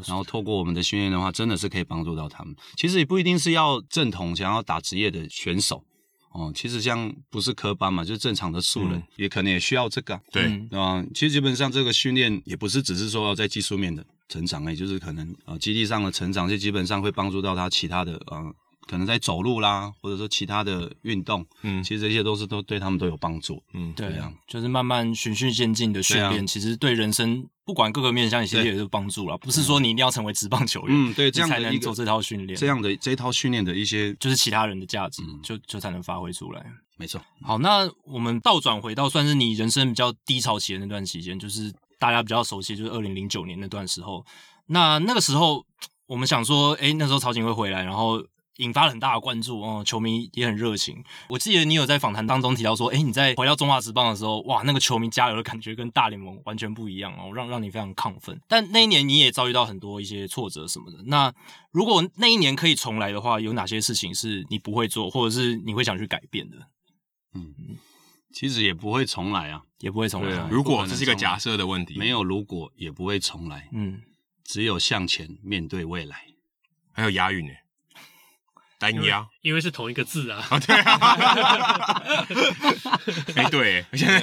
S3: 然后透过我们的训练的话，真的是可以帮助到他们。其实也不一定是要正统想要打职业的选手哦，其实像不是科班嘛，就是正常的素
S2: 嗯
S3: 人，也可能也需要这个啊、
S2: 对
S1: 嗯
S3: 对吧？其实基本上这个训练也不是只是说要在技术面的成长，也就是可能呃基地上的成长，就基本上会帮助到他其他的呃，可能在走路啦，或者说其他的运动，
S2: 嗯
S3: 其实这些都是都对他们都有帮助。
S1: 对
S3: 对啊，
S1: 就是慢慢循序渐进的训
S3: 对
S1: 练，
S3: 啊
S1: 其实对人生不管各个面向，其实也是帮助了。不是说你一定要成为职棒球员，
S3: 啊嗯对
S1: 你
S3: 这样的
S1: 才能
S3: 一个
S1: 做这套训练，
S3: 这样嗯的这一套训练的一些，
S1: 就是其他人的价值，就就才能发挥出来。
S3: 没错。
S1: 好，那我们倒转回到算是你人生比较低潮期的那段期间，就是大家比较熟悉，就是二零零九年那段时候。那那个时候，我们想说，诶，那时候曹景会回来，然后引发了很大的关注，哦、球迷也很热情。我记得你有在访谈当中提到说，诶，你在回到中华职棒的时候，哇，那个球迷加油的感觉跟大联盟完全不一样哦，让让你非常亢奋。但那一年你也遭遇到很多一些挫折什么的。那如果那一年可以重来的话，有哪些事情是你不会做，或者是你会想去改变的？
S3: 其实也不会重来啊，
S1: 也不会重来。
S3: 对啊
S2: 如果这是一个假设的问题，
S3: 没，有如果也不会重来，
S1: 嗯，
S3: 只有向前面对未 来。
S2: 还有押韵呢，单押。
S5: 因为是同一个字啊。
S2: 啊，对啊，哎，对，现在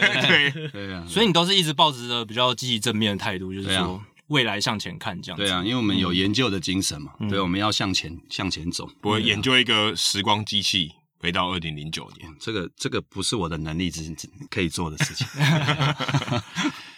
S2: 对，
S3: 对啊，
S1: 所以你都是一直抱着着比较积极正面的态度，就是
S3: 对
S1: 说、
S3: 啊
S1: 未来向前看这样子。
S3: 对啊，因为我们
S1: 嗯
S3: 有研究的精神嘛，对，我们要向前向前走。
S2: 我研究一个时光机器，回到二零零九年。
S3: 这个这个不是我的能力之之可以做的事情。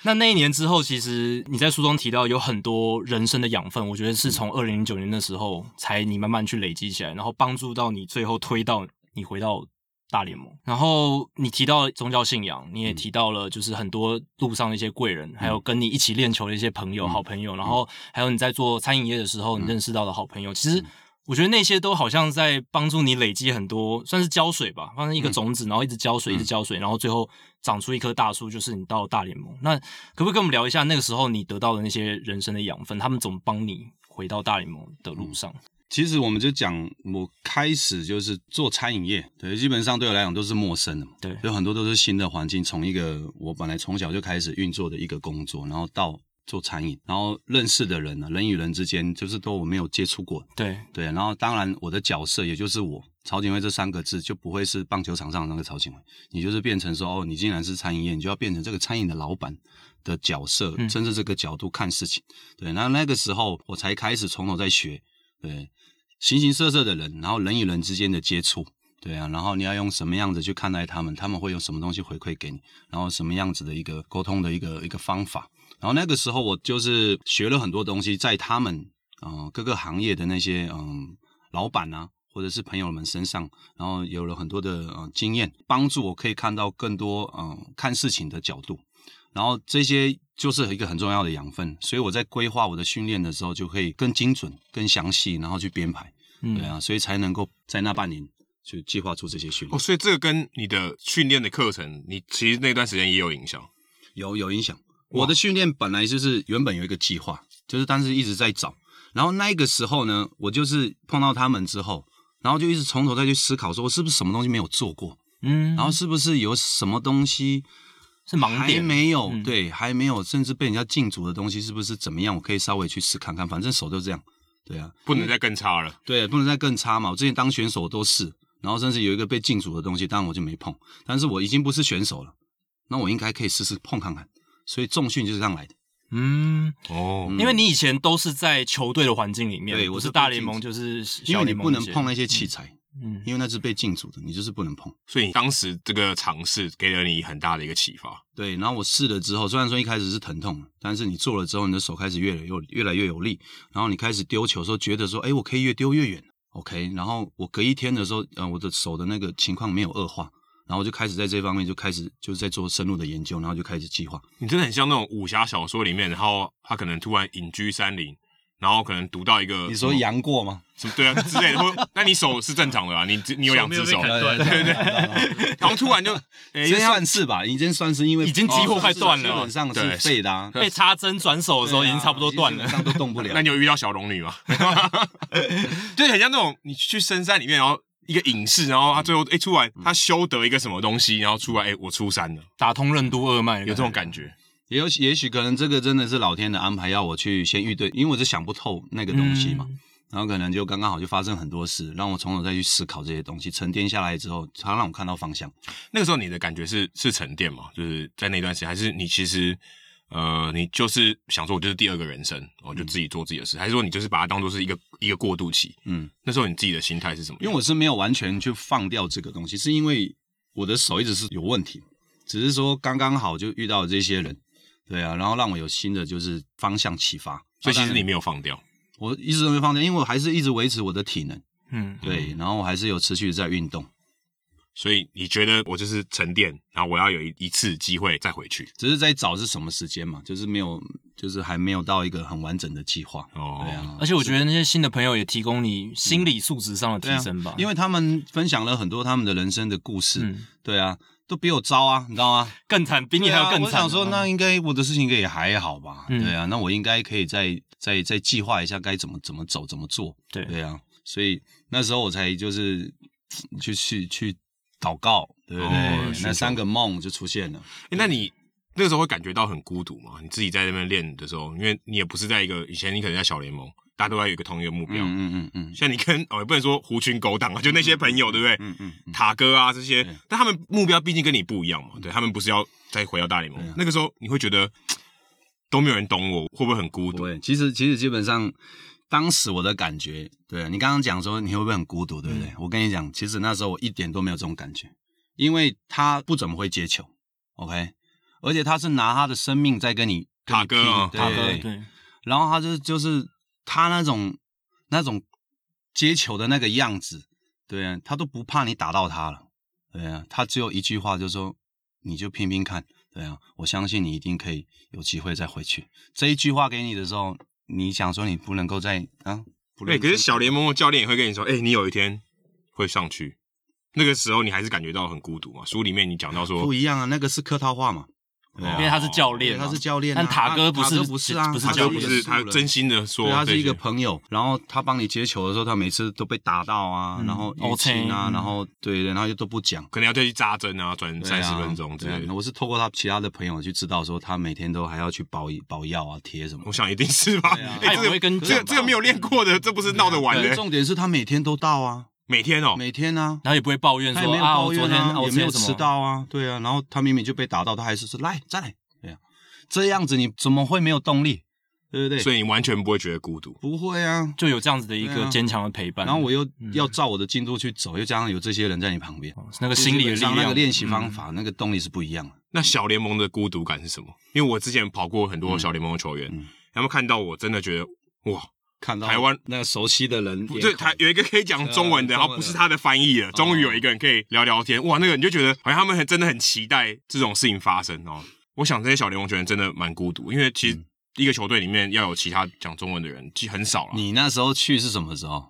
S1: 那那一年之后，其实你在书中提到有很多人生的养分，我觉得是从二零零九年的时候才你慢慢去累积起来，然后帮助到你最后推到你回到大联盟。然后你提到宗教信仰，你也提到了就是很多路上的一些贵
S3: 嗯
S1: 人，还有跟你一起练球的一些朋友、好朋友，然后还有你在做餐饮业的时候
S3: 嗯
S1: 你认识到的好朋友，其实。我觉得那些都好像在帮助你累积很多，算是胶水吧，放成一
S3: 嗯
S1: 个种子，然后一直浇水，一直浇水，然后最后长出一棵大树，就是你到大联盟。那可不可以跟我们聊一下那个时候你得到的那些人生的养分，他们怎么帮你回到大联盟的
S3: 嗯
S1: 路上？
S3: 其实我们就讲，我开始就是做餐饮业，对，基本上对我来讲都是陌生的嘛，
S1: 对
S3: 有很多都是新的环境，从一个我本来从小就开始运作的一个工作，然后到做餐饮，然后认识的人呢、啊人与人之间就是都我没有接触过，
S1: 对，
S3: 对，然后当然我的角色也就是我曹景辉这三个字就不会是棒球场上的那个曹景辉，你就是变成说哦，你既然是餐饮业，你就要变成这个餐饮的老板的角色，
S1: 嗯
S3: 甚至这个角度看事情。对，那那个时候我才开始从头在学，对，形形色色的人，然后人与人之间的接触。对啊，然后你要用什么样子去看待他们，他们会用什么东西回馈给你，然后什么样子的一个沟通的一个一个方法，然后那个时候我就是学了很多东西，在他们呃各个行业的那些嗯、老板啊，或者是朋友们身上，然后有了很多的呃经验，帮助我可以看到更多嗯、呃看事情的角度，然后这些就是一个很重要的养分，所以我在规划我的训练的时候就可以更精准、更详细，然后去编排，
S1: 嗯
S3: 对啊，所以才能够在那半年去计划出这些训
S2: 哦，
S3: 练，
S2: 所以这个跟你的训练的课程，你其实那段时间也有影响。
S3: 有有影响。我的训练本来就是原本有一个计划，就是但是一直在找。然后那个时候呢，我就是碰到他们之后，然后就一直从头再去思考，说我是不是什么东西没有做过，
S1: 嗯，
S3: 然后是不是有什么东西
S1: 是盲
S3: 还
S1: 点，
S3: 没有、
S1: 嗯
S3: 对，还没有，甚至被人家禁足的东西是不是怎么样？我可以稍微去试看看，反正手都这样，对啊，
S2: 不能再更差了。
S3: 对，不能再更差嘛。我之前当选手都是，然后甚至有一个被禁足的东西，当然我就没碰，但是我已经不是选手了，那我应该可以试试碰看看。所以重训就是这样来的，
S1: 嗯，
S2: 哦，
S1: 因为你以前都是在球队的环境里面，
S3: 对
S1: 不
S3: 我
S1: 是
S3: 是
S1: 大
S3: 被
S1: 联
S3: 禁
S1: 盟
S3: 止
S1: 就是
S3: 因
S1: 小
S3: 为你
S1: 联盟
S3: 不能
S1: 些
S3: 碰那些器材，
S1: 嗯，
S3: 因为那是被禁足的，你就是不能碰。
S2: 所以当时这个尝试给了你很大的一个启发。
S3: 对，然后我试了之后，虽然说一开始是疼痛，但是你做了之后，你的手开始越来越越来越有力，然后你开始丢球的时候，觉得说，哎，我可以越丢越远，OK。然后我隔一天的时候，呃，我的手的那个情况没有恶化，然后我就开始在这方面就开始就是在做深入的研究，然后就开始计划。
S2: 你真的很像那种武侠小说里面，然后他可能突然隐居山林，然后可能读到一个
S3: 你
S2: 什
S3: 说
S2: 么
S3: 杨过 吗？
S2: 什么对啊之类的，或那你手是正常的啊，你只你有两只手
S5: 手没，有被砍断
S2: 对对
S3: 对，
S2: 然后突 然就哎
S3: 这算是吧，已经算是因为哦
S1: 已经几乎快断了
S3: 基本上是废 的啊。
S1: 被插针转手的时候已经差不多断了
S3: 基。本上都动不 了。
S2: 那你有遇到小龙女吗？ 就很像那种你去深山里面，然后一个隐士，然后他最后哎、出来，他修得一个什么东西，然后出来哎、我出山了，
S1: 打通任督二脉，
S2: 有这种感觉。
S3: 也有也许可能这个真的是老天的安排，要我去先预对，因为我是想不透那个东西嘛。
S1: 嗯
S3: 然后可能就刚刚好就发生很多事，让我从头再去思考这些东西，沉淀下来之后，它让我看到方向。
S2: 那个时候你的感觉是是沉淀嘛？就是在那段时间，还是你其实呃，你就是想说，我就是第二个人生，我就自己做自己的事，还是说你就是把它当做是一个一个过渡期？
S3: 嗯，
S2: 那时候你自己的心态是什么样？
S3: 因为我是没有完全去放掉这个东西，是因为我的手一直是有问题，只是说刚刚好就遇到这些人，对啊，然后让我有新的就是方向启发。
S2: 所以其实你
S3: 面
S2: 没有放掉。
S3: 我一直都没放掉，因为我还是一直维持我的体能，
S1: 嗯，
S3: 对，然后我还是有持续地在运动。
S2: 所以你觉得我就是沉淀，然后我要有一一次机会再回去。
S3: 只是在找是什么时间嘛，就是没有，就是还没有到一个很完整的计划。
S2: 哦
S3: 对啊，
S1: 而且我觉得那些新的朋友也提供你心理素质上的
S3: 嗯对啊
S1: 提升吧，
S3: 因
S1: 为
S3: 为他们分享了很多他们的人生的故事，
S1: 嗯
S3: 对啊，都比我糟啊，你知道吗？
S1: 更惨，比你还要更
S3: 对啊我
S1: 惨啊。
S3: 想说，那应该我的事情应该也还好吧？
S1: 嗯
S3: 对啊，那我应该可以再再再计划一下该怎么怎么走，怎么做。
S1: 对
S3: 对啊，所以那时候我才就是嗯就去去祷告，对不对？
S2: 哦寻
S3: 那
S2: 求
S3: 三个梦就出现了。
S2: 诶那你那个时候会感觉到很孤独吗？你自己在那边练的时候，因为你也不是在一个以前，你可能在小联盟，大家都要有一个同一个目标。
S3: 嗯嗯嗯 嗯
S2: 像你跟哦，也不能说狐群狗党啊，就那些朋友，对不对？
S3: 嗯嗯嗯，
S2: 塔哥啊这些
S3: 对，
S2: 但他们目标毕竟跟你不一样嘛，对他们不是要再回到大联盟。
S3: 对啊
S2: 那个时候你会觉得嘖都没有人懂我，会不会很孤
S3: 不
S2: 独？
S3: 会。其实其实基本上当时我的感觉，对啊你刚刚讲说你会不会很孤独，
S2: 嗯
S3: 对不对？我跟你讲，其实那时候我一点都没有这种感觉，因为他不怎么会接球，OK，而且他是拿他的生命在跟你跟
S2: 塔
S3: 你
S2: 哥
S3: 拼
S2: 啊
S3: 对
S1: 大
S3: 对
S1: 哥
S3: 对
S1: 对，
S3: 然后他就就是他那种那种接球的那个样子，对啊，他都不怕你打到他了，对啊，他只有一句话就说你就拼拼看，对啊，我相信你一定可以有机会再回去。这一句话给你的时候，你想说你不能够再啊，不
S2: 对，
S3: 能
S2: 哎可
S3: 再
S2: 是小联盟的教练也会跟你说，哎、你有一天会上去，那个时候你还是感觉到很孤独嘛。书里面你讲到说
S3: 不，一样啊，那个是客套话嘛，对
S1: 因
S3: 啊
S1: 为他是教
S3: 因为
S1: 练嘛，
S3: 他是教练啊、
S1: 但塔哥
S3: 啊
S1: 不是
S3: 塔哥不是啊，
S1: 不是
S2: 他
S1: 教
S2: 就
S1: 练
S2: 不
S3: 也
S2: 是他
S3: 输了
S2: 真心的说
S3: 对，他
S2: 这
S3: 是一
S2: 些
S3: 个朋友，然后他帮你接球的时候，他每次都被打到啊，
S1: 嗯
S3: 然后
S1: 哦
S3: 淤青啊，
S1: OK
S3: 然后对，然后又都不讲。
S2: 可能要再去扎针啊，转
S3: 对
S2: 三
S3: 啊
S2: 十分钟之
S3: 对啊
S2: 类的。
S3: 我是透过他其他的朋友去知道，说他每天都还要去保保药啊、贴什么
S2: 我。想一定哦是吧。
S3: 对啊
S2: 哎
S1: 他也
S2: 这
S1: 不会
S2: 个
S1: 跟你
S2: 这个
S1: 讲
S2: 这个
S1: 吧
S2: 没有练过的，这不是闹着玩
S3: 可是
S2: 的。
S3: 重点是他每天都到啊，
S2: 每天哦，
S3: 每天啊，
S1: 然后也不会抱怨
S3: 他也没
S1: 说
S3: 有
S1: 啊，
S3: 抱
S1: 我
S3: 怨
S1: 昨天
S3: 啊，
S1: 啊我
S3: 也没有
S1: 昨天什
S3: 迟
S1: 么
S3: 到啊，对啊。然后他明明就被打到，他还是说来再来，对啊，这样子你怎么会没有动力？对不对？
S2: 所以你完全不会觉得孤独。
S3: 不会啊。
S1: 就有这样子的一
S3: 对
S1: 个
S3: 啊
S1: 坚强的陪伴。
S3: 然后我又
S2: 嗯
S3: 要照我的进度去走，又加上有这些人在你旁边，
S2: 哦
S1: 嗯那个心理的力
S3: 基本上
S1: 量，
S3: 那个练习方
S1: 嗯
S3: 法、那个动力是不一样的。
S2: 那小联盟的孤独感是什么？因为我之前跑过很多小联盟的球员，
S3: 嗯嗯
S2: 他们看到我真的觉得哇，
S3: 看到
S2: 台湾
S3: 那个熟悉的人，
S2: 不对，台有一个可以讲中文的，
S3: 呃
S2: 然后不是他的翻译了，终于
S3: 哦
S2: 有一个人可以聊聊天，哇，那个你就觉得好像他们很真的很期待这种事情发生哦。我想这些小联盟球员真的蛮孤独，因为其
S3: 嗯
S2: 实一个球队里面要有其他讲中文的人，其实很少了。
S3: 你那时候去是什么时候？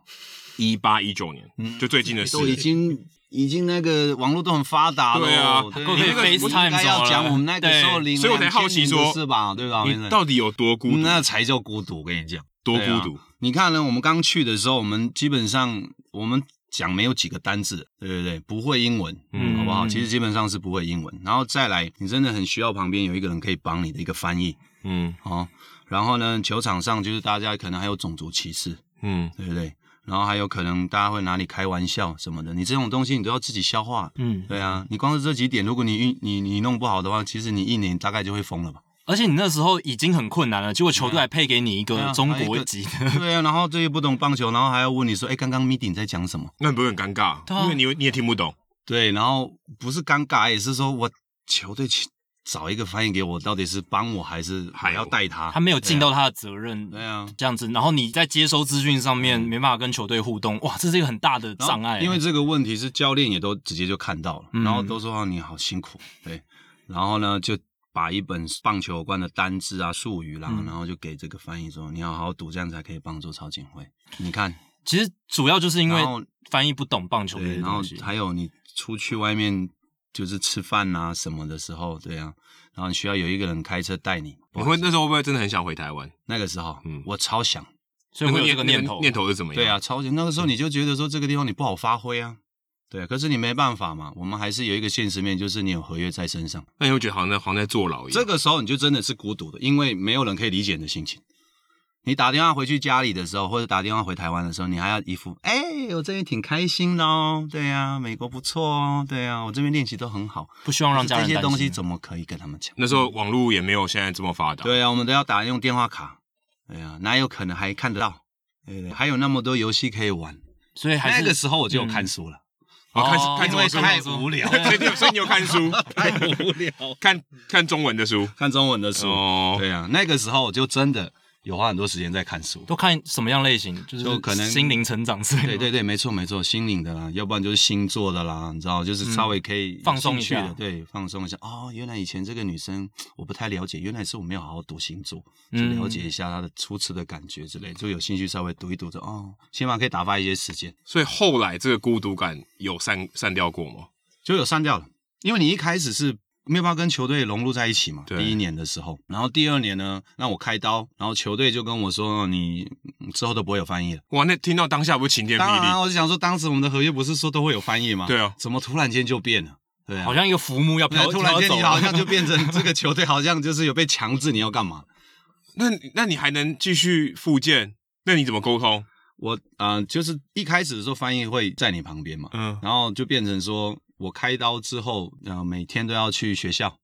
S2: 一八一九年，就最近的事
S3: 都，已经已经那个网络都很发达了，哦
S2: 对啊
S3: 对
S1: 够可以
S3: 那个
S1: FaceTime
S3: 应该要讲我们那个时候
S1: 对
S3: 零，
S2: 所以我才好奇说
S3: 是吧？对吧？
S2: 你到底有多孤独？
S3: 嗯那才叫孤独，我跟你讲。
S2: 多
S3: 对
S2: 孤
S3: 啊
S2: 独？
S3: 你看呢？我们刚去的时候，我们基本上我们讲没有几个单字，对不对？不会英文，
S2: 嗯
S3: 嗯，好不好？其实基本上是不会英文，然后再来，你真的很需要旁边有一个人可以帮你的一个翻译
S2: 嗯
S3: 哦。然后呢，球场上就是大家可能还有种族歧视，
S2: 嗯，
S3: 对不对？然后还有可能大家会拿你开玩笑什么的，你这种东西你都要自己消化。
S1: 嗯，
S3: 对啊，你光是这几点，如果你运你你弄不好的话，其实你一年大概就会疯了吧。
S1: 而且你那时候已经很困难了，结果球队还配给你一
S3: 对
S1: 个
S3: 啊
S1: 中
S3: 还有一
S1: 国
S3: 个
S1: 籍的，
S3: 对啊，然后这些不懂棒球，然后还要问你说，哎，刚刚 meeting 在讲什么？
S2: 那你不会很尴尬？
S1: 对啊
S2: 因为你你也听不懂。
S3: 对，然后不是尴尬，也是说我球队去找一个翻译给我，到底是帮我还是还要带他？
S1: 他没有尽到他的责任，
S3: 对啊。嗯
S1: 这样子，然后你在接收资讯上面没办法跟球队互动，哇，这是一个很大的
S3: 然后
S1: 障碍，啊欸
S3: 因为这个问题是教练也都直接就看到了，
S1: 嗯
S3: 然后都说、啊、你好辛苦，对，然后呢就把一本棒球有关的单字啊、术语啦、
S1: 嗯
S3: 然后就给这个翻译说你要好好读，这样才可以帮助曹景辉。你看，
S1: 其实主要就是因为
S3: 然后
S1: 翻译不懂棒球这
S3: 对，
S1: 些
S3: 然后
S1: 东西，
S3: 还有你出去外面就是吃饭啊什么的时候，对啊，然后你需要有一个人开车带你。
S2: 你会那时候会不会真的很想回台湾？
S3: 那个时候，
S2: 嗯
S3: 我超想，
S1: 所以会有这
S2: 那
S1: 个
S2: 个
S1: 念头，
S2: 念头是怎么样？
S3: 对啊，，超想。那个时候你就觉得说这个地方你不好发挥啊，对啊，可是你没办法嘛，我们还是有一个现实面，就是你有合约在身上。
S2: 那你会觉得好像在好像在坐牢一样。
S3: 这个时候你就真的是孤独的，因为没有人可以理解你的心情。你打电话回去家里的时候，或者打电话回台湾的时候，你还要一副哎、我这边挺开心的哦，对呀、美国不错哦，对呀、我这边练习都很好，
S1: 不希望让家
S3: 这
S1: 人
S3: 些
S1: 担
S3: 东西
S1: 心。
S3: 怎么可以跟他们讲？
S2: 那时候网络也没有现在这么发达。
S3: 对啊，我们都要打用电话卡，哎呀、哪有可能还看得到？对不对，还有那么多游戏可以玩。
S1: 所以还是嗯
S3: 那个时候我就有看 书了，
S2: 哦，看
S1: 哦
S2: 看
S3: 因
S2: 中
S3: 为
S2: 文书，
S3: 太无聊了，
S2: 所以你有所以你有看书，
S3: 太无聊，
S2: 看看中文的书。
S3: 看中文的书。
S2: 哦，
S3: 对啊，那个时候我就真的有花很多时间在看书。
S1: 都看什么样类型，就是
S3: 就可能
S1: 心灵成长之类的。
S3: 对对对，没错没错，心灵的啦，要不然就是星座的啦，你知道，就是稍微可以、
S1: 嗯放松一下
S3: 的，对，放松一下。哦，原来以前这个女生我不太了解，原来是我没有好好读星座，去
S1: 嗯
S3: 了解一下她的初次的感觉之类，就有兴趣稍微读一读的。哦，起码可以打发一些时间，
S2: 所以后来这个孤独感有散散掉过吗？
S3: 就有删掉了，因为你一开始是。没有办法跟球队融入在一起嘛？
S2: 对
S3: 第一年的时候，然后第二年呢，让我开刀，然后球队就跟我说，你嗯之后都不会有翻译了。
S2: 哇，那听到当下不是晴天
S3: 当
S2: 霹
S3: 然，啊
S2: 雳？
S3: 我就想说，当时我们的合约不是说都会有翻译吗？
S2: 对啊
S3: 怎么突然间就变了？对啊，
S1: 好像一个浮木要
S3: 对啊
S1: 飘，
S3: 突然间
S1: 飘走
S3: 你
S1: 了
S3: 好 像就变成这个球队，好像就是有被强制你要干嘛？
S2: 那那你还能继续复健？那你怎么沟通？
S3: 我啊、呃就是一开始的时候翻译会在你旁边嘛，
S2: 嗯，
S3: 然后就变成说我开刀之后，呃，每天都要去学校，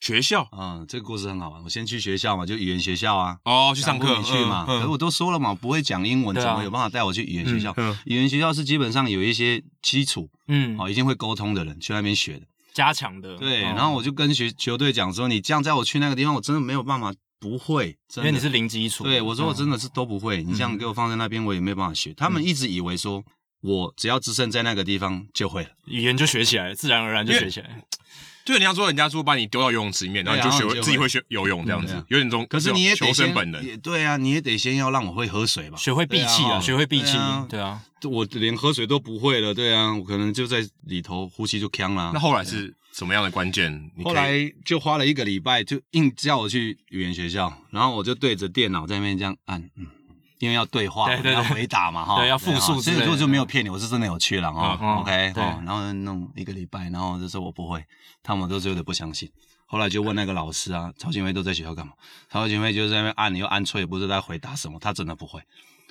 S2: 学校
S3: 嗯，这个故事很好玩。我先去学校嘛，就语言学校啊，
S2: 哦，去上课
S3: 你去嘛。
S2: 嗯
S3: 可是
S2: 嗯
S3: 我都说了嘛，我不会讲英文，
S1: 对啊
S3: 怎么有办法带我去语言学校
S2: 嗯嗯？
S3: 语言学校是基本上有一些基础
S1: 嗯，
S3: 哦，已经会沟通的人去那边学的。
S1: 加强的
S3: 对，
S1: 嗯
S3: 然后我就跟学球队讲说，你这样叫我去那个地方，我真的没有办法，不会，真
S1: 因为
S3: 的
S1: 你是零基础，
S3: 对，我说我真
S1: 的嗯
S3: 的是都不会，你这样给我放在那边，我也没有办法学。他们一直以为说我只要只身在那个地方就会了，
S1: 语言就学起来，自然而然就学起来。
S2: 就人家说，人家说把你丢到游泳池里面，然后
S3: 对啊
S2: 你就学
S3: 然后你
S2: 会
S3: 就
S2: 自己
S3: 会
S2: 会学游泳这样
S3: 嗯对
S2: 子
S3: 啊，
S2: 有点中，
S3: 可是你也
S2: 求
S3: 得
S2: 生
S3: 先
S2: 本能。
S3: 也对啊，你也得先要让我会喝水吧，
S1: 学会闭气
S3: 对
S1: 啊，
S3: 啊
S1: 学会闭气
S3: 对啊，
S1: 对啊，
S3: 我连喝水都不会了，对啊，我可能就在里头呼吸就呛啊啦
S2: 那。后来是什么样的关键？你可以
S3: 后来就花了一个礼拜，就硬叫我去语言学校，然后我就对着电脑在那边这样按，嗯，因为要对话嘛，
S1: 对对对
S3: 要回答 嘛，哈，
S1: 对要复述
S3: 哈
S1: 之
S3: 所
S1: 类
S3: 以
S1: 的
S3: 我就没有骗你，我是真的有去了哈、
S1: 嗯
S3: o k
S1: 对
S3: 哈，然后弄一个礼拜，然后我就说我不会，他们都是有点不相信。后来就问那个老师啊，曹景辉都在学校干嘛？曹景辉就是在那边按，又按错，也不知道在回答什么，他真的不会。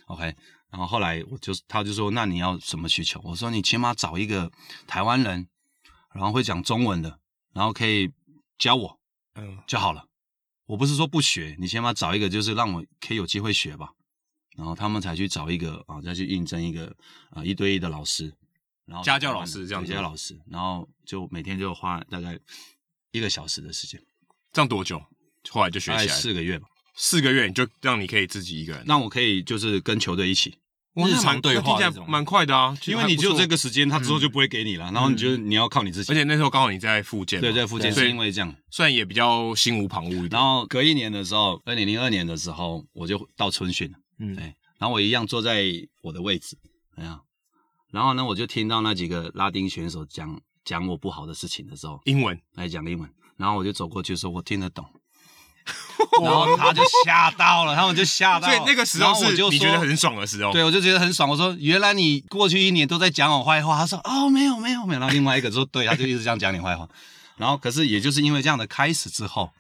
S3: OK，然后后来我就他就说，那你要什么需求？我说你起码找一个台湾人，然后会讲中文的，然后可以教我，嗯，就好了。我不是说不学，你起码找一个就是让我可以有机会学吧。然后他们才去找一个啊，再去应征一个啊一对一的老师，然后
S2: 家教老师这样子
S3: 对家教老师，然后就每天就花大概一个小时的时间，
S2: 这样多久？后来就学
S3: 大概
S2: 起来了，
S3: 四个月吧，
S2: 四个月你就让你可以自己一个人。
S3: 让我可以就是跟球队一起，
S2: 哇
S1: 日
S2: 那
S1: 常
S2: 蛮
S1: 对
S2: 那
S1: 话
S2: 听起来
S1: 这种
S2: 蛮快的啊，
S3: 因为你只有
S2: 就
S3: 这个，时间，他之后就不会给你了，然后你就你要靠你自
S2: 嗯
S3: 己，
S2: 而且那时候刚好你在复健嘛，
S3: 对在附近
S2: 所
S3: 是
S2: 以
S3: 因为这样，
S2: 虽然也比较心无旁骛一点。
S3: 然后隔一年的时候，二零零二年的时候，我就到春训了，
S1: 嗯
S3: 嗯，对，然后我一样坐在我的位置，哎呀，然后呢，我就听到那几个拉丁选手讲讲我不好的事情的时候，
S2: 英文，
S3: 来讲英文，然后我就走过去说，我听得 懂。然后他就吓到了，他们就吓到
S2: 所以
S3: 了。
S2: 那个时
S3: 然
S2: 候
S3: 后我
S2: 是
S3: 就
S2: 你觉
S3: 说
S2: 得很爽的时
S1: 哦
S2: 候。
S3: 对，我就觉得很爽。我说原来你过去一年都在讲我坏话。他说哦，没有没有没有。然后另外一个说对，他就一直这样讲你坏话。 然后可是也就是因为这样的开始之后，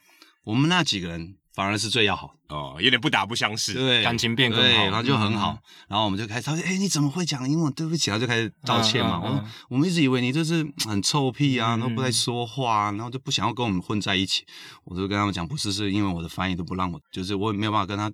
S3: 我们那几个人反而是最要好的，
S2: 哦，有点不打不相识。
S3: 对，
S1: 感情变更
S3: 对
S1: 好
S3: 然后就很好
S1: 嗯。
S3: 然后我们就开始，他说哎你怎么会讲英文？对不起，然后就开始道歉
S1: 嗯嗯
S3: 嘛。我
S1: 嗯
S3: 说我们一直以为你就是嗯很臭屁啊，
S1: 嗯
S3: 然后不太说话、啊，然后就不想要跟我们混在一起。我就跟他们讲，不是，是因为我的翻译都不让我，就是我也没有办法跟他，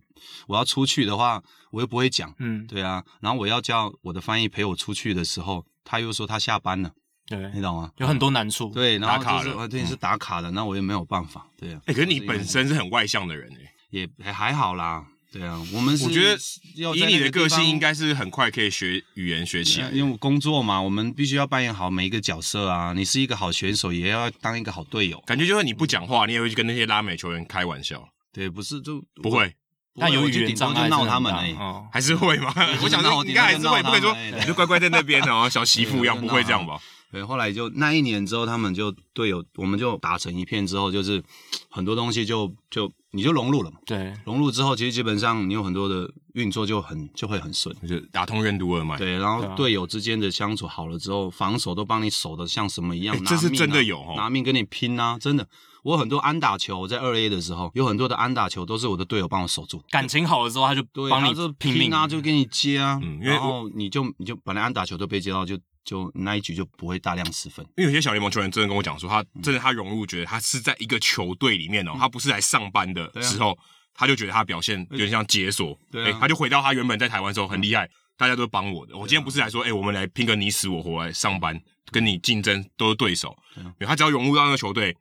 S3: 我要出去的话，我又不会讲。
S1: 嗯，
S3: 对啊，然后我要叫我的翻译陪我出去的时候，他又说他下班了，你
S1: 对，
S3: 懂吗？
S1: 有很多难处，
S3: 对，然
S2: 打
S3: 后
S2: 卡
S3: 就是
S2: 了嗯
S3: 啊对，是打卡的，那我也没有办法，对啊。
S2: 哎，可是你
S3: 就是因为
S2: 本身是很外向的人哎诶，
S3: 也还还好啦，对啊，我们是
S2: 我觉得
S3: 要
S2: 以
S3: 在
S2: 你
S3: 那
S2: 的
S3: 地
S2: 个性
S3: 方呃
S2: 应该是很快可以学语言学起来的。
S3: 因为我工作嘛，我们必须要扮演好每一个角色啊。你是一个好选手，也要当一个好队友。
S2: 感觉就是你不讲话，你也会去跟那些拉美球员开玩笑，
S3: 对，不是就
S2: 不，会，
S1: 但有
S3: 我
S1: 语
S3: 就
S1: 言
S3: 顶
S1: 障
S3: 多
S1: 碍
S3: 就
S1: 真的
S3: 闹
S1: 很
S3: 他们
S1: 大
S3: 而已。
S1: 嗯
S2: 还是会吗？ 我想说，你 应该还是会，不会说
S3: 对
S2: 你就乖乖在那边哦，小媳妇一样，
S3: 对
S2: 不会这样吧？
S3: 对，后来就那一年之后，他们就队友，我们就打成一片之后，就是很多东西就就你就融入了嘛。
S1: 对，
S3: 融入之后，其实基本上你有很多的运作就很就会很顺。
S2: 就打通任督二脉。
S3: 对，然后队友之间的相处好了之后，防守都帮你守的像什么一样
S2: 哎，
S3: 拿
S2: 这是
S3: 命
S2: 真的
S3: 啊
S2: 有哦
S3: 拿命跟你拼啊！真的，我很多安打球我在二 A 的时候，有很多的安打球都是我的队友帮我守住。
S1: 感情好了之后他就
S3: 对，
S1: 帮
S3: 他就
S1: 你拼命
S3: 啊，就给你接啊，
S2: 嗯因为
S3: 然后你就你就本来安打球都被接到，就就那一局就不会大量失分。
S2: 因为有些小联盟球员真的跟我讲说，
S3: 嗯
S2: 他真的他融入，觉得他是在一个球队里面哦，他不是来上班的
S3: 对啊
S2: 时候，他就觉得他表现有点像解锁，
S3: 对啊嗯
S2: 诶他就回到他原本在台湾的时候很厉害，大家都帮我的。我
S3: 啊
S2: 今天不是来说，哎、我们来拼个你死我活来上班，跟你竞争都是对手，
S3: 对啊
S2: 因为他只要融入到那个球队，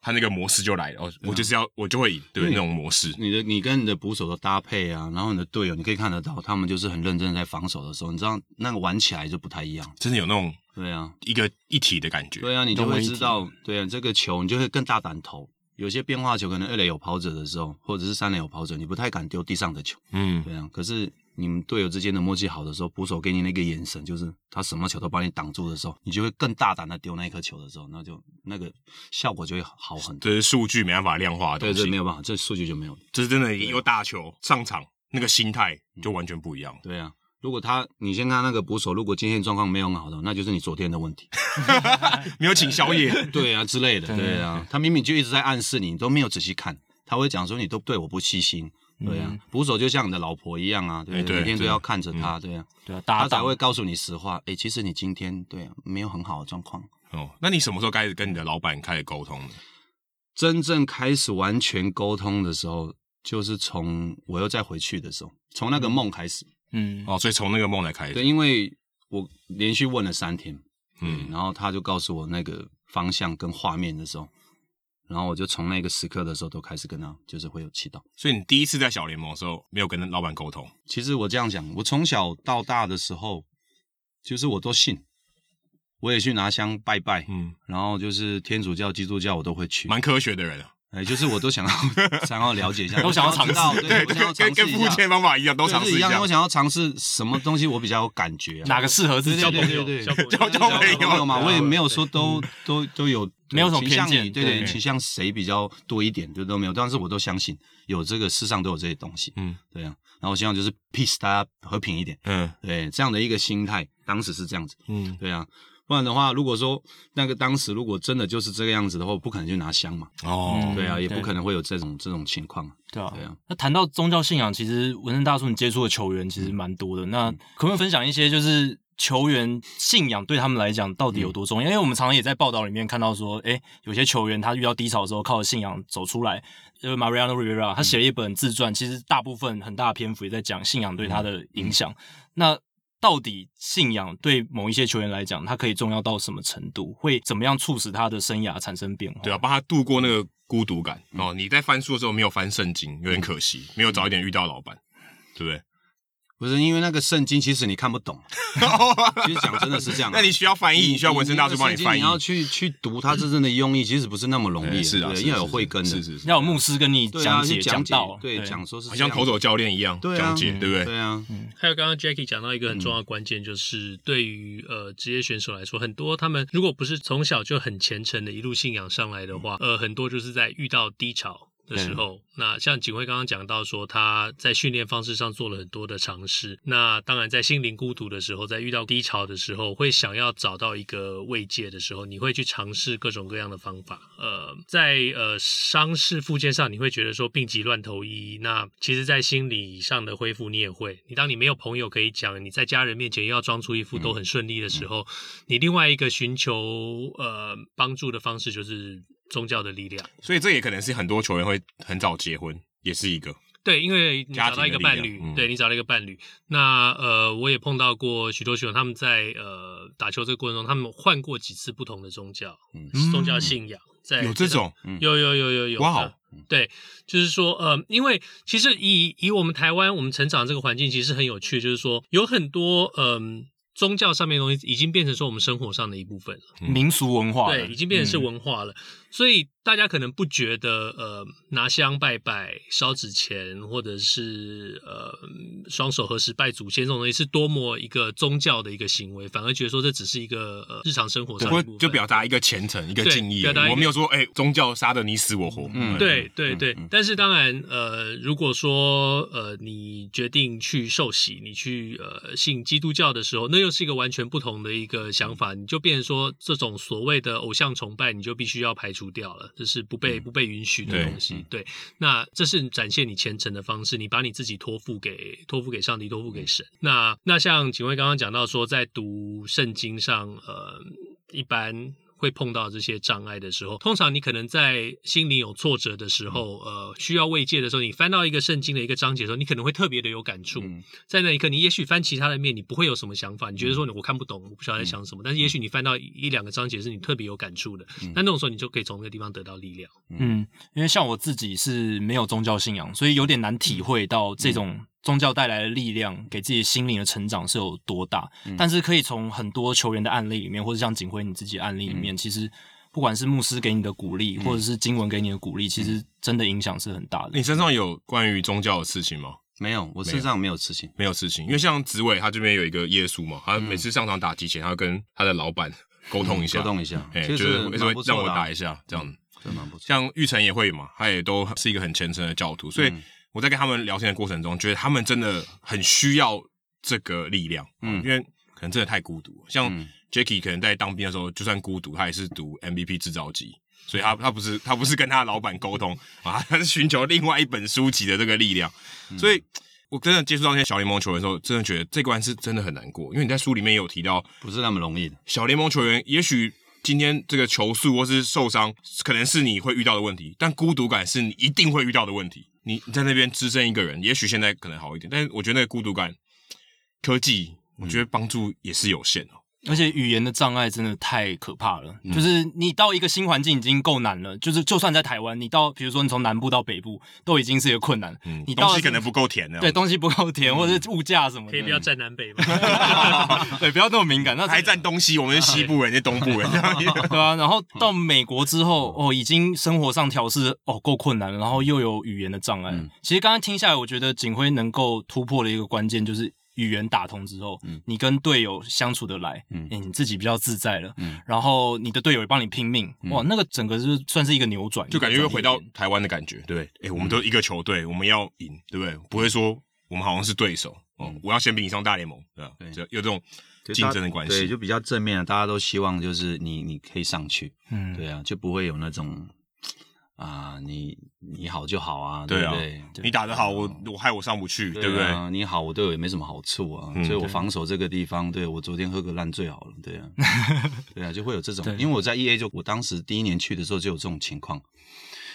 S2: 他那个模式就来了，哦，我就是要我就会赢，对
S3: 啊因为
S2: 那种模式。
S3: 你的你跟你的捕手的搭配啊，然后你的队友，你可以看得到，他们就是很认真在防守的时候，你知道那个玩起来就不太一样。
S2: 真的有那种
S3: 对啊，
S2: 一个一体的感觉，
S3: 对啊，你就
S1: 融为
S3: 会
S1: 一
S3: 知
S1: 体
S3: 道，对啊，这个球你就会更大胆投。有些变化球可能二垒有跑者的时候，或者是三垒有跑者，你不太敢丢地上的球。
S2: 嗯，
S3: 对啊，可是你们队友之间的默契好的时候，捕手给你那个眼神，就是他什么球都把你挡住的时候，你就会更大胆的丢那一颗球的时候，那就那个效果就会好很多。
S2: 这是数据没办法量化的
S3: 对
S2: 东
S3: 对，
S2: 西
S3: 没，有办法，这数据就没有了。
S2: 这是真的有打球上场那个心态
S3: 嗯
S2: 就完全不一样。
S3: 对啊，如果他你先看那个捕手，如果今天状况没有很好的，那就是你昨天的问题。
S2: 没有请宵夜，
S3: 对啊，之类的。对啊，他明明就一直在暗示你，你都没有仔细看，他会讲说你都对我不细心。对啊，捕手就像你的老婆一样啊，对
S2: 哎
S3: 不对？
S2: 对
S3: 每天都
S2: 对
S3: 要看着他，对啊，
S1: 对啊，搭
S3: 他才
S1: 档
S3: 会告诉你实话。哎，其实你今天对啊没有很好的状况。
S2: 哦，那你什么时候开始跟你的老板开始沟通的？
S3: 真正开始完全沟通的时候，就是从我又再回去的时候，从那个梦开始。
S6: 嗯，
S2: 哦，所以从那个梦来开始，
S3: 对，因为我连续问了三天，
S2: 嗯，
S3: 然后他就告诉我那个方向跟画面的时候，然后我就从那个时刻的时候都开始跟他就是会有祈祷。
S2: 所以你第一次在小联盟的时候没有跟老板沟通，
S3: 其实我这样讲，我从小到大的时候，就是我都信，我也去拿香拜拜，
S2: 嗯，
S3: 然后就是天主教、基督教我都会去，
S2: 蛮科学的 人啊，
S3: 哎，就是我都想要想要了解一下，
S6: 都想要
S3: 我知
S6: 尝
S3: 道
S6: 试
S3: 对，我想要
S2: 跟跟
S3: 尝试
S2: 跟
S3: 一
S2: 付
S3: 下，
S2: 钱方法一样，都尝
S3: 对
S2: 试
S3: 一样，
S2: 下
S3: 我。想要尝试什么东西，我比较有感觉、啊，
S6: 哪个适合自
S3: 对
S6: 己？
S3: 对对对对。
S5: 交朋友
S2: 交
S5: 交
S2: 朋
S5: 朋
S2: 友
S3: 没有嘛，
S5: 对
S3: 我也没有说都都都有
S6: 没有什么
S3: 倾向
S6: 偏见
S3: 你对对，
S6: 对
S3: 倾向谁比较多一点，对都没有，但是我都相信有这个世上都有这些东西，
S2: 嗯
S3: 嗯，对啊，然后我希望就是 peace 大家和平一点，
S2: 嗯
S3: 对，这样的一个心态，当时是这样子，
S2: 嗯，
S3: 对啊，不然的话，如果说那个当时如果真的就是这个样子的话，我不可能去拿香嘛，
S2: 哦，
S3: 对啊，
S6: 嗯
S3: 也不
S6: 对
S3: 可能会有这种这种情况，
S6: 对啊
S3: 对啊，
S6: 那谈到宗教信仰，其实文森大叔你接触的球员其实蛮多的，
S3: 嗯
S6: 那可不可以分享一些就是？球员信仰对他们来讲到底有多
S3: 嗯
S6: 重要？因为我们常常也在报道里面看到说，诶，有些球员他遇到低潮的时候，靠着信仰走出来。就是 Mariano
S3: 嗯
S6: Rivera，他写了一本自传，其实大部分很大的篇幅也在讲信仰对他的影
S3: 嗯
S6: 响。那到底信仰对某一些球员来讲，它可以重要到什么程度？会怎么样促使他的生涯产生变化？
S2: 对啊，帮他度过那个孤独感哦。你在翻书的时候没有翻圣经，有点可惜，没有早一点遇到老板，对 不对？
S3: 不是因为那个圣经其实你看不懂，啊其实讲真的是这样 啊、
S2: 那你需要翻译，
S3: 你
S2: 你需要纹身大叔帮你翻译
S3: 你，要去去读它真正的用意，其实不是那么容易，
S2: 哎是啊，
S3: 对
S2: 是
S3: 要有
S2: 是
S3: 慧根的，
S2: 是是是，
S6: 要有牧师跟你
S3: 对啊，
S6: 讲解、
S3: 去讲解
S6: 到，，
S3: 对，讲说是
S2: 哎好像
S3: 这样
S2: 投手教练一样
S3: 对啊
S2: 讲解，对不嗯对？
S3: 对啊，
S5: 还有刚刚 Jackie 讲到一个很重要的关键，就是对于呃职业选手来说，很多他们如果不是从小就很虔诚的一路信仰上来的话，呃，很多就是在遇到低潮。的时候，那像景辉刚刚讲到说，他在训练方式上做了很多的尝试。那当然，在心灵孤独的时候，在遇到低潮的时候，会想要找到一个慰藉的时候，你会去尝试各种各样的方法。呃，在呃伤势复健上，你会觉得说病急乱投医。那其实，在心理上的恢复，你也会。你当你没有朋友可以讲，你在家人面前又要装出一副都很顺利的时候，你另外一个寻求呃帮助的方式就是宗教的力量。
S2: 所以这也可能是很多球员会很早结婚，也是一个。
S5: 对，因为你
S2: 家
S5: 找
S2: 庭
S5: 到一
S2: 的
S5: 个
S2: 力
S5: 伴
S2: 量
S5: 侣，
S2: 嗯
S5: 对你找到一个伴侣。那呃，我也碰到过许多球友，他们在呃打球这个过程中，他们换过几次不同的宗教，
S2: 嗯
S5: 宗教信仰，在
S2: 有这种，
S5: 有有有有有，
S2: 哇哦
S5: 那对，就是说，呃，因为其实以以我们台湾我们成长这个环境，其实很有趣，就是说有很多嗯、宗教上面的东西已经变成说我们生活上的一部分了，
S6: 民俗文化嗯了，
S5: 对，已经变成是文化了。所以大家可能不觉得，呃，拿香拜拜、烧纸钱，或者是呃双手合十拜祖先这种东西是多么一个宗教的一个行为，反而觉得说这只是一个呃日常生活上的
S2: 或
S5: 一部分
S2: 就表达一个虔诚，一个
S5: 对
S2: 敬意
S5: 表达一。个
S2: 我没有说，哎，宗教杀的你死我活。
S3: 嗯
S5: 对对
S3: 嗯
S5: 对，
S3: 嗯
S5: 但是当然，呃，如果说呃你决定去受洗，你去呃信基督教的时候，那又是一个完全不同的一个想法，你就变成说这种所谓的偶像崇拜，你就必须要排除掉了，这是不
S3: 嗯
S5: 被不被允许的东西。对，那这是展现你虔诚的方式，你把你自己托付给托付给上帝，托付给神。那那像警卫刚刚讲到说，在读圣经上，呃，一般会碰到这些障碍的时候，通常你可能在心里有挫折的时候，呃，需要慰藉的时候，你翻到一个圣经的一个章节的时候，你可能会特别的有感触。
S3: 嗯
S5: 在那一刻，你也许翻其他的面，你不会有什么想法，你觉得说你我看不懂，我不晓得在想什么。但是也许你翻到一一两个章节是你特别有感触的，那那种时候你就可以从那个地方得到力量。
S6: 嗯，因为像我自己是没有宗教信仰，所以有点难体会到这种宗教带来的力量给自己心灵的成长是有多大。但是可以从很多球员的案例里面，或者像景辉你自己的案例里面，其实不管是牧师给你的鼓励，或者是经文给你的鼓励，其实真的影响是很大的
S2: 你。身上有关于宗教的事情吗？
S3: 没有，我身上没有事情，
S2: 没有事情，因为像紫伟他这边有一个耶稣嘛，他每次上场打击前，他要跟他的老板 沟通一下，
S3: 嗯沟通一下，
S2: 哎，
S3: 其
S2: 就是
S3: 实
S2: 为什么
S3: 蛮不
S2: 让
S3: 错
S2: 我
S3: 的啊，
S2: 打一下这样。
S3: 真蛮不错，
S2: 像玉成也会嘛，他也都是一个很虔诚的教徒，所以
S3: 嗯
S2: 我在跟他们聊天的过程中，觉得他们真的很需要这个力量，嗯，
S3: 嗯
S2: 因为可能真的太孤独了。像
S3: 嗯
S2: Jacky 可能在当兵的时候，就算孤独，他也是读 MVP 制造机，所以他他不是他不是跟他老板沟通啊，他是寻求另外一本书籍的这个力量，
S3: 嗯
S2: 所以。我真的接触到那些小联盟球员的时候，真的觉得这关是真的很难过，因为你在书里面也有提到，
S3: 不是那么容易的，
S2: 小联盟球员也许今天这个球速或是受伤，可能是你会遇到的问题，但孤独感是你一定会遇到的问题。你你在那边只身一个人，也许现在可能好一点，但是我觉得那个孤独感，科技我觉得
S3: 嗯
S2: 帮助也是有限的、哦
S1: 而且语言的障碍真的太可怕了，就是你到一个新环境已经够难了，就是就算在台湾，你到比如说你从南部到北部都已经是一个困难，
S2: 嗯，
S1: 你
S2: 东
S1: 到
S2: 西
S1: 了
S2: 可能不够甜哦的，
S1: 对，东西不够
S3: 嗯
S1: 甜，或者是物价什么的，
S5: 可以不要站南北 吗？
S1: 对，不要那么敏感，那
S2: 还占东西，我们是西 部人，是东部人，这样
S1: 对啊，然后
S3: 嗯
S1: 到美国之后，哦，已经生活上调试哦够困难了，然后又有语言的障碍。
S3: 嗯
S1: 其实刚刚听下来，我觉得景辉能够突破的一个关键就是语言打通之后，
S3: 嗯
S1: 你跟队友相处得来，
S3: 嗯
S1: 嗯、你自己比较自在了，
S3: 嗯
S1: 然后你的队友也帮你拼命，
S3: 嗯
S1: 哇，那个整个就是算是一个扭转，
S2: 就感觉
S1: 一
S2: 又
S1: 个
S2: 回
S1: 转捩
S2: 到
S1: 点
S2: 台湾的感觉，对，哎、我们
S3: 嗯
S2: 都一个球队，我们要赢，对不对？不会说我们好像是对手，哦，我要先比你上大联盟，对吧？
S3: 嗯对
S2: 就有这种
S3: 就
S2: 竞
S3: 大
S2: 争的关
S3: 对，
S2: 系，
S3: 就比较正面啊，大家都希望就是你你可以上去，
S1: 嗯，
S3: 对啊，就不会有那种啊，你你好就好啊，
S2: 对
S3: 对
S2: 啊
S3: 不对？
S2: 你打得好，我我害我上不去， 对不对？
S3: 啊？你好，我对我也没什么好处啊，
S2: 嗯
S3: 所以我防守这个地方，对我昨天喝个烂醉好了，对啊，对啊，就会有这种
S1: 对，
S3: 因为我在 E A 就我当时第一年去的时候就有这种情况，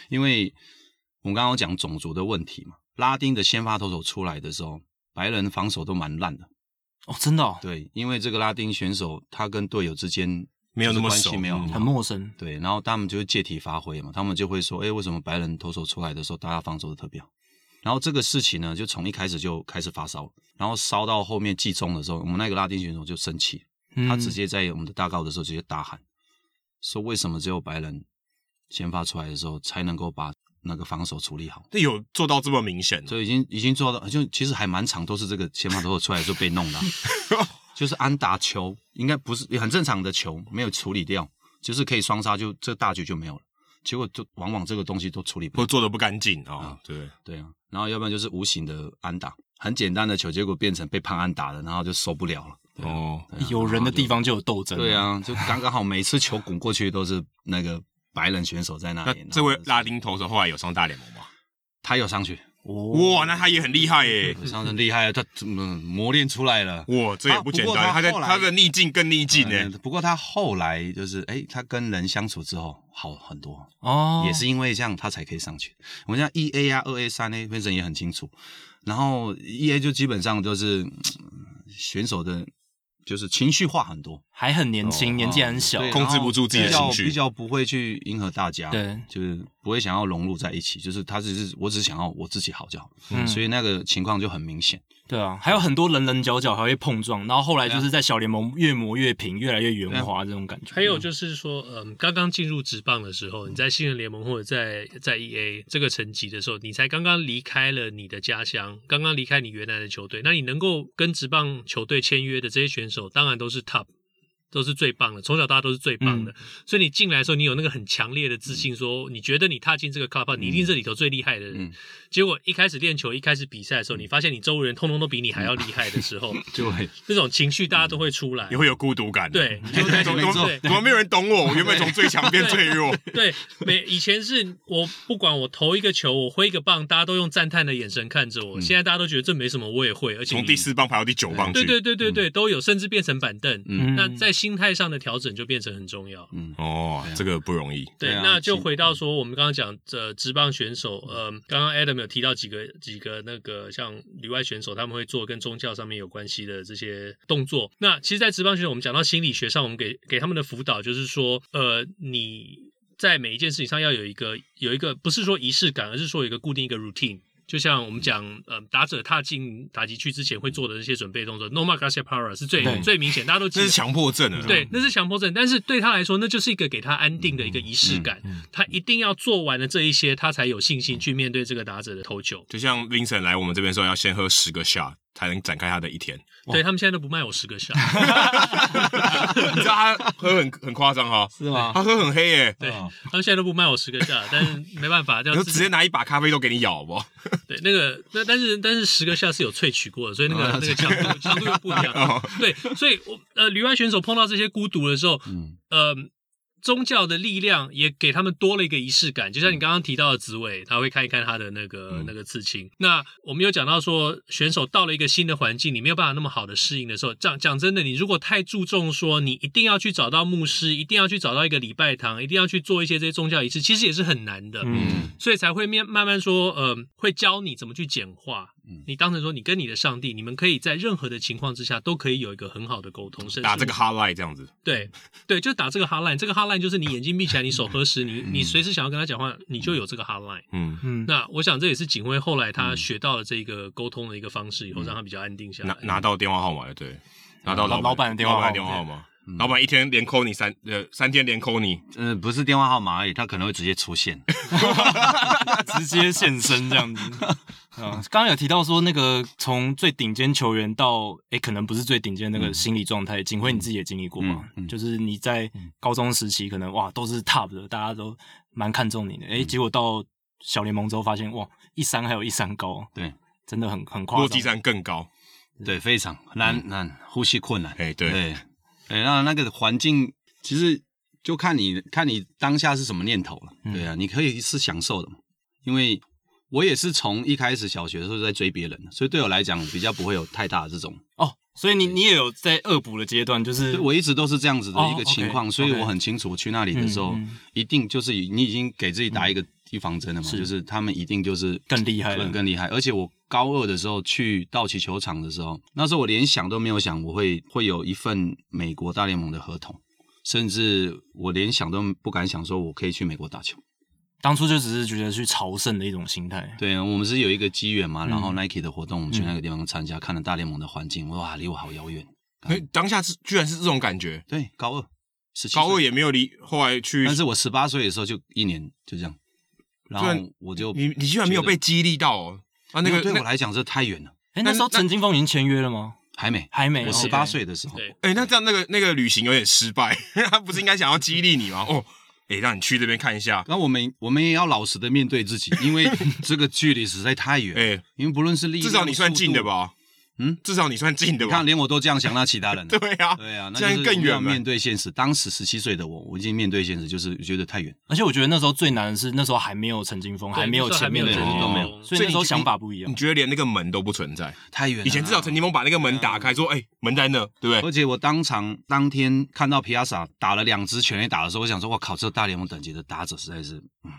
S3: 因为我们刚刚讲种族的问题嘛，拉丁的先发投手出来的时候，白人防守都蛮烂的，
S1: 哦，真的、哦、
S3: 对，因为这个拉丁选手他跟队友之间
S2: 没有那么
S3: 就是关
S2: 熟
S3: 系没有
S2: 嗯
S3: 好
S1: 很陌生，
S3: 对，然后他们就会借题发挥嘛，他们就会说，哎，为什么白人投手出来的时候，大家防守的特别好？然后这个事情呢，就从一开始就开始发烧，然后烧到后面季中的时候，我们那个拉丁选手就生气，
S1: 嗯
S3: 他直接在我们的大告的时候直接大喊，说为什么只有白人先发出来的时候才能够把那个防守处理好？
S2: 那有做到这么明显哦
S3: 所以已经已经做到，就其实还蛮长，都是这个先发投手出来就被弄 的啊、就是安打球应该不是很正常的球，没有处理掉，就是可以双杀就，这个大局就没有了。结果就往往这个东西都处理不
S2: 或
S3: 了，
S2: 做的不干净啊？对，
S3: 对啊，然后要不然就是无形的安打，很简单的球，结果变成被判安打的，然后就受不了了。对啊
S2: 哦，
S3: 对啊
S1: 有人的地，
S3: 然后
S1: 方就有斗争，
S3: 就对，啊，就刚刚好，每次球滚过去都是那个白人选手在那
S2: 那
S3: 里。
S2: 这位拉
S3: 丁
S2: 丁投手后来有上大联盟吗？
S3: 他有上去，
S2: 哇，那他也很厉害耶！
S3: 有上去厉害了，他怎么磨练出来了？
S2: 哇，这也不简
S3: 啊啊不过
S2: 单，
S3: 他
S2: 他在
S3: 后来
S2: 他的逆境更逆境呢
S3: 嗯。不过他后来就是，哎，他跟人相处之后好很多，
S1: 哦，
S3: 也是因为这样他才可以上去。我们像一 A 啊、二 A、三 A 分神也很清楚，然后一 A 就基本上就是嗯选手的，就是情绪化很多，哦
S1: 还很年轻，年纪还很小，
S3: 对
S2: 控制不住自己的
S3: 然后
S2: 情绪
S3: 比较比较不会去迎合大家，
S1: 对
S3: 就是不会想要融入在一起，就是他只是我只想要我自己好就好，
S1: 嗯
S3: 所以那个情况就很明显。
S1: 对啊，还有很多棱棱角角还会碰撞，然后后来就是在小联盟越磨越平，越来越圆滑这种感觉。
S5: 还有就是说，嗯，刚刚进入职棒的时候，你在新人联盟或者在在 E A 这个层级的时候，你才刚刚离开了你的家乡，刚刚离开你原来的球队，那你能够跟职棒球队签约的这些选手，当然都是 top，都是最棒的，从小到大都是最棒的。所以你进来的时候，你有那个很强烈的自信说，你觉得你踏进这个 club，你一定是里头最厉害的人。
S3: 嗯
S5: 结果一开始练球，一开始比赛的时候，你发现你周围人通通都比你还要厉害的时候，
S3: 就会
S5: 这种情绪大家都会出来
S2: 也。会有孤独感的，
S5: 对
S2: 怎么怎么
S3: 没错
S2: 怎么没有人懂我？我原本从最强变最弱，
S5: 对，每以前是我不管我投一个球，我挥一个棒，大家都用赞叹的眼神看着我。现在大家都觉得这没什么，我也会，而
S2: 嗯
S5: 且
S2: 从
S5: 你
S2: 第，四棒排到第九棒去。嗯
S5: 对对对对对，都有，甚至变成板凳。
S1: 嗯
S5: 那在心态上的调整就变成很重要。
S3: 嗯
S2: 哦，这个不容易。
S5: 对，
S3: 对啊
S5: 那就
S3: 其
S5: 回到说我们刚刚讲呃，职棒选手，呃，刚刚 Adam 有提到几个几个那个像旅外选手他们会做跟宗教上面有关系的这些动作。那其实，在职棒选手，我们讲到心理学上，我们给给他们的辅导就是说，呃，你在每一件事情上要有一个有一个不是说仪式感，而是说有一个固定一个 routine。就像我们讲，呃，打者踏进打击区之前会做的那些准备动作，Norma Garcia Para 是最
S1: 对
S5: 最明显，大家都记
S2: 这
S5: 得
S2: 是强迫症了，啊
S5: 对，那是强迫症，但是对他来说，那就是一个给他安定的一个仪式感。
S2: 嗯
S5: 他一定要做完了这一些，他才有信心去面对这个打者的投球。
S2: 就像 Vincent 来我们这边的时候，要先喝十个 shot 才能展开他的一天。
S5: 对他们现在都不卖我十个小，
S2: 你知道他喝很很夸张哈，
S3: 是吗？
S2: 他喝很黑耶、
S5: 对他们现在都不卖我十个下，但是没办法，
S2: 然
S5: 要
S2: 后
S5: 自
S2: 直
S5: 己
S2: 接拿一把咖啡豆给你咬，哦好不好？
S5: 对，那个那但是但是十个下是有萃取过的，所以 那个、
S2: 啊
S5: 那个强度强
S2: 哦
S5: 度又不一样。对，所以我呃，旅外选手碰到这些孤独的时候，
S3: 嗯
S5: 呃，宗教的力量也给他们多了一个仪式感，就
S2: 嗯
S5: 像你刚刚提到的紫伟，他会看一看他的那个、那个刺青。那我们有讲到说，选手到了一个新的环境，你没有办法那么好的适应的时候，讲讲真的，你如果太注重说你一定要去找到牧师，一定要去找到一个礼拜堂，一定要去做一些这些宗教仪式，其实也是很难的。
S8: 嗯，
S5: 所以才会面慢慢说，呃，会教你怎么去简化。
S2: 嗯
S5: 你当成说，你跟你的上帝，你们可以在任何的情况之下都可以有一个很好的沟通，甚至
S2: 打这个 highlight 这样子，
S5: 对对，就打这个 hotline，这个 hotline 就是你眼睛闭起来，你手合十，你
S3: 嗯
S5: 你随时想要跟他讲话，你就有这个 hotline。
S2: 嗯，
S8: 嗯，
S5: 那我想这也是警徽后来
S3: 嗯
S5: 他学到了这个沟通的一个方式以后，让他比较安定下
S2: 拿
S5: 来。
S2: 拿到电话号码了，对，拿到
S1: 老
S2: 老
S1: 老板的电话
S2: 老板
S1: 号码
S2: 电话号码，老板一天连扣你三呃三天连扣你，
S3: 呃，不是电话号码而已，他可能会直接出现。
S1: 直接现身这样子。 啊，刚刚有提到说那个从最顶尖球员到诶、可能不是最顶尖那个心理状态，景辉你自己也经历过嘛？
S3: 嗯嗯
S1: 就是你在高中时期可能哇都是 top 的，大家都蛮看重你的，诶、结果到小联盟之后发现哇一山还有一山高，
S3: 对，
S1: 真的很很夸张。
S2: 落基山更高，
S1: 嗯
S3: 对，非常难难，呼吸困难。
S2: 哎，对，
S3: 对，对，那那个环境其实就看你看你当下是什么念头了。
S1: 嗯
S3: 对啊，你可以是享受的嘛，因为我也是从一开始小学的时候就在追别人的，所以对我来讲比较不会有太大的这种，
S1: 哦，所以你你也有在恶补的阶段，就是
S3: 对我一直都是这样子的一个情况，
S1: 哦，OK，
S3: 所以
S1: OK
S3: 我很清楚去那里的时候，
S1: 嗯嗯
S3: 一定就是你已经给自己
S2: 嗯
S3: 打一个预防针了嘛，
S1: 是
S3: 就是他们一定就是
S1: 更厉害了
S3: 更更厉害。而且我高二的时候去道奇球场的时候，那时候我连想都没有想，我会会有一份美国大联盟的合同，甚至我连想都不敢想，说我可以去美国打球。
S1: 当初就只是觉得去朝圣的一种心态。
S3: 对，啊我们是有一个机缘
S2: 嗯
S3: 嘛，然后 Nike 的活动，我们去那个地方参加，看了大联盟的环境，哇，离我好遥远。
S2: 哎，当下是居然是这种感觉，
S3: 对，高二，十七，
S2: 高二也没有离，后来去
S3: 但是我十八岁的时候就一年就这样，然
S2: 然
S3: 后我就
S2: 啊你你居然没有被激励到哦，啊，那
S3: 那
S2: 个
S3: 个对
S2: 那
S3: 我来讲这太远了，
S1: 诶、那时候陈金峰已经签约了吗？
S3: 还没，
S1: 还没，
S3: 我
S1: 哦
S3: 十八岁的时候，
S5: 对
S2: 哎、那这样那个那个旅行有点失败， 他不是应该想要激励你吗？哦，哎、让你去这边看一下，
S3: 那我们我们也要老实的面对 自己，因为这个距离实在太远。
S2: 哎、
S3: 因为不论是力量，
S2: 至少你算近的？吧？
S3: 嗯，
S2: 至少你算近的
S3: 你
S2: 吧
S3: 看，？连我都这样想，那其他人 呢？
S2: 对啊，
S3: 对啊，那
S2: 这样
S3: 就是
S2: 更
S3: 要
S2: 远了
S3: 面。对现实。当时十七岁的我，我已经面对现实，就是觉得太远。
S1: 而且我觉得那时候最难的是那时候还没有陈金峰，
S5: 对
S1: 还没有
S5: 那时候还
S1: 前
S5: 没
S1: 面
S5: 有
S1: 的
S3: 陈金
S1: 人
S3: 峰
S1: 有所以那时候想法不一样
S3: 啊
S2: 你。觉得连那个门都不存在？
S3: 太远了啦。
S2: 以前至少陈金峰把那个门打开，说：“哎、门在那，对不对
S3: 而且我当场当天看到皮亚萨打了两支全垒打的时候，我想说，我靠，这大联盟等级的打者实在是，嗯，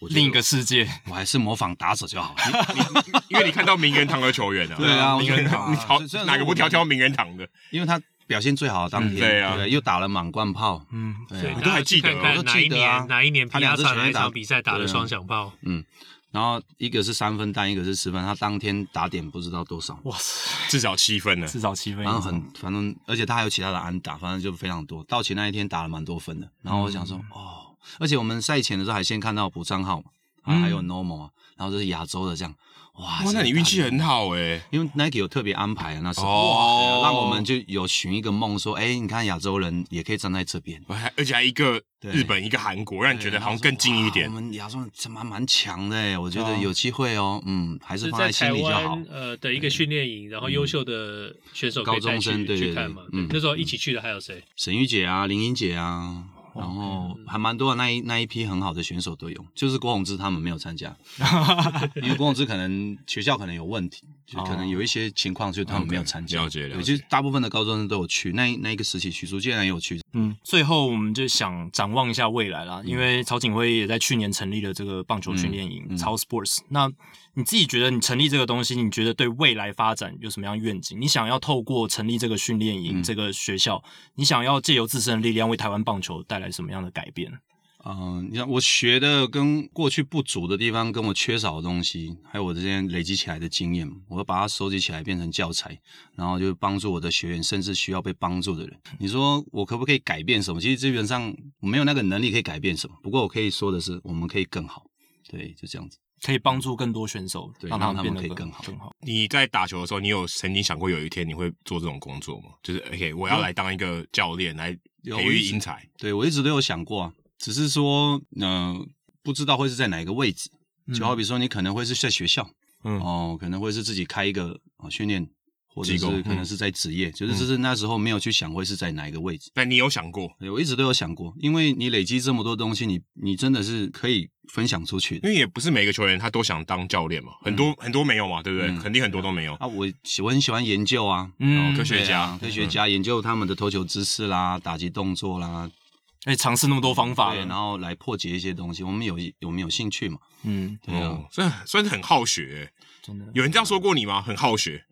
S3: 我觉得
S1: 另一个世界，
S3: 我还是模仿打者就好了。？”
S2: 因为你 看到名人堂的球员啊，
S3: 对啊，我觉得
S2: 你挑
S3: 虽然说
S2: 哪个不
S3: 我
S2: 挑挑名人堂的？
S3: 因为他表现最好的当天，
S2: 嗯对啊
S3: 又打了满贯炮，
S1: 嗯，
S3: 对啊
S2: 我都还记得
S5: 大家去看看
S3: 我都
S5: 哪一
S3: 记得啊
S5: 年哪一年
S3: 他
S5: 皮亚
S3: 两支
S5: 萨
S3: 全垒
S5: 哪一
S3: 打
S5: 场比赛打
S3: 对
S5: 的
S3: 啊
S5: 双响炮，
S3: 然后一个是三分弹，一个是十分，他当天打点不知道多少，
S1: 哇 塞，
S2: 至少七分了。
S1: 至少七分以
S3: 然后
S1: 上，
S3: 很反正，而且他还有其他的安打，反正就非常多。道奇那一天打了蛮多分的，然后我想说、
S2: 嗯
S3: 哦，而且我们赛前的时候还先看到补账号嘛，啊、还有 normal 啊，然后这是亚洲的这样，哇，
S2: 嗯哇，那你运气很。好哎、
S3: 因为 Nike 有特别安排啊，那时候、
S2: 哦
S3: 对啊让我们就有寻一个梦，说，哎，你看亚洲人也可以站在这边，
S2: 哦还而且还一个
S3: 对
S2: 日本，一个韩国，让你觉得好像更近一点啊
S3: 哇我。们亚洲人真蛮蛮强的哎，我觉得有机会哦，嗯，还是
S5: 是
S3: 放
S5: 在
S3: 心
S5: 台
S3: 里就好嗯
S5: 湾。呃的一个训练营，然后优秀的选手可
S3: 高
S5: 以带
S3: 中生
S5: 去
S3: 对对对
S5: 去看嘛。
S3: 嗯
S5: 对那时候一起去的还有谁？
S3: 沈玉姐啊，林英姐啊，
S2: 哦
S3: 然
S2: 哎
S3: 后
S2: 嗯
S3: 还蛮多的那一那一批很好的选手都有，就是郭宏志他们没有参 加，因为郭宏志可能学校可能有问题，就可能有一些情况，所以他们没有参加。
S2: 哦了解了
S3: 对，
S2: 解
S3: 其实大部分的高中生都有去，那一那一个时期，许淑健也有去，
S1: 嗯，最后我们就想展望一下未来
S3: 嗯
S1: 啦，因为曹景辉也在去年成立了这个棒球训练营、
S3: 嗯
S1: 超 Sports。那你自己觉得你成立这个东西，你觉得对未来发展有什么样的愿景？你想要透过成立这个训练
S3: 嗯
S1: 营、这个学校，你想要借由自身的力量为台湾棒球带来什么样的改变？
S3: 嗯，你看我学的跟过去不足的地方，跟我缺少的东西，还有我之前累积起来的经验，我要把它收集起来变成教材，然后就帮助我的学员，甚至需要被帮助的人。你说我可不可以改变什么？其实基本上我没有那个能力可以改变什么，不过我可以说的是，我们可以更好。对，就这样子。
S1: 可以帮助更多选手，
S3: 对
S1: 让
S3: 让他
S1: 变
S3: 们
S1: 得
S3: 可以
S1: 更
S3: 更好
S1: 更好。
S2: 你在打球的时候，你有曾经想过有一天你会做这种工作吗？就是 OK，我要来当一个教练，来
S3: 有
S2: 培
S3: 我
S2: 育
S3: 一直
S2: 英才。
S3: 对我一直都有想过啊，只是说，嗯、不知道会是在哪一个位置。
S2: 嗯
S3: 就好比说，你可能会是在学校，
S1: 嗯
S3: 哦，可能会是自己开一个啊、呃训练或者
S2: 机构嗯
S3: 是可能是在职业，就是这是那时候没有去想会是在哪一个位置。
S2: 但你有想过？
S3: 我一直都有想过，因为你累积这么多东西，你你真的是可以分享出去的
S2: 因为也不是每个球员他都想当教练嘛，很多、很多没有嘛，对不对？
S3: 嗯
S2: 肯定很多都没有。
S3: 啊！我喜我很喜欢研究啊，
S6: 嗯，
S2: 科学
S3: 对啊
S2: 家
S3: 科学家研究他们的投球姿势啦、打击动作啦，
S6: 哎，尝试那么多方法
S3: 对，，然后来破解一些东西。我们有我们有兴趣嘛？
S6: 嗯，
S3: 对啊，
S2: 哦，算算是很好学、欸
S6: 真的
S2: 有人这样说过你吗？很好学，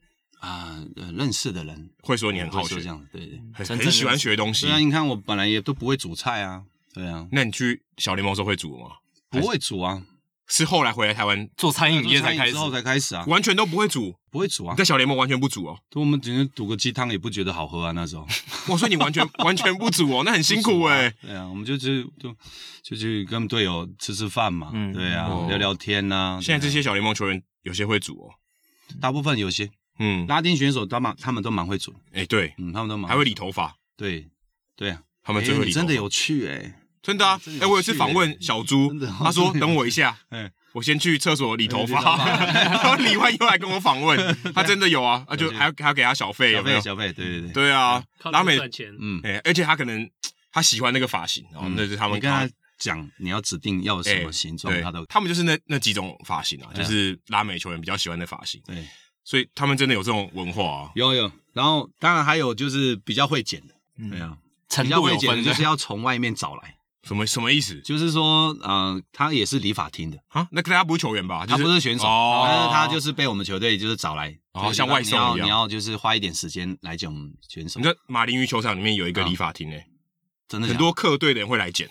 S3: 啊、呃认识的人
S2: 会说你很好
S3: 哦会说这
S2: 学，
S3: 样子，对对。
S2: 很
S6: 真正
S2: 很喜欢学东西
S3: 对。啊，你看我本来也都不会煮菜啊，对啊，
S2: 那你去小联盟的时候会煮吗？
S3: 不会煮啊，
S2: 是后来回来台湾，
S6: 做餐饮业才开
S3: 之
S6: 始，
S3: 后才开始啊，
S2: 完全都不会煮。
S3: 不会煮啊
S2: 你在，小联盟完全不煮哦，
S3: 我们只能煮个鸡汤也不觉得好喝啊，那 时候
S2: 哇，所以你完全完全不煮哦，那很辛苦哎、
S3: 对啊，我们就去就就去跟队友吃吃饭嘛，
S6: 嗯
S3: 对啊，
S2: 哦
S3: 聊聊天呐、啊。
S2: 现在这
S3: 对
S2: 些小联盟球员有些会煮哦，
S3: 啊大部分有些
S2: 嗯，
S3: 拉丁选手，他们他们都蛮会煮，
S2: 哎、对，
S3: 嗯，他们都蛮
S2: 还会理头发，
S3: 对对啊，
S2: 他们最
S3: 哎
S2: 会
S3: 你
S2: 理头发、
S3: 真的有趣哎、
S2: 真的啊！
S3: 真的
S2: 哎，
S3: 有
S2: 我有一次
S3: 趣
S2: 访问
S3: 欸
S2: 小猪
S3: 真的哦，
S2: 他说等我一下
S3: 嗯，
S2: 我先去厕所理头发，
S3: 哎理头发
S2: 然后理完以后来跟我访 问，他真的有啊，他就
S3: 有趣
S2: 还要还要给他小费，有
S3: 小
S2: 没
S3: 费
S2: 有？
S3: 哎小费，对对对，
S2: 对啊，
S4: 靠
S2: 拉
S4: 他
S2: 美
S4: 们，赚钱，
S3: 嗯，
S2: 哎，而且他可能他喜欢那个发型，然后那是他们
S3: 你跟他
S2: 搞
S3: 讲你要指定要什么形状，
S2: 对
S3: 他都，
S2: 他们就是那那几种发型啊，
S3: 对
S2: 就
S3: 啊
S2: 是拉美球员比较喜欢的发型，
S3: 对
S2: 所以他们真的有这种文化啊。
S3: 有有，然后当然还有就是比较会剪的，
S1: 嗯
S2: 嗯
S3: 对啊，
S6: 程
S3: 比较
S6: 度
S3: 会
S6: 有
S3: 剪的
S6: 分
S3: 就是要从外面找来，
S2: 什么什么意思
S3: 就是说，呃，他也是理发厅的，
S2: 啊？那他不是球员吧？就
S3: 他不是选手，但
S2: 哦，
S3: 是他就是被我们球队就是找来，
S2: 哦
S3: 就是
S2: 像外送
S3: 你要
S2: 一样
S3: 你要就是花一点时间来讲选手
S2: 你，知道马林鱼球场里面有
S3: 啊
S2: 一个理发厅诶，
S3: 真的
S2: 很
S3: 假的
S2: 多客队的人会来剪。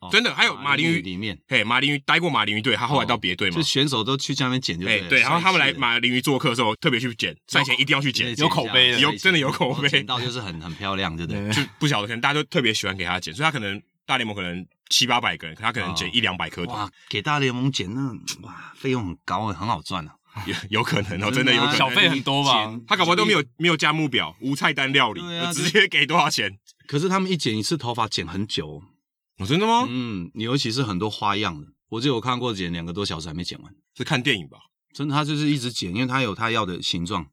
S3: 哦
S2: 真的还有马林鱼
S3: 里面，
S2: 嘿，马林鱼待过马林鱼队，他
S3: 哦
S2: 后来到别队嘛
S3: 就。选手都去那边剪就
S2: 哎、
S3: 了
S2: 对，然后他们来
S3: 帅气的
S2: 马林鱼做客的时候，特别去剪，赛前一定要去
S3: 对
S2: 剪，
S3: 剪一下
S2: 的，
S3: 对
S2: 有
S3: 剪
S2: 真的有口
S3: 然后
S2: 碑
S3: 剪，到就是很很漂亮，对不对？
S2: 就 不晓得可能大家都特别喜欢给他剪，所以他可能大联盟可能七八百个人，他可能剪
S3: 哦
S2: 一两百颗头，
S3: 哇，给大联盟剪那哇费用很高，很好赚啊。
S2: 有有可能哦，真的有
S3: 啊
S2: 可
S6: 小
S2: 能。
S6: 费很多吧？
S3: 你剪
S2: 他搞不好都没有没有价目表，无菜单料理，
S3: 对啊
S2: 就直接给多少钱？
S3: 可是他们一剪一次头发剪很久，
S2: 哦，真的吗？
S3: 嗯，尤其是很多花样的，我就有看过剪两个多小时还没剪完，
S2: 是看电影吧？
S3: 真的他就是一直剪，因为他有他要的形状，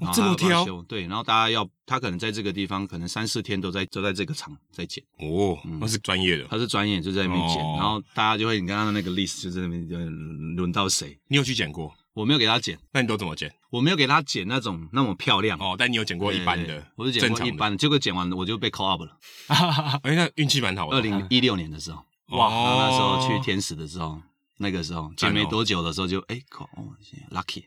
S3: 然后
S2: 哦这么
S3: 他要嗯把它
S2: 挑
S3: 修，对，然后大家要他可能在这个地方可能三四天都在都在这个厂在剪，
S2: 哦，
S3: 嗯
S2: 那是专业的。
S3: 他是专业就在那边剪，
S2: 哦
S3: 然后大家就会你刚刚那个 list 就在那边就轮到谁，
S2: 你有去剪过？
S3: 我没有给他剪，
S2: 那你都怎么剪？
S3: 我没有给他剪那种那么漂亮。
S2: 哦，但你有剪过
S3: 对
S2: 一般
S3: 对
S2: 的，
S3: 我就剪
S2: 正
S3: 过
S2: 常
S3: 一般的，结果剪完了我就被 call up 了。
S2: 的。 哎，那运气蛮好的。
S3: 二零一六年的时候，
S2: 哇，哦
S3: 然后那时候去天使的时候，那个时候剪没多久的时候就哎，靠、哦、，lucky，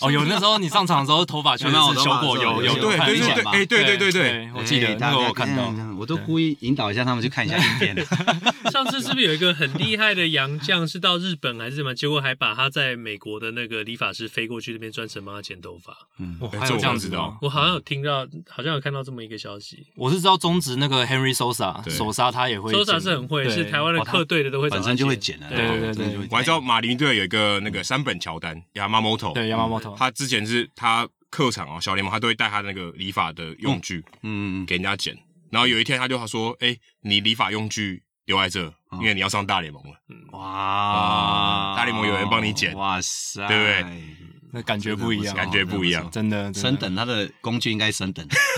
S6: 哦，有那时候你上场的时候头发确实
S3: 有没有
S6: 是修过，
S3: 头发
S6: 有
S3: 有
S6: 有
S2: 对
S6: 看
S2: 对
S6: 一
S2: 对
S6: 下
S2: 对，
S3: 吧
S2: 哎，对对对对，
S6: 对，我记得
S3: 哎大
S6: 那
S3: 家
S6: 个我看到
S3: 这，样我都故意引导一下他们去看一下影 片。
S5: 上次是不是有一个很厉害的洋将是到日本还是什么？结果还把他在美国的那个理发师飞过去那边专程帮他剪头发。
S6: 我
S2: 哎
S6: 还
S2: 这
S6: 有
S2: 我
S6: 这样
S2: 不
S6: 子
S2: 知
S6: 的
S2: 道
S6: 哦。
S5: 我好像有听到，好像有看到这么一个消息。
S6: 我是知道中职那个 Henry Sosa
S2: 对
S6: 手刹他也会剪，
S5: 周莎是很会，
S6: 对
S5: 是台湾的客队的都会找他
S3: 哦本身就会剪的，
S5: 对
S6: 对对
S3: 真的
S6: 对
S3: 就会剪
S2: 我还知道马林队有一个那个山本乔丹
S6: 嗯
S2: Yamamoto，嗯
S6: 对 Yamamoto，
S2: 他之前是他客场哦，小联盟他都会带他那个理发的用具
S3: 嗯，嗯
S2: 给人家剪，然后有一天他就说：“哎，你理发用具留在这，
S6: 嗯
S2: 因为你要上大联盟了。
S3: 嗯哇，
S2: 大联盟有人帮你剪
S3: 哇塞，
S2: 对不
S6: 那感觉不一样哦，
S2: 感觉不一样
S6: 真的真
S3: 升
S6: 的
S3: 等他的工具应该升等，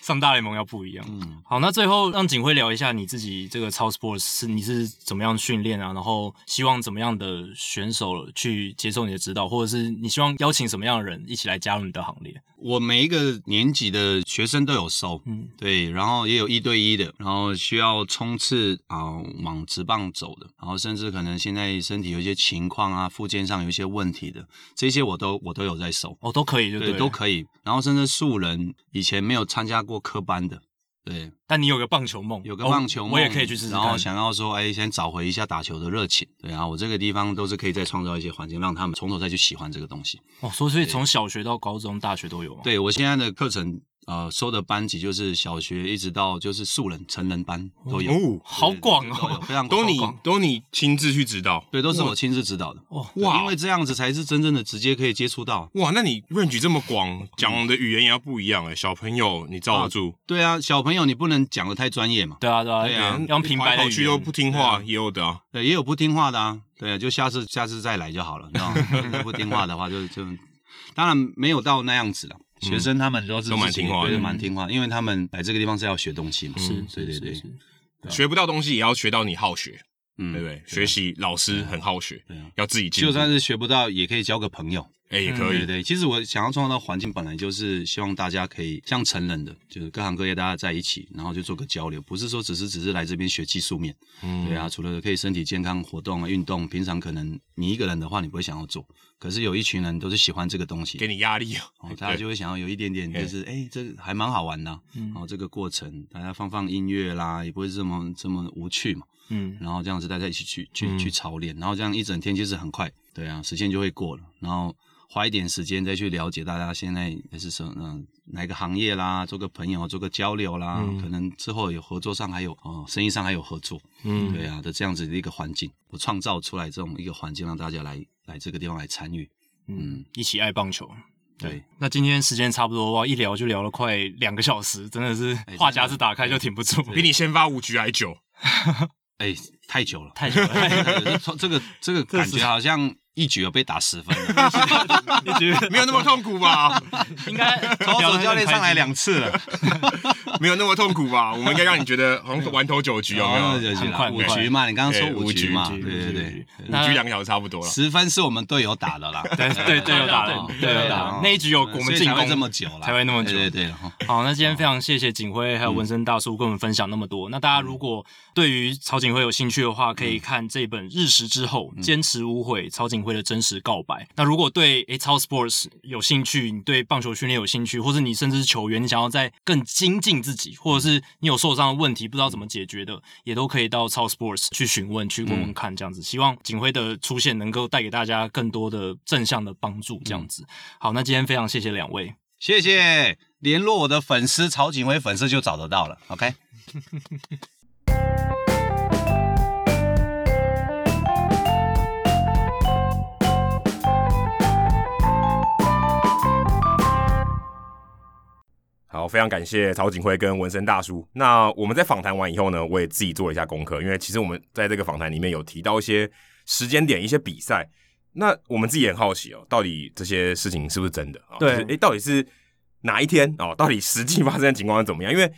S6: 上大联盟要不一样。
S3: 嗯，
S6: 好，那最后让景辉聊一下你自己这个超 sports 是你是怎么样训练啊，然后希望怎么样的选手去接受你的指导，或者是你希望邀请什么样的人一起来加入你的行列？
S3: 我每一个年级的学生都有收，
S6: 嗯
S3: 对，然后也有一对一的，然后需要冲刺啊、往直棒走的，然后甚至可能现在身体有一些情况啊，附件上有一些问题的，这些我都我都有在收，
S6: 哦，都可以，对不
S3: 对，都可以。然后甚至素人以前没有参加过科班的，对，
S6: 但你有个棒球梦，
S3: 有个棒球
S6: 哦
S3: 梦、
S6: 我也可以去试试看。
S3: 然后想要说，哎，先找回一下打球的热情，对啊，我这个地方都是可以再创造一些环境，让他们从头再去喜欢这个东西。
S6: 哦，所以所以从小学到高中、大学都有吗？
S3: 对我现在的课程，呃，收的班级就是小学一直到就是素人成人班都”有，
S2: 哦，
S6: 好广
S3: 都有
S6: 哦，
S3: 非常
S2: 都
S3: 广
S2: 你都你亲自去指导，
S3: 对，都是我亲自指导的。
S2: 哇
S3: 因为这样子才是真正的直接可以接触到。
S2: 哇，那你 range 这么广，讲的语言也要不一样哎，小朋友你罩得住，
S3: 对啊，小朋友你不能讲的太专业嘛，
S6: 对啊，对啊，
S3: 对啊
S6: 用用平白的
S2: 跑
S6: 语
S2: 去
S6: 言
S2: 都不听话也有的啊，
S3: 对，也有不听话的啊，对啊，就下次下次再来就好了，你知道吗？不听话的话就就当然没有到那样子了。学生他们都是
S2: 嗯都蛮
S3: 自己
S2: 听话的嗯
S3: 对蛮听话，因为他们来这个地方是要学东西嘛。
S6: 是，
S3: 嗯对对
S6: 是
S3: 对，，
S6: 是
S2: 学不到东西也要学到你好学，
S3: 嗯，
S2: 对不对？学习老师很好学
S3: 对啊，
S2: 要自己进步，
S3: 就算是学不到，也可以交个朋友。
S2: 哎也可
S3: 对
S2: 以
S3: 对，对，其实我想要创造的环境，本来就是希望大家可以像成人的，就是各行各业大家在一起，然后就做个交流，不是说只是只是来这边学技术面。
S2: 嗯
S3: 对啊，除了可以身体健康活动啊、运动，平常可能你一个人的话，你不会想要做，可是有一群人都是喜欢这个东西
S2: 给，你压力啊，
S3: 哦，大家就会想要有一点点，就是哎、这个还蛮好玩的啊、
S2: 嗯
S3: 然后这个过程，大家放放音乐啦，也不会这么这么无趣嘛。
S6: 嗯，
S3: 然后这样子大家一起去去去操练，然后这样一整天其实很快，对啊，时间就会过了，然后花一点时间再去了解大家现在是什么，嗯，哪个行业啦，做个朋友，做个交流啦，可能之后有合作上还有哦，生意上还有合作，嗯，对啊的这样子的一个环境，我创造出来这种一个环境，让大家来来这个地方来参与，嗯，
S6: 一起爱棒球。
S3: 对，
S6: 那今天时间差不多哇，一聊就聊了快两个小时，真的是话匣子打开就停不住，
S2: 比你先发五局还 久，
S3: 哎，太久了，
S6: 太久 了，
S3: 这个 这个感觉好像一局有被打十分了，
S2: 没有那么痛苦吧？
S6: 应 该
S3: 投手教练上来两次了。
S2: 没有那么痛苦吧？我们应该让你觉得好像玩头九局有 没
S3: 哦
S2: 有？
S3: 有
S6: 很快
S3: 五
S6: 很快
S3: 局嘛，你刚
S2: 哎
S3: 刚说五
S2: 五
S3: 局
S2: 局
S3: 嘛，
S6: 五
S3: 对
S6: 局
S3: 对
S6: 五局
S3: 对，
S2: 五局两个小时差不多了，
S3: 十分是我们队友打 的啦，哦
S6: 对对队友打的
S3: 对
S6: 队
S3: 啊
S6: 友打的那一局有我们
S3: 所以
S6: 进
S3: 才会
S6: 攻
S3: 这么久了，
S6: 才会那么久
S3: 对对对，然哦后
S6: 好，那今天非常谢谢景辉还有纹身大叔跟我们分享那么多。那大家如果对于曹景辉有兴趣的话，可以看这本《日食之后：坚持无悔，曹景辉的真实告白》。那如果对诶超 sports 有兴趣，你对棒球训练有兴趣，或者你甚至是球员，你想要再更精进自己，或者是你有受伤的问题不知道怎么解决的，也都可以到超 sports 去询问、去问问看这样子。希望景辉的出现能够带给大家更多的正向的帮助，这样子。好，那今天非常谢谢两位。
S3: 谢谢联络我的粉丝曹景辉粉丝就找得到了，OK。
S2: 好，非常感谢曹景辉跟纹身大叔。那我们在访谈完以后呢，我也自己做一下功课，因为其实我们在这个访谈里面有提到一些时间点、一些比赛。那我们自己也很好奇哦，到底这些事情是不是真的啊？
S1: 对
S2: 就是诶、到底是哪一天哦？到底实际发生的情况是怎么样？因为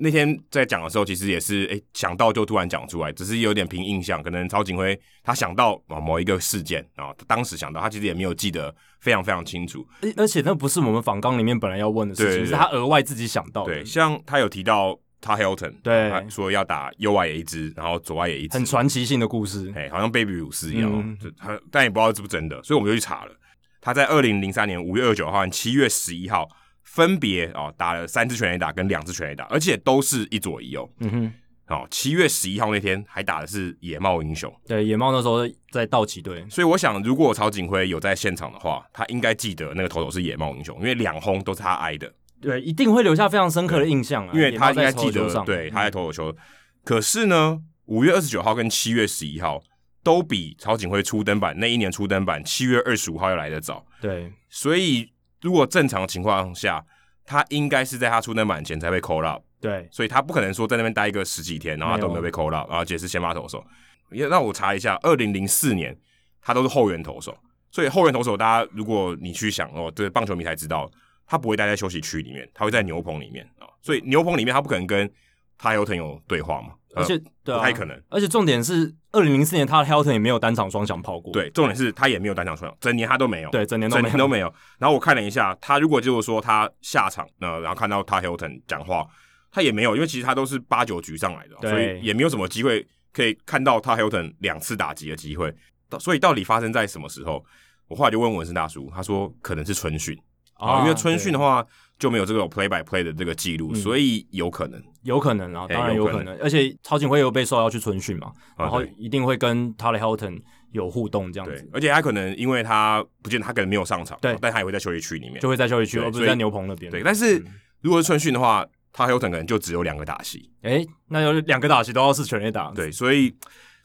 S2: 那天在讲的时候，其实也是诶、想到就突然讲出来，只是有点凭印象。可能曹景辉他想到啊某一个事件啊，他当时想到，他其实也没有记得非常非常清楚。
S1: 而而且那不是我们访纲里面本来要问的事
S2: 对
S1: 情，
S2: 对
S1: 是他额外自己想到的。
S2: 对，像他有提到他 Hilton，
S1: 对
S2: 他说要打右外野一支，然后左外野一支，
S1: 很传奇性的故事。
S2: 哎，好像贝比鲁斯一样哦
S1: 嗯，
S2: 就他但也不知道是不是真的，所以我们就去查了。他在二零零三年五月二九号和七月十一号分别哦打了三支全垒打跟两支全垒打，而且都是一左一右。
S1: 嗯哼，
S2: 哦，七月十一号那天还打的是野猫英雄，
S1: 对，野猫那时候在道奇队，
S2: 所以我想，如果曹景辉有在现场的话，他应该记得那个投手是野猫英雄，因为两轰都是他挨的。
S1: 对，一定会留下非常深刻的印象啊，
S2: 因为
S1: 野
S2: 他
S1: 猫
S2: 应
S1: 在
S2: 该记
S1: 投球
S2: 得，
S1: 上，嗯
S2: 对，他在投手球。可是呢，五月二十九号跟七月十一号都比曹景辉初登板那一年初登板七月二十五号要来得早，
S1: 对，
S2: 所以如果正常情况下，他应该是在他初登板前才被 call up，
S1: 对，
S2: 所以他不可能说在那边待一个十几天，然后他都没有
S1: 没
S2: 被 call up，然后而且是先发投手。也让我查一下，二零零四年他都是后援投手，所以后援投手大家如果你去想哦，对棒球迷才知道，他不会待在休息区里面，他会在牛棚里面啊、所以牛棚里面他不可能跟他有 n 有对话嘛，呃
S1: 而且对啊
S2: 不太可能。
S1: 而且重点是，二零零四年他的 Helton 也没有单场双响炮过，
S2: 对，重点是他也没有单场双整年他都没有，
S1: 对，整年都
S2: 整
S1: 没
S2: 年
S1: 有，
S2: 都没有。然后我看了一下，他如果就是说他下场，呃，然后看到他 Hilton 讲话，他也没有，因为其实他都是八九局上来的，
S1: 对
S2: 所以也没有什么机会可以看到他 Hilton 两次打击的机会。到所以到底发生在什么时候？我后来就问文森大叔，他说可能是春训啊，因为春训的
S1: 哦对
S2: 话就没有这个 play by play 的这个记录，
S1: 嗯
S2: 所以有可能。
S1: 有可能啊，
S2: 哎
S1: 当然
S2: 有
S1: 有
S2: 可
S1: 可能，而且曹景辉有被受邀去春训嘛，
S2: 啊
S1: 然后
S2: 对
S1: 一定会跟他的 Helton 有互动这样
S2: 对
S1: 子，，
S2: 而且他可能因为他不见得他可能没有上场，啊
S1: 对
S2: 但他也会在休息区里面
S1: 就。会嗯在休息区，
S2: 对
S1: 而不
S2: 所以
S1: 是在牛棚那边，
S2: 对，但是如果是春训的话，他 Hilton 可能就只有两个打席，
S1: 哎，那有两个打席都要是全垒打，
S2: 对，所以，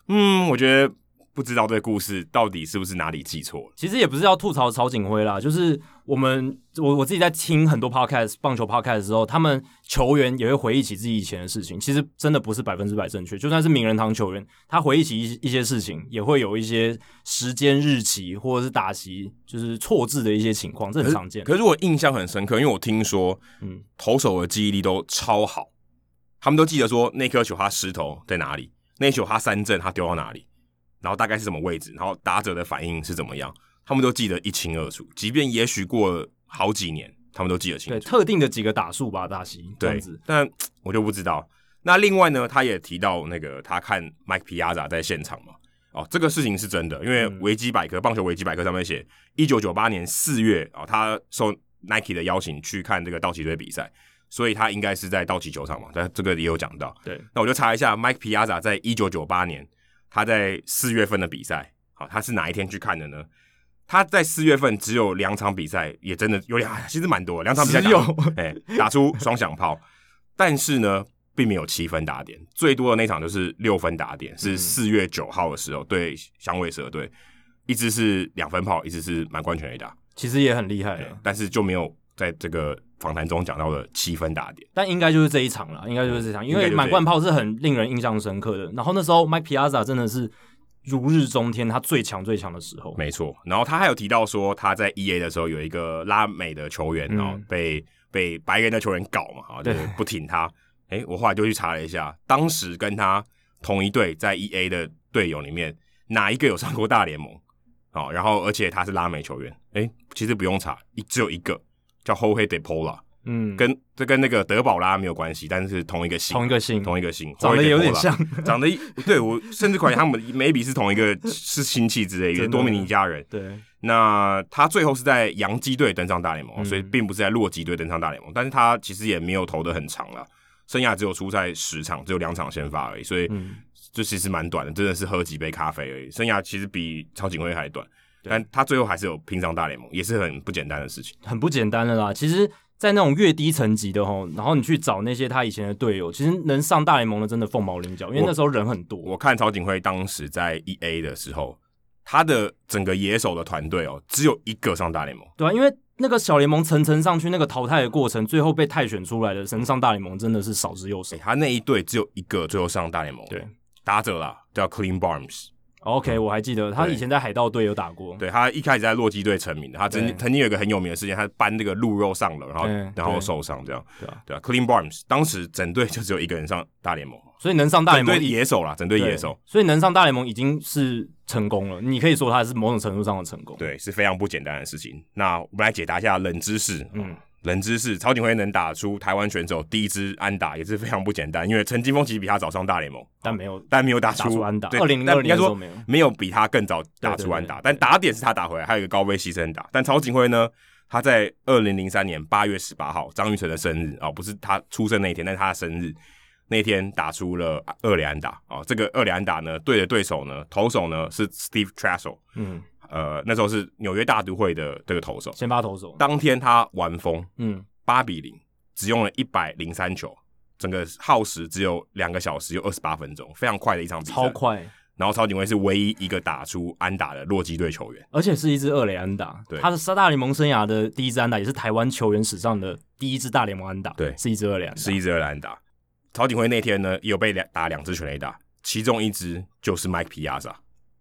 S2: 嗯，我觉得不知道这个故事到底是不是哪里记错了。
S1: 其实也不是要吐槽曹景辉啦，就是我们我我自己在听很多 podcast 棒球 podcast 的时候，他们球员也会回忆起自己以前的事情。其实真的不是百分之百正确，就算是名人堂球员，他回忆起一一些事情，也会有一些时间、日期或者是打席就是错字的一些情况，这很常见。
S2: 可是我印象很深刻，因为我听说，
S1: 嗯
S2: 投手的记忆力都超好，他们都记得说那颗球他失投在哪里，那球他三振他丢到哪里，然后大概是什么位置，然后打者的反应是怎么样，他们都记得一清二楚。即便也许过了好几年，他们都记得清
S1: 对
S2: 楚。
S1: 特定的几个打数吧，打席这样
S2: 对
S1: 子，，
S2: 但我就不知道。那另外呢，他也提到那个他看 Mike Piazza 在现场嘛，哦，这个事情是真的，因为
S1: 嗯
S2: 维基百科、棒球维基百科上面写，一九九八年四月啊、哦，他受 Nike 的邀请去看这个道奇队比赛，所以他应该是在道奇球场嘛，但这个也有讲到。
S1: 对，
S2: 那我就查一下 Mike Piazza 在一九九八年他在四月份的比赛，好、他是哪一天去看的呢？他在四月份只有两场比赛，也真的有两，其实蛮多的，两场比赛打
S1: 只有
S2: 哎、打出双响炮，但是呢，并没有七分打点，最多的那场就是六分打点，
S1: 嗯
S2: 是四月九号的时候对响尾蛇队，一支是两分炮，一支是满贯全垒打，
S1: 其实也很厉害
S2: 哎、
S1: 了，
S2: 但是就没有在这个访谈中讲到的七分打点，
S1: 但应该就是这一场了，应该就是这一场，因
S2: 应该
S1: 为
S2: 就这一
S1: 满贯炮是很令人印象深刻的。然后那时候 Mike Piazza 真的是如日中天，他最强最强的时候。
S2: 没错。然后他还有提到说，他在 E A 的时候有一个拉美的球员，
S1: 嗯
S2: 然后被、被白人的球员搞嘛，啊，就是
S1: 对
S2: 不挺他。哎、我后来就去查了一下，当时跟他同一队在 E A 的队友里面，哪一个有上过大联盟？哦，然后而且他是拉美球员，哎、其实不用查，一只有一个叫 Jorge De Paula，
S1: 嗯，
S2: 跟这跟那个德保拉没有关系，但是同一个姓，
S1: 同一个姓
S2: 同一个姓，
S1: 长得
S2: Jorge De
S1: 有点
S2: Paula
S1: 像
S2: 长得一对我甚至怀疑他们 maybe 是同一个是亲戚之类
S1: 真
S2: 的，
S1: 的
S2: 多米尼加人。
S1: 对，
S2: 那他最后是在洋基队登上大联盟，
S1: 嗯
S2: 所以并不是在洛基队登上大联盟，但是他其实也没有投的很长了。生涯只有出赛十场，只有两场先发而已，所以
S1: 嗯
S2: 这其实蛮短的，真的是喝几杯咖啡而已。生涯其实比曹景辉还短，
S1: 对
S2: 但他最后还是有拼上大联盟，也是很不简单的事情。
S1: 很不简单的啦。其实，在那种越低层级的吼，然后你去找那些他以前的队友，其实能上大联盟的真的凤毛麟角，因为
S2: 我
S1: 那时候人很多。
S2: 我看曹景辉当时在 E A 的时候，他的整个野手的团队哦，只有一个上大联盟，
S1: 对啊，因为那个小联盟层层上去，那个淘汰的过程，最后被汰选出来的神上大联盟真的是少之又少
S2: 诶。他那一队只有一个最后上大联盟，
S1: 对，
S2: 打者啦，叫 Clean Barnes，
S1: OK，我还记得他
S2: 对
S1: 以前在海盗队有打过。
S2: 对他一开始在洛基队成名的，他曾
S1: 对
S2: 经曾经有一个很有名的事件，他搬那个鹿肉上楼，然后
S1: 嗯
S2: 然后
S1: 对
S2: 受伤这样，
S1: 对啊
S2: 对啊，Clean Barnes 当时整队就只有一个人上大联盟，
S1: 所以能上大联盟
S2: 整队野手啦，整队
S1: 对
S2: 野手，，
S1: 所以能上大联盟已经是成功了。你可以说他是某种程度上的成功。，
S2: 对，是非常不简单的事情。那我们来解答一下冷知识，
S1: 嗯
S2: 嗯。冷知识，曹景辉能打出台湾选手第一支安打也是非常不简单，因为陈金峰其实比他早上大联盟，
S1: 但没有
S2: 但没有打
S1: 打
S2: 出
S1: 出安打2002
S2: 对但应该
S1: 年的时候
S2: 说
S1: 没有
S2: 没有比他更早打出安打，但打点是他打回来，还有一个高飞牺牲打。但曹景辉呢，他在二零零三年八月十八号，张玉成的生日啊、哦，不是他出生那一天，但是他的生日那天打出了二连安打啊、哦。这个二连安打呢，对的对手呢，投手呢是 Steve Tressel，
S1: 嗯，
S2: 呃，那时候是纽约大都会的这个投手。
S1: 先发投手，
S2: 当天他完封
S1: 嗯，
S2: 八比零，只用了一百零三球。整个耗时只有两个小时又二十八分钟，非常快的一场比赛，
S1: 超快，
S2: 然后曹景威是唯一一个打出安打的洛基队球员，
S1: 而且是一支二垒安打。
S2: 对
S1: 他的三大联盟生涯的第一支安打，也是台湾球员史上的第一支大联盟安打。
S2: 对
S1: 是一支二垒安打。
S2: 是一支二安打。曹景辉那天呢，也有被两打两支全垒打，其中一支就是 Mike Piazza，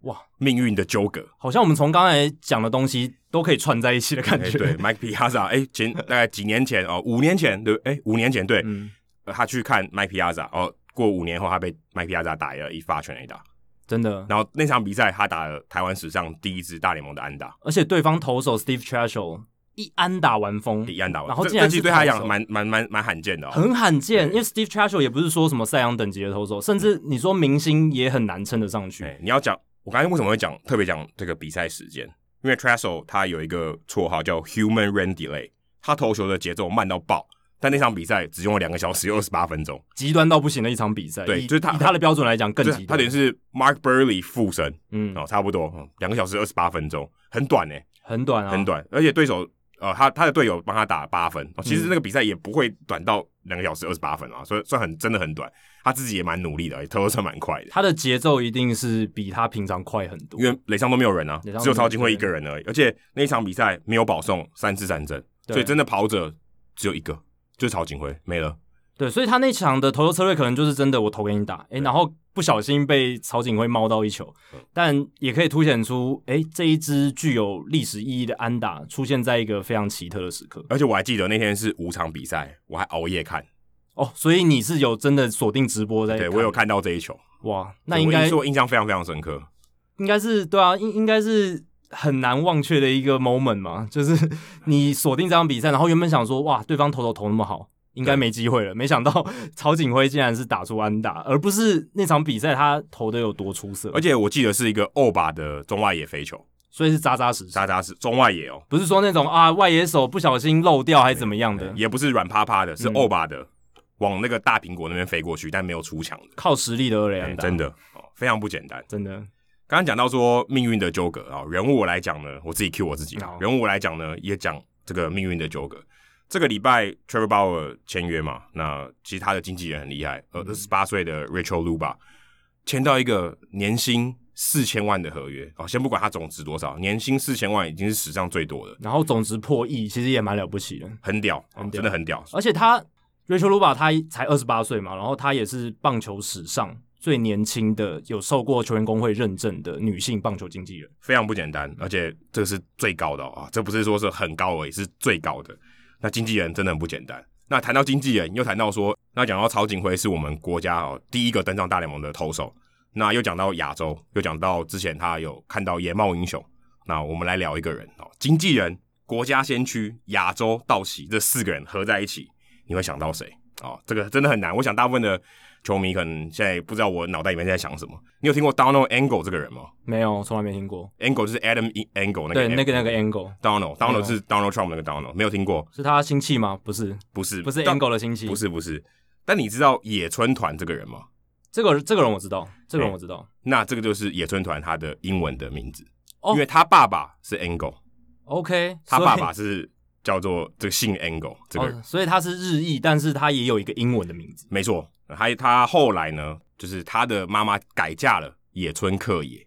S1: 哇，
S2: 命运的纠葛。
S1: 好像我们从刚才讲的东西都可以串在一起的感
S2: 哎、
S1: 觉。
S2: 对，Mike Piazza，哎、前大概几年前哦，五年前对，哎、五年前对、
S1: 嗯，
S2: 呃他去看 Mike Piazza，哦，过五年后他被 Mike Piazza 打了一发全垒打，
S1: 真的。
S2: 然后那场比赛他打了台湾史上第一支大联盟的安打，
S1: 而且对方投手 Steve Trashel 一安打完封，
S2: 第一安打
S1: 嗯
S2: 完，
S1: 然后
S2: 这
S1: 竟然
S2: 这
S1: 是
S2: 其实对他来
S1: 投手
S2: 讲蛮蛮蛮蛮罕见的、哦，
S1: 很罕见，因为 Steve Trashel 也不是说什么赛扬等级的投手，甚至你说明星也很难称得上去。
S2: 哎、你要讲，我刚才为什么会讲特别讲这个比赛时间？因为 Tressel 他有一个绰号叫 Human Rain Delay，他投球的节奏慢到爆，但那场比赛只用了两个小时又二十八分钟，
S1: 极端到不行的一场比赛，
S2: 对
S1: 以
S2: 就是他
S1: 以他的标准来讲更
S2: 就
S1: 极
S2: 是
S1: 端，
S2: 他等于哦是 Mark Burley 附身
S1: 嗯
S2: 哦，差不多嗯两、个小时二十八分钟，很短呢、
S1: 很短啊，
S2: 很短，而且对手。呃，他他的队友帮他打八分、哦其
S1: 嗯
S2: 实那个比赛也不会短到两个小时二十八分啊，所以算很真的很短。他自己也蛮努力的，也投的算蛮快的。
S1: 他的节奏一定是比他平常快很多
S2: 因。为垒上都没有人啊，
S1: 垒上
S2: 只有曹金
S1: 没
S2: 辉
S1: 有
S2: 一个人而已。而且那一场比赛没有保送，三次三振，
S1: 对
S2: 所以真的跑者只有一个，就是曹金辉没了。
S1: 对，所以他那场的投球策略可能就是真的，我投给你打，诶、然后不小心被曹景辉猫到一球，
S2: 嗯
S1: 但也可以凸显出，诶、这一支具有历史意义的安打出现在一个非常奇特的时刻
S2: 而且我还记得那天是五场比赛，我还熬夜看，
S1: 哦。所以你是有真的锁定直播在？
S2: 对我有，看到这一球，
S1: 哇，哎那
S2: 对
S1: 应
S2: 我
S1: 该
S2: 是我印象非常非常深刻。
S1: 应该是对啊，应应该是很难忘却的一个 moment 嘛， 就是你锁定这场比赛，然后原本想说哇，对方投投投那么好，应该没机会了，没想到 曹景辉竟然是打出安打，而不是那场比赛他投的有多出色，
S2: 而且我记得是一个欧巴的中外野飞球，
S1: 所以是扎扎实实，
S2: 扎扎是中外野哦，
S1: 不是说那种啊外野手不小心漏掉还是怎么样的，
S2: 也不是软趴趴的，是
S1: 嗯
S2: 欧巴的，往那个大苹果那边飞过去，但没有出墙的，
S1: 靠实力的二垒
S2: 哎
S1: 安打，
S2: 真的哦非常不简单。
S1: 真的
S2: 刚刚讲到说命运的纠葛啊、人物我来讲呢，我自己 Q 我自己
S1: 好，
S2: 人物我来讲呢，也讲这个命运的纠葛。这个礼拜 Trevor Bauer 签约嘛，那其实他的经纪人很厉害，呃，
S1: 嗯
S2: 二十八岁的 Rachel Luba 签到一个年薪四千万的合约哦，先不管他总值多少，年薪四千万已经是史上最多的，
S1: 然后总值破亿，其实也蛮了不起的，
S2: 很屌，哦
S1: 很屌
S2: 真的很屌。
S1: 而且他 Rachel Luba 他才二十八岁嘛，然后她也是棒球史上最年轻的有受过球员工会认证的女性棒球经纪人。
S2: 非常不简单，而且这个是最高的哦啊、这不是说是很高而已，是最高的。那经纪人真的很不简单。那谈到经纪人，又谈到说，那讲到曹景辉是我们国家哦第一个登上大联盟的投手，那又讲到亚洲，又讲到之前他有看到野茂英雄。那我们来聊一个人哦，经纪人、国家先驱、亚洲道奇这四个人合在一起，你会想到谁？哦，这个真的很难。我想大部分的球迷可能现在不知道我脑袋里面在想什么。你有听过 Donald Angle 这个人吗？
S1: 没有，从来没听过。
S2: Angle 就是 Adam Angle 那个
S1: 对，那个那个
S2: Angle
S1: angle
S2: Donald Donald 是 Donald Trump 那个 Donald，没有听过？
S1: 是他亲戚吗？不是，
S2: 不是
S1: 不是
S2: 但
S1: angle 的亲戚，
S2: 不是不是。但你知道野村团这个人吗？
S1: 这个这个人我知道，这
S2: 哎
S1: 个人我知道。
S2: 那这个就是野村团他的英文的名字，
S1: 哦
S2: 因为他爸爸是 Angle，
S1: OK，
S2: 他
S1: 所以
S2: 爸爸是叫做这个姓 Angle 这个人
S1: 哦，所以他是日裔，但是他也有一个英文的名 字。
S2: 没错。他他后来呢，就是他的妈妈改嫁了野村克也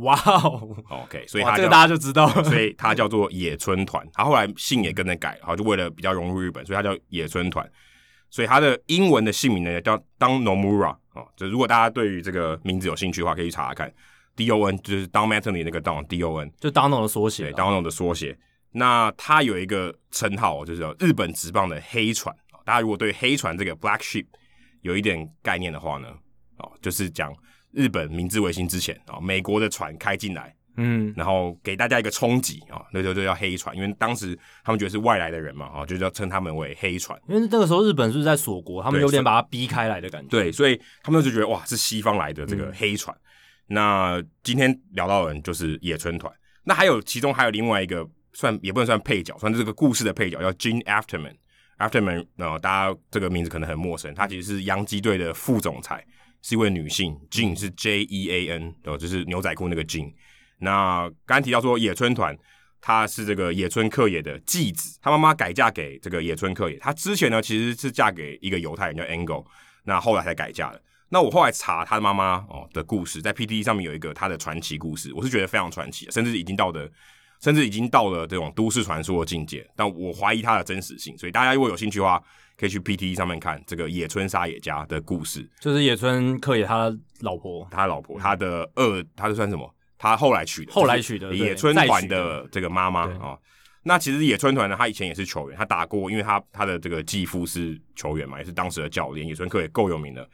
S1: 哇哦，
S2: ，OK，所以
S1: 哇
S2: 他
S1: 这
S2: 叫
S1: 个大家就知道了。
S2: 所以他叫做野村团。他后来姓也跟着改，好，就为了比较融入日本，所以他叫野村团。所以他的英文的姓名呢叫 Don Nomura 哦，就如果大家对于这个名字有兴趣的话，可以去查查看。D O N 就是 Don Mattingly 那个 Don D O N，
S1: 就 Donald 的缩写啊
S2: 对
S1: 啦。
S2: Donald 的缩写。那他有一个称号，就是日本职棒的黑船。哦大家如果对黑船这个 Black Sheep 有一点概念的话呢，哦，就是讲日本明治维新之前啊、哦，美国的船开进来，
S1: 嗯，
S2: 然后给大家一个冲击啊，那就就叫黑船，因为当时他们觉得是外来的人嘛，啊，就叫称他们为黑船。
S1: 因为那个时候日本是不是在锁国，他们
S2: 对
S1: 有点
S2: 是
S1: 把他逼开来的感觉。
S2: 对，所以他们就觉得哇，是西方来的这个黑船。那今天聊到的人就是野村团，那还有其中还有另外一个算也不能算配角，算是这个故事的配角，叫 Gene Afterman。Afterman，呃，大家这个名字可能很陌生，他其实是洋基队的副总裁，是一位女性，Jean 是 J E A N，哦，就是牛仔裤那个 Jean。那刚才提到说野村团，她是这个野村克也的继子，她妈妈改嫁给这个野村克也，她之前呢其实是嫁给一个犹太人叫 Angle，那后来才改嫁的。那我后来查她妈妈哦的故事，在 PTT 上面有一个她的传奇故事，我是觉得非常传奇的，甚至已经到的。甚至已经到了这种都市传说的境界，但我怀疑它的真实性，所以大家如果有兴趣的话，可以去 PTT 上面看这个野村沙野家的故事。
S1: 就是野村克也他老婆。
S2: 他老婆，他的二，他是算什么？他后来娶的，
S1: 嗯后来娶的
S2: 就是
S1: 对
S2: 野村
S1: 再
S2: 团
S1: 娶的
S2: 的这个妈妈
S1: 对
S2: 哦。那其实野村团呢，他以前也是球员，他打过，因为他他的这个继父是球员嘛，也是当时的教练，野村克也够有名的，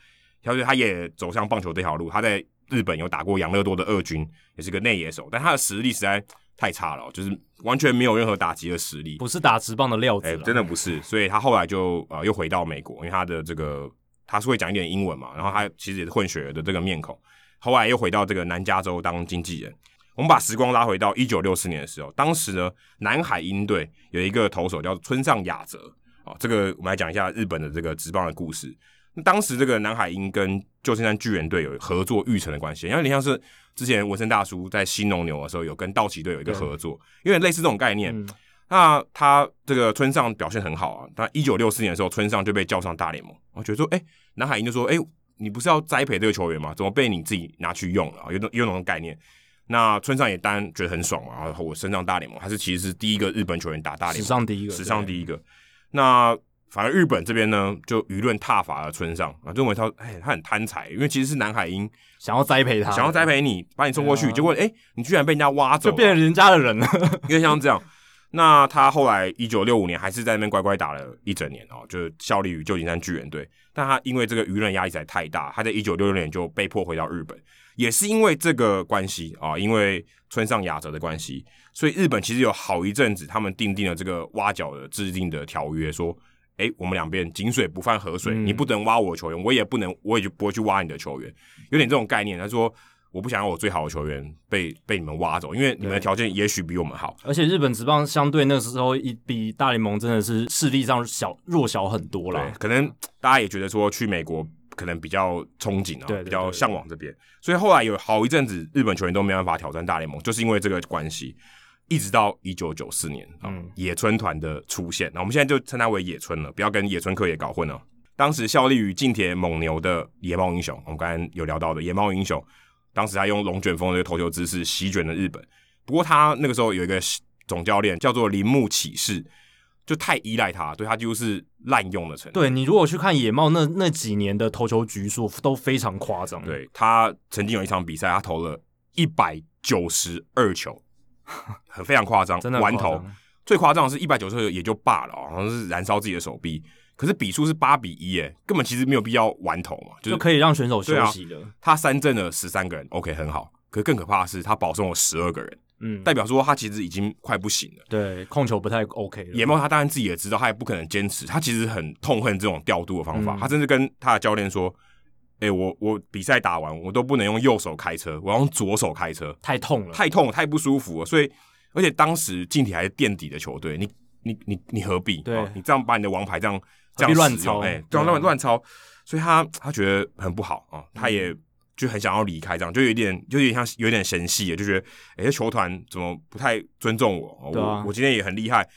S2: 他就他也走上棒球这条路，他在日本有打过养乐多的二军，也是个内野手，但他的实力实在太差了哦，就是完全没有任何打击的实力，
S1: 不是打直棒的料子、
S2: 哎、
S1: 了。
S2: 真的不是，所以他后来就呃又回到美国，因为他的这个他是会讲一点英文嘛，然后他其实也是混血儿的这个面孔，后来又回到这个南加州当经纪人。我们把时光拉回到一九六四年的时候，当时呢，南海鹰队有一个投手叫村上雅则啊、哦，这个我们来讲一下日本的这个职棒的故事。那当时这个南海鹰跟旧金山巨人队有合作育成的关系，因为有点像是之前文森大叔在新农牛的时候有跟道奇队有一个合作，有点类似这种概念。
S1: 嗯
S2: 那他这个村上表现很好啊，那一九六四年的时候，村上就被叫上大联盟，我觉得说，哎、南海英就说，哎、你不是要栽培这个球员吗？怎么被你自己拿去用了、啊？有种有种概念。那村上也当然觉得很爽嘛，然后我升上大联盟，他是其实是第一个日本球员打大联
S1: 史
S2: 盟，
S1: 上第一个，
S2: 史上第一个。那反而日本这边呢，就舆论挞伐了村上啊，认为他哎他很贪财，因为其实是南海英
S1: 想要栽培他，
S2: 想要栽培你，把你送过去，结果哎、你居然被人家挖
S1: 啊就
S2: 走了，
S1: 变成人家的人了。
S2: 因为像这样。那他后来一九六五年还是在那边乖乖打了一整年哦，就是效力于旧金山巨人队。但他因为这个舆论压力实在太大，他在一九六六年就被迫回到日本，也是因为这个关系啊、因为村上雅则的关系，所以日本其实有好一阵子他们订定了这个挖角的制定的条约，说，哎、我们两边井水不犯河水，
S1: 嗯
S2: 你不能挖我的球员，我也不能，我也就不会去挖你的球员，有点这种概念。他说。我不想要我最好的球员被被你们挖走，因为你们的条件也许比我们好。
S1: 而且日本职棒相对那时候一比大联盟真的是势力上小弱小很多
S2: 对
S1: 啦，。
S2: 可能大家也觉得说去美国可能比较憧憬啊，
S1: 对对
S2: 比较向往这边，所以后来有好一阵子日本球员都没办法挑战大联盟，就是因为这个关系。一直到一九九四年，啊、
S1: 嗯
S2: 野村团的出现，那我们现在就称它为野村了，不要跟野村克也搞混了。当时效力于近铁蒙牛的野猫英雄，我们刚才有聊到的野猫英雄，当时他用龙卷风的这个投球姿势席卷了日本。不过他那个时候有一个总教练叫做铃木启士，就太依赖他，对他几乎是滥用的程度。
S1: 对你如果去看野茂那那几年的投球局数都非常夸张，，
S2: 对他曾经有一场比赛，他投了一百九十 二球，很非常夸张，
S1: 真的
S2: 完
S1: 很夸
S2: 投
S1: 张。
S2: 最夸张的是一百九十二也就罢了哦，好像是燃烧自己的手臂。可是比数是八比一，哎，根本其实没有必要完投嘛，就是
S1: 就可以让选手休
S2: 对啊
S1: 息了。
S2: 他三振了十三个人，OK 很好。可更可怕的是，他保送了十二个人，
S1: 嗯，
S2: 代表说他其实已经快不行了。
S1: 对控球不太 OK 了。
S2: 野猫他当然自己也知道，他也不可能坚持，他其实很痛恨这种调度的方法。
S1: 嗯
S2: 他甚至跟他的教练说：“哎、我我比赛打完，我都不能用右手开车，我要用左手开车，
S1: 太痛了，
S2: 太痛了太不舒服了。”所以，而且当时近体还是垫底的球队，你你你你何必？
S1: 对
S2: 哦你这样把你的王牌这样这样
S1: 必乱
S2: 使用
S1: 操
S2: 哎、这
S1: 对啊
S2: 样乱乱操，所以他他觉得很不好啊、哦他
S1: 嗯
S2: 也。就很想要离开，这样就有点，就有点像有点神系，就觉得，哎、这球团怎么不太尊重我？哦
S1: 对啊
S2: 我我今天也很厉害，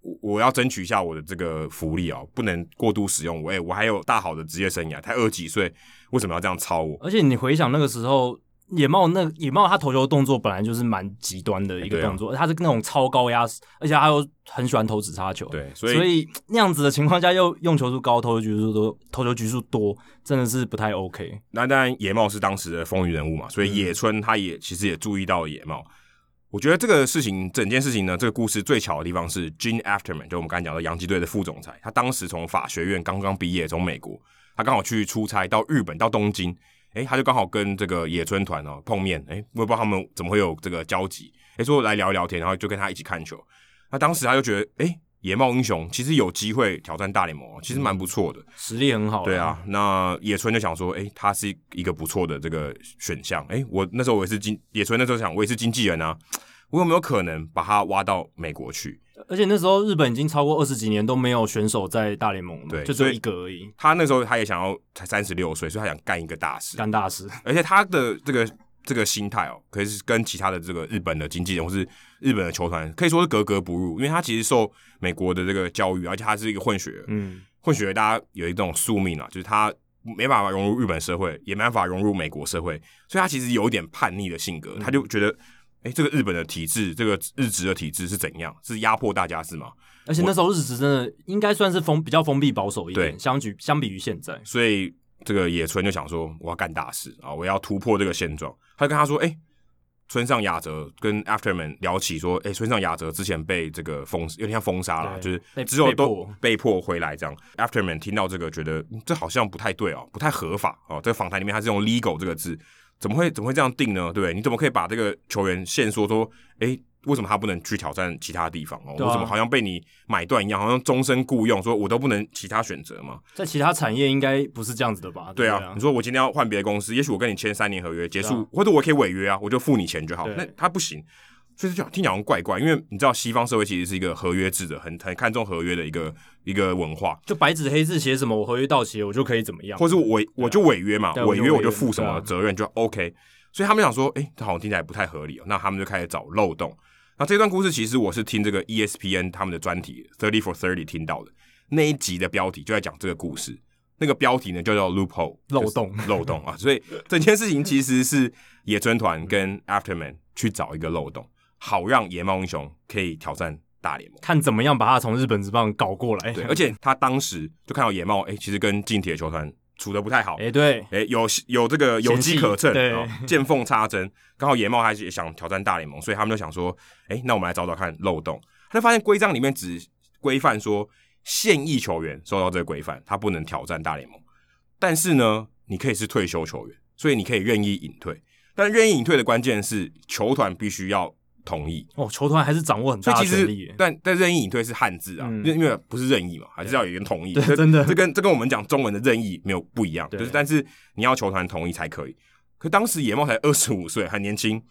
S2: 我我要争取一下我的这个福利哦，不能过度使用我。哎、我还有大好的职业生涯，才二十几岁，为什么要这样操我？
S1: 而且你回想那个时候，野茂那野茂他投球动作本来就是蛮极端的一个
S2: 对啊
S1: 动作，他是那种超高压，而且他又很喜欢投直插球，，
S2: 对，所
S1: 所
S2: 以
S1: 以那样子的情况下又用球数高，投球局数多，投球局数多，真的是不太 OK。
S2: 那当然野茂是当时的风云人物嘛，所以野村他也其实也注意到了野茂。我觉得这个事情，整件事情呢，这个故事最巧的地方是 Gene Afterman，就我们刚才讲到洋基队的副总裁，他当时从法学院刚刚毕业，从美国，他刚好去出差到日本，到东京，诶，他就刚好跟这个野村团哦碰面，诶，我也不知道他们怎么会有这个交集，诶，说来聊聊天，然后就跟他一起看球。那当时他就觉得，诶，野茂英雄其实有机会挑战大联盟哦，其实蛮不错的。
S1: 实力很好，
S2: 对，啊，那野村就想说，诶，他是一个不错的这个选项。诶，我那时候我也是经野村那时候想，我也是经纪人啊，我有没有可能把他挖到美国去？
S1: 而且那时候日本已经超过二十几年都没有选手在大联盟了，
S2: 对
S1: 就只有
S2: 所以
S1: 一个而已，
S2: 他那时候他也想要才三十六岁，所以他想干一个大事。
S1: 干大事。
S2: 而且他的这个这个心态哦，可是跟其他的这个日本的经纪人或是日本的球团可以说是格格不入，因为他其实受美国的这个教育，而且他是一个混血儿，
S1: 嗯，
S2: 混血儿大家有一种宿命啊，就是他没办法融入日本社会，也没办法融入美国社会，所以他其实有一点叛逆的性格，他就觉得，哎、这个日本的体制，这个日职的体制是怎样？是压迫大家是吗？
S1: 而且那时候日职真的应该算是封比较封闭保守一点，
S2: 对
S1: 相举相比于现在，
S2: 所以这个野村就想说，我要干大事啊，我要突破这个现状。他就跟他说，哎、村上雅哲跟 Afterman 聊起说，哎、村上雅哲之前被这个封，有点像封杀了，
S1: 对
S2: 就是
S1: 被
S2: 之后
S1: 被
S2: 都
S1: 迫
S2: 被迫回来这样。Afterman 听到这个，觉得、嗯这好像不太对哦，不太合法哦。这个访谈里面他是用 legal 这个字，怎么会怎么会这样定呢？对不对？你怎么可以把这个球员限缩说，哎、为什么他不能去挑战其他地方哦？
S1: 对啊
S2: 我怎么好像被你买断一样，好像终身雇佣，说我都不能其他选择嘛？
S1: 在其他产业应该不是这样子的吧？
S2: 对
S1: 不
S2: 啊，你说我今天要换别的公司，也许我跟你签三年合约结
S1: 对
S2: 束
S1: 啊，
S2: 或者我可以违约啊，我就付你钱就好
S1: 对。
S2: 那他不行，所以就听起来好像怪怪，因为你知道西方社会其实是一个合约制的，很很看重合约的一个一个文化，
S1: 就白纸黑字写什么，我合约到期我就可以怎么样，
S2: 或是我我就违约嘛，
S1: 对
S2: 违
S1: 我
S2: 约
S1: 就
S2: 我
S1: 违约
S2: 就负什么
S1: 对啊
S2: 责任就 OK。所以他们想说，哎，这好像听起来不太合理哦，那他们就开始找漏洞。那这段故事其实我是听这个 E ESPN 他们的专题《Thirty for Thirty》听到的那一集的标题就在讲这个故事，那个标题呢就叫 loophole
S1: 漏洞
S2: 就是漏洞啊，所以整件事情其实是野村团跟 Afterman 去找一个漏洞，好让野猫英雄可以挑战大联盟。
S1: 看怎么样把他从日本职棒搞过来。
S2: 对，而且他当时就看到野猫，哎、其实跟近铁球团处的不太好，
S1: 哎、对，
S2: 诶，有有这个有机可乘，
S1: 嫌弃
S2: 哦见缝插针。刚好野猫还是也想挑战大联盟，所以他们就想说，诶，那我们来找找看漏洞。他就发现规章里面只规范说现役球员受到这个规范，他不能挑战大联盟。但是呢，你可以是退休球员，所以你可以愿意隐退。但愿意隐退的关键是球团必须要同意。
S1: 哦，球团还是掌握很
S2: 所以
S1: 大
S2: 其
S1: 的权力耶
S2: 实，。但但任意隐退是汉字啊，
S1: 嗯
S2: 因、因为不是任意嘛，还是要有人同意。
S1: 对
S2: 这
S1: 真的
S2: 这跟这跟我们讲中文的任意没有不一样，
S1: 对
S2: 就是但是你要球团同意才可以。可当时野猫才二十五岁，很年轻，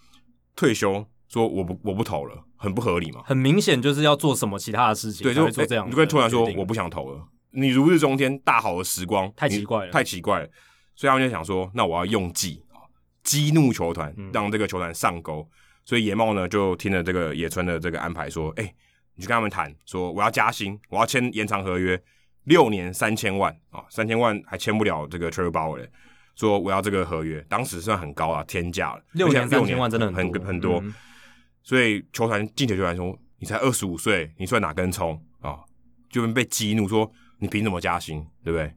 S2: 退休说我不我不投了，很不合理嘛。
S1: 很明显就是要做什么其他的事情，
S2: 对，
S1: 才
S2: 就
S1: 会做这样
S2: 哎
S1: 的决定。
S2: 你就会突然说我不想投了，你如日中天，大好的时光，
S1: 太
S2: 你
S1: 奇怪了
S2: 太奇怪了。所以他们就想说，那我要用计啊激怒球团
S1: 嗯，
S2: 让这个球团上钩。所以野茂呢就听了这个野村的这个安排，说：“哎、你去跟他们谈，说我要加薪，我要签延长合约，六年三千万啊，三千万还签不了这个 t r e b o w e r 说我要这个合约，当时算很高啊，天价了，
S1: 六年
S2: 而且
S1: 3000万真的很
S2: 很
S1: 多
S2: 很多。
S1: 嗯
S2: 所以球团进球球团说，你才二十五岁，你算哪根葱啊？就被激怒说，你凭什么加薪，对不对？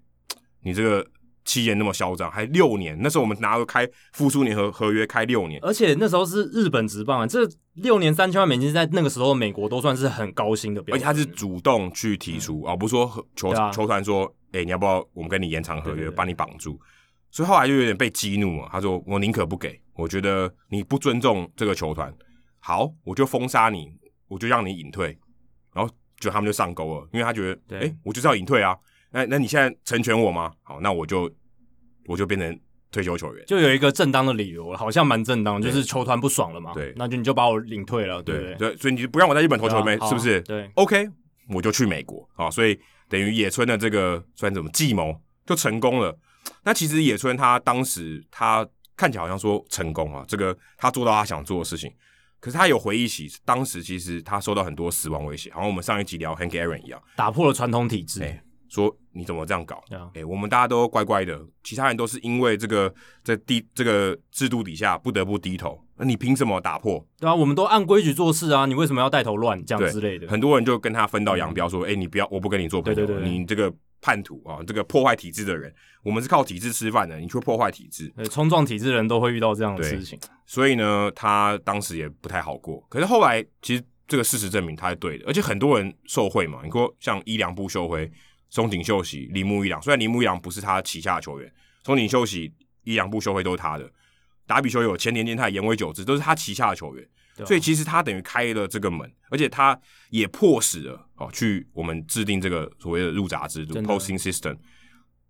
S2: 你这个期限那么嚣张，还六年？那时候我们拿了开复苏年合合约开六年，
S1: 而且那时候是日本职棒啊，这六年三千万美金在那个时候美国都算是很高薪的标
S2: 而且
S1: 准，
S2: 他是主动去提出啊、不是说和球、
S1: 对啊
S2: 球团说，哎、你要不要我们跟你延长合
S1: 对对
S2: 约，
S1: 对
S2: 把你绑住？所以后来就有点被激怒啊嘛，他说我宁可不给，我觉得你不尊重这个球团，好，我就封杀你，我就让你隐退，然后就他们就上钩了，因为他觉得，
S1: 对
S2: 哎、我就是要隐退啊，那那你现在成全我吗？好，那我就我就变成退休球员。
S1: 就有一个正当的理由，好像蛮正当，就是球团不爽了嘛，
S2: 对
S1: 那就你就把我领退了，对不
S2: 对
S1: 对？
S2: 对，所以你就不让我在日本投球
S1: 对
S2: 没
S1: 啊好啊
S2: 是不是？
S1: 对
S2: ，OK，我就去美国啊，所以等于野村的这个算什么计谋就成功了。那其实野村他当时他看起来好像说成功啊，这个他做到他想做的事情，可是他有回忆起当时其实他受到很多死亡威胁，好像我们上一集聊 Hank Aaron 一样，
S1: 打破了传统体制，
S2: 哎说你怎么这样搞？
S1: 对啊
S2: 哎、我们大家都乖乖的，其他人都是因为这个在地这个制度底下不得不低头，那你凭什么打破？
S1: 对啊，我们都按规矩做事啊，你为什么要带头乱这样
S2: 对
S1: 之类的？
S2: 很多人就跟他分道扬镳，说：“哎、你不要，我不跟你做朋友，
S1: 嗯对对对对
S2: 你这个叛徒啊，这个破坏体制的人，我们是靠体制吃饭的，你却破坏体制。
S1: 对冲撞体制的人都会遇到这样的
S2: 对
S1: 事情，”
S2: 所以呢，他当时也不太好过。可是后来，其实这个事实证明他是对的，而且很多人受贿嘛。你说像伊良部修辉、松井秀喜、铃木一朗，虽然铃木一朗不是他旗下的球员，松井秀喜、伊良部修辉都是他的。达比修有前田健太、岩尾久志都是他旗下的球员，
S1: 对啊
S2: 所以其实他等于开了这个门，而且他也迫使了哦，去我们制定这个所谓的入闸制度
S1: 真的
S2: （posting system），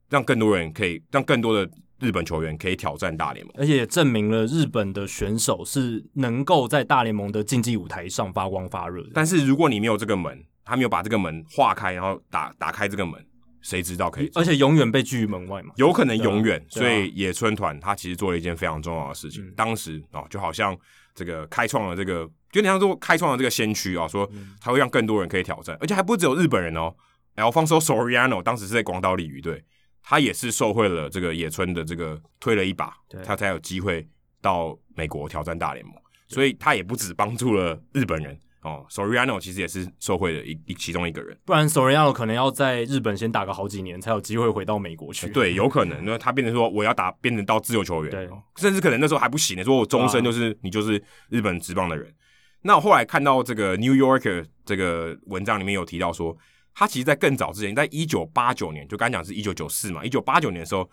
S2: 让更多人可以让更多的日本球员可以挑战大联盟。
S1: 而且也证明了日本的选手是能够在大联盟的竞技舞台上发光发热的。
S2: 但是如果你没有这个门，他没有把这个门化开，然后打打开这个门，谁知道可以？
S1: 而且永远被拒于门外嘛。
S2: 有可能永
S1: 对
S2: 远。
S1: 啊
S2: 所
S1: 对啊
S2: 以野村团他其实做了一件非常重要的事情，
S1: 嗯
S2: 当时啊、哦就好像这个开创了这个，就你像说开创了这个先驱啊、说
S1: 嗯
S2: 才会让更多人可以挑战，而且还不只有日本人哦。Alfonso Soriano 当时是在广岛鲤鱼队，他也是受惠了这个野村的这个推了一把
S1: 对，
S2: 他才有机会到美国挑战大联盟。所以他也不只帮助了日本人哦，Soriano 其实也是受惠的一一其中一个人。
S1: 不然 Soriano 可能要在日本先打个好几年，才有机会回到美国去。
S2: 呃对，有可能，那他变成说我要打，变成到自由球员，
S1: 对
S2: 甚至可能那时候还不行欸呢，说我终
S1: 啊
S2: 身就是、你就是日本职棒的人。那我后来看到这个 New Yorker 这个文章里面有提到说，他其实在更早之前，在一九八九年，就刚才讲是一九九四嘛，一九八九年的时候，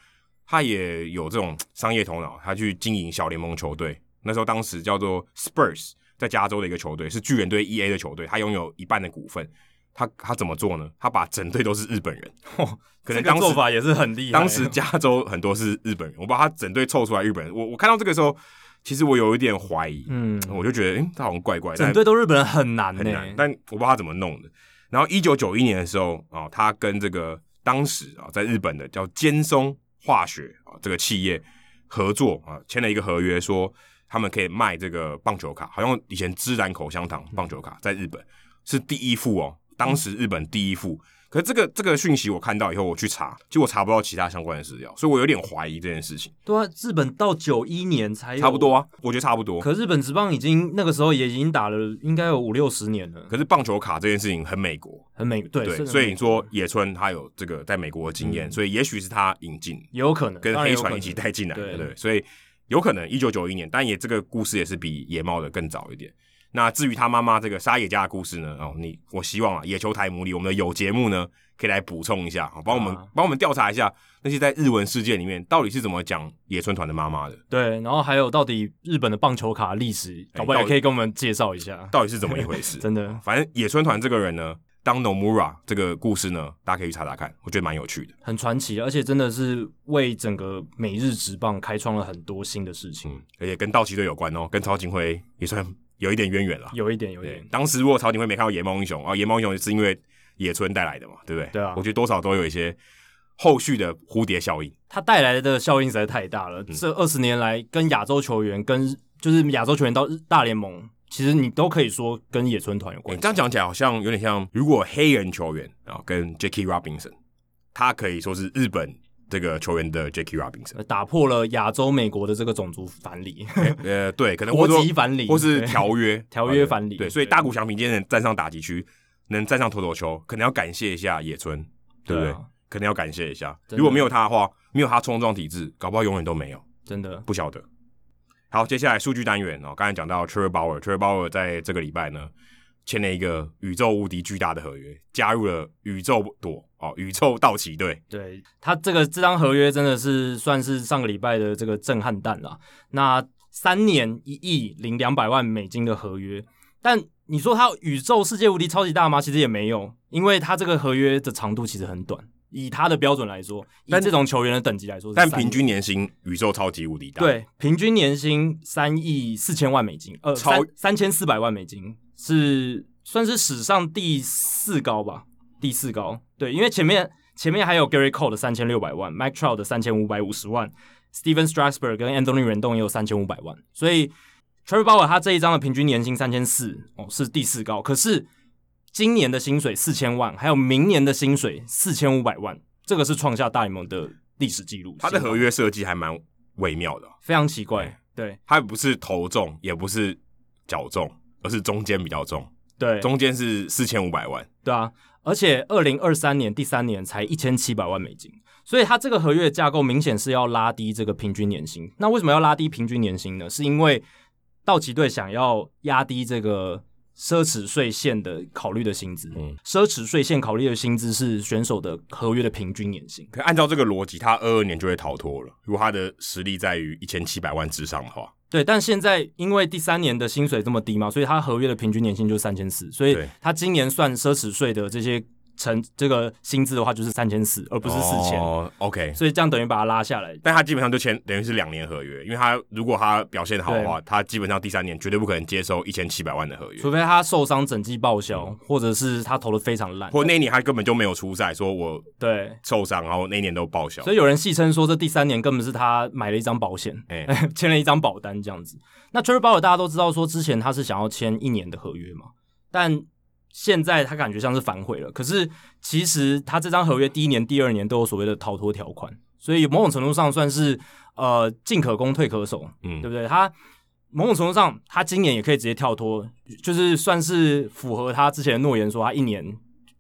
S2: 他也有这种商业头脑，他去经营小联盟球队。那时候当时叫做 Spurs，在加州的一个球队，是巨人队 E A 的球队，他拥有一半的股份。他他怎么做呢？他把整队都是日本人， 可能
S1: 这个
S2: 当时
S1: 做法也是很厉害。啊
S2: 当时加州很多是日本人，我把他整队凑出来日本人。我我看到这个时候，其实我有一点怀疑，
S1: 嗯，
S2: 我就觉得，嗯，他好像怪怪，
S1: 整
S2: 但
S1: 队都日本人很难呢、
S2: 很难，但我不知道他怎么弄的。然后一九九一年的时候啊、他跟这个当时啊、在日本的哦叫尖松化学啊、这个企业合作啊、签了一个合约说，他们可以卖这个棒球卡，好像以前芝兰口香糖棒球卡在日本是第一副哦，当时日本第一副。可是这个这个讯息我看到以后，我去查，结果查不到其他相关的资料，所以我有点怀疑这件事情。
S1: 对啊，日本到九一年才有
S2: 差不多。啊，我觉得差不多。
S1: 可日本职棒已经那个时候也已经打了，应该有五六十年了，
S2: 可是棒球卡这件事情很美国，
S1: 很美对，
S2: 对，
S1: 是
S2: 所以
S1: 很
S2: 你说野村他有这个在美国的经验，所以也许是他引进
S1: 也有可能
S2: 跟
S1: 嗯当然
S2: 黑
S1: 有可
S2: 船
S1: 能
S2: 一起带进来的，
S1: 对
S2: 对，所以有可能一九九一年，但也这个故事也是比野猫的更早一点。那至于他妈妈这个沙野家的故事呢？哦，你我希望啊，野球台母里我们的有节目呢，可以来补充一下，哦帮我们
S1: 啊
S2: 帮我们调查一下那些在日文世界里面到底是怎么讲野村团的妈妈的，
S1: 对，然后还有到底日本的棒球卡历史，
S2: 哎
S1: 搞不好
S2: 到
S1: 也
S2: 底
S1: 可以跟我们介绍一下。
S2: 到底是怎么 一回事？
S1: 真的
S2: 反正野村团这个人呢，当 Nomura 这个故事呢，大家可以去查查看，我觉得蛮有趣的。
S1: 很传奇，而且真的是为整个美日职棒开创了很多新的事情，
S2: 嗯，而且跟道奇队有关哦，跟曹景辉也算有一点渊源啦。
S1: 有一点，有一
S2: 对
S1: 点，。
S2: 当时如果曹景辉没看到野猫英雄啊，野猫英雄是因为野村带来的嘛，对不对？
S1: 对啊
S2: 我觉得多少都有一些后续的蝴蝶效应。
S1: 它带来的效应实在太大
S2: 嗯
S1: 了。这二十年来，跟亚洲球员，跟就是亚洲球员到日大联盟，其实你都可以说跟野村团有
S2: 你
S1: 关系。
S2: 这样讲起来好像有点像，如果黑人球员啊跟 Jackie Robinson，他可以说是日本这个球员的 Jackie Robinson。
S1: 呃打破了亚洲、美国的这个种族反 理，
S2: 呃，对，可能
S1: 国
S2: 或者
S1: 籍反理
S2: 或是
S1: 对
S2: 条约
S1: 条约反理
S2: 对，所以大谷翔平今天能站上打击区，能站上投手球，可能要感谢一下野村，对不
S1: 对
S2: 对？
S1: 啊
S2: 可能要感谢一下。
S1: 真的
S2: 如果没有他的话，没有他冲撞体制，搞不好永远都没有，
S1: 真的
S2: 不晓得。好，接下来数据单元哦，刚才讲到 Trevor Bauer，Trevor Bauer 在这个礼拜呢签了一个宇宙无敌巨大的合约，加入了宇宙朵哦，宇宙道奇队。
S1: 对他这个这张合约真的是算是上个礼拜的这个震撼弹啦。那三年一亿零两百万美金的合约，但你说他宇宙世界无敌超级大吗？其实也没有，因为他这个合约的长度其实很短，以他的标准来说，以
S2: 但
S1: 这种球员的等级来说是三
S2: 但
S1: 年，
S2: 平均年薪宇宙超级无敌大，，
S1: 对平均年薪三亿四千万美金，呃，
S2: 超
S1: 三三千四百万美金是算是史上第四高吧，第四高。对，因为前面前面还有 Gary Cole 的三千六百万，Mike Trout 的三千五百五十万，Steven Strasburg 跟 Anthony Rendon 也有三千五百万，所以 Trevor Bauer 他这一张的平均年薪三千四哦是第四高，可是今年的薪水四千万，还有明年的薪水四千五百万，这个是创下大联盟的历史记录。
S2: 他的合约设计还蛮微妙的哦。
S1: 非常奇怪，对。
S2: 它不是头重，也不是脚重，而是中间比较重，
S1: 对，
S2: 中间是四千五百万，
S1: 对啊，而且二零二三年第三年才一千七百万美金，所以它这个合约的架构明显是要拉低这个平均年薪。那为什么要拉低平均年薪呢？是因为道奇队想要压低这个奢侈税线的考虑的薪资。
S2: 嗯
S1: 奢侈税线考虑的薪资是选手的合约的平均年薪。
S2: 可按照这个逻辑，他二二年就会逃脱了。如果他的实力在于一千七百万之上的话，
S1: 对，但现在因为第三年的薪水这么低嘛，所以他合约的平均年薪就是三千四，所以
S2: 对
S1: 他今年算奢侈税的这些成这个薪资的话，就是三千四，而不是四千、
S2: 哦，OK。
S1: 所以这样等于把它拉下来。
S2: 但他基本上就签，等于是两年合约，因为他如果他表现好的话，他基本上第三年绝对不可能接受一千七百万的合约，
S1: 除非他受伤整季报销，或者是他投的非常烂，
S2: 或那一年他根本就没有出赛，说我
S1: 对，
S2: 受伤，然后那一年都报销
S1: 所。以有人戏称说这第三年根本是他买了一张保险，
S2: 哎、
S1: 签了一张保单这样子。那 Trevor Bauer 大家都知道说之前他是想要签一年的合约嘛，但现在他感觉像是反悔了。可是其实他这张合约第一年、第二年都有所谓的逃脱条款，所以某种程度上算是呃进可攻退可守，
S2: 嗯
S1: 对不对？他某种程度上，他今年也可以直接跳脱，就是算是符合他之前的诺言，说他一年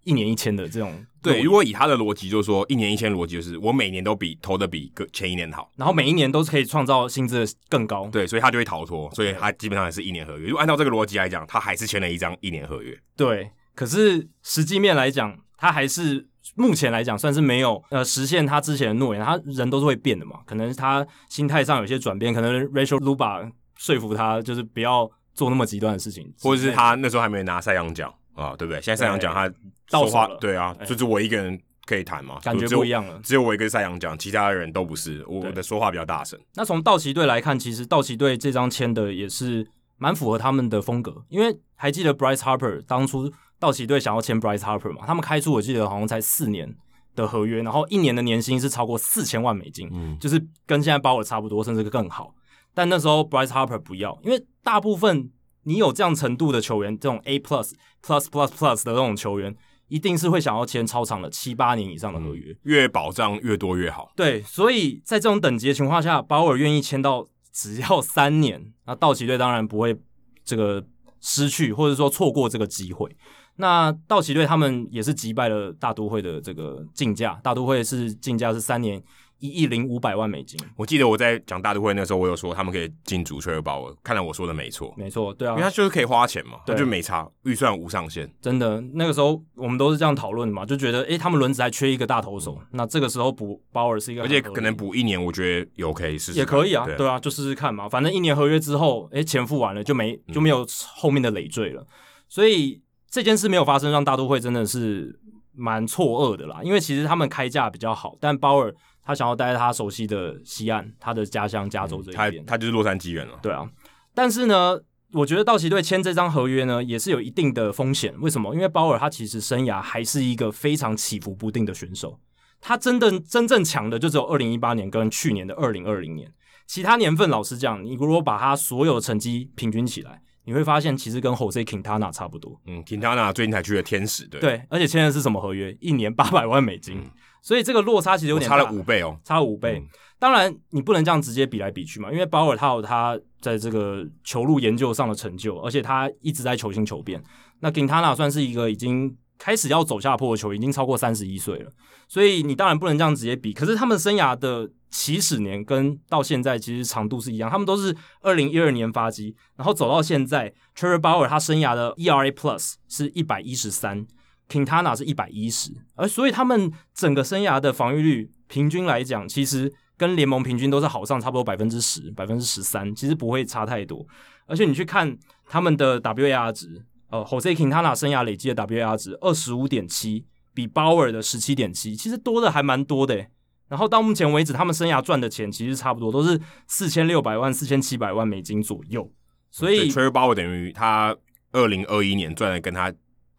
S1: 一年一签的这种。
S2: 对，如果以他的逻辑，就是说一年一千逻辑，就是我每年都比投的比个前一年好。
S1: 然后每一年都是可以创造薪资的更高，
S2: 对，所以他就会逃脱，所以他基本上也是一年合约。如果按照这个逻辑来讲，他还是签了一张一年合约。
S1: 对，可是实际面来讲，他还是目前来讲算是没有呃实现他之前的诺言。他人都是会变的嘛，可能他心态上有些转变，可能 Rachel Luba 说服他就是不要做那么极端的事情，
S2: 或者是他那时候还没拿赛扬奖啊，对不对？现在赛扬奖他
S1: 到
S2: 说话
S1: 手了
S2: 对啊，
S1: 哎
S2: 就是我一个人可以谈嘛，
S1: 感觉
S2: 只有
S1: 不一样了
S2: 只有我一个赛扬奖，其他的人都不是。我
S1: 对
S2: 的说话比较大声，
S1: 那从道奇队来看，其实道奇队这张签的也是蛮符合他们的风格，因为还记得 Bryce Harper 当初道奇队想要签 Bryce Harper 嘛，他们开出我记得好像才四年的合约，然后一年的年薪是超过四千万美金，就是跟现在包尔差不多，甚至更好。但那时候 Bryce Harper 不要，因为大部分你有这样程度的球员，这种 A plus plus plus plus 的那种球员，一定是会想要签超长的七八年以上的合约。
S2: 越保障越多越好。
S1: 对，所以在这种等级的情况下，鲍尔愿意签到只要三年，那道奇队当然不会这个失去或者说错过这个机会。那道奇队他们也是击败了大都会的这个竞价，大都会是竞价是三年一亿零五百万美金，
S2: 我记得我在讲大都会那时候，我有说他们可以进主吹包尔，看来我说的没错，
S1: 没错，对啊，
S2: 因为他就是可以花钱嘛，他
S1: 对
S2: 就没差，预算无上限。
S1: 真的，那个时候我们都是这样讨论的嘛，就觉得诶、他们轮子还缺一个大投手，那这个时候补鲍尔是一个
S2: 而
S1: 很合
S2: 且
S1: 理的，
S2: 可能补一年，我觉得也 OK，试试
S1: 也可以啊
S2: 看，嗯
S1: 对啊，就试试看嘛，反正一年合约之后，诶、钱付完了就没
S2: 嗯
S1: 就没有后面的累赘了，所以这件事没有发生，让大都会真的是蛮错愕的啦，因为其实他们开价比较好，但鲍尔他想要待在他熟悉的西岸，他的家乡加州这
S2: 嗯他
S1: 一边，
S2: 他就是洛杉矶人了。
S1: 对啊，但是呢，我觉得道奇队签这张合约呢，也是有一定的风险。为什么？因为鲍尔他其实生涯还是一个非常起伏不定的选手，他真的真正强的就只有二零一八年跟去年的二零二零年，其他年份老实讲，你如果把他所有的成绩平均起来，你会发现其实跟 Jose Quintana 差不多。
S2: 嗯，Quintana 最近才去了天使队，，
S1: 对，而且签的是什么合约？一年八百万美金，所以这个落差其实有
S2: 我
S1: 点
S2: 嗯差了
S1: 大
S2: 五倍哦。
S1: 差了五倍。当然，你不能这样直接比来比去嘛，因为鲍尔他有他在这个球路研究上的成就，而且他一直在求新求变。那 Quintana 算是一个已经开始要走下坡的球员，已经超过三十一岁了，所以你当然不能这样直接比。可是他们生涯的起始年跟到现在其实长度是一样，他们都是二零一二年发迹，然后走到现在 t r e v o r Bauer 他生涯的 ERA Plus 是一百一十三。Quintana 是一百一十，而所以他们整个生涯的防御率平均来讲，其实跟联盟平均都是好上差不多百分之十、百分之十三，其实不会差太多。而且你去看他们的 WAR 值，呃，Jose Quintana 生涯累积的 WAR 值二十五点七，比 Bauer 的十七点七，其实多的还蛮多的欸。然后到目前为止，他们生涯赚的钱其实差不多都是四千六百万、四千七百万美金左右，所以
S2: t r e v o r Bauer 等于他二零二一年赚的跟他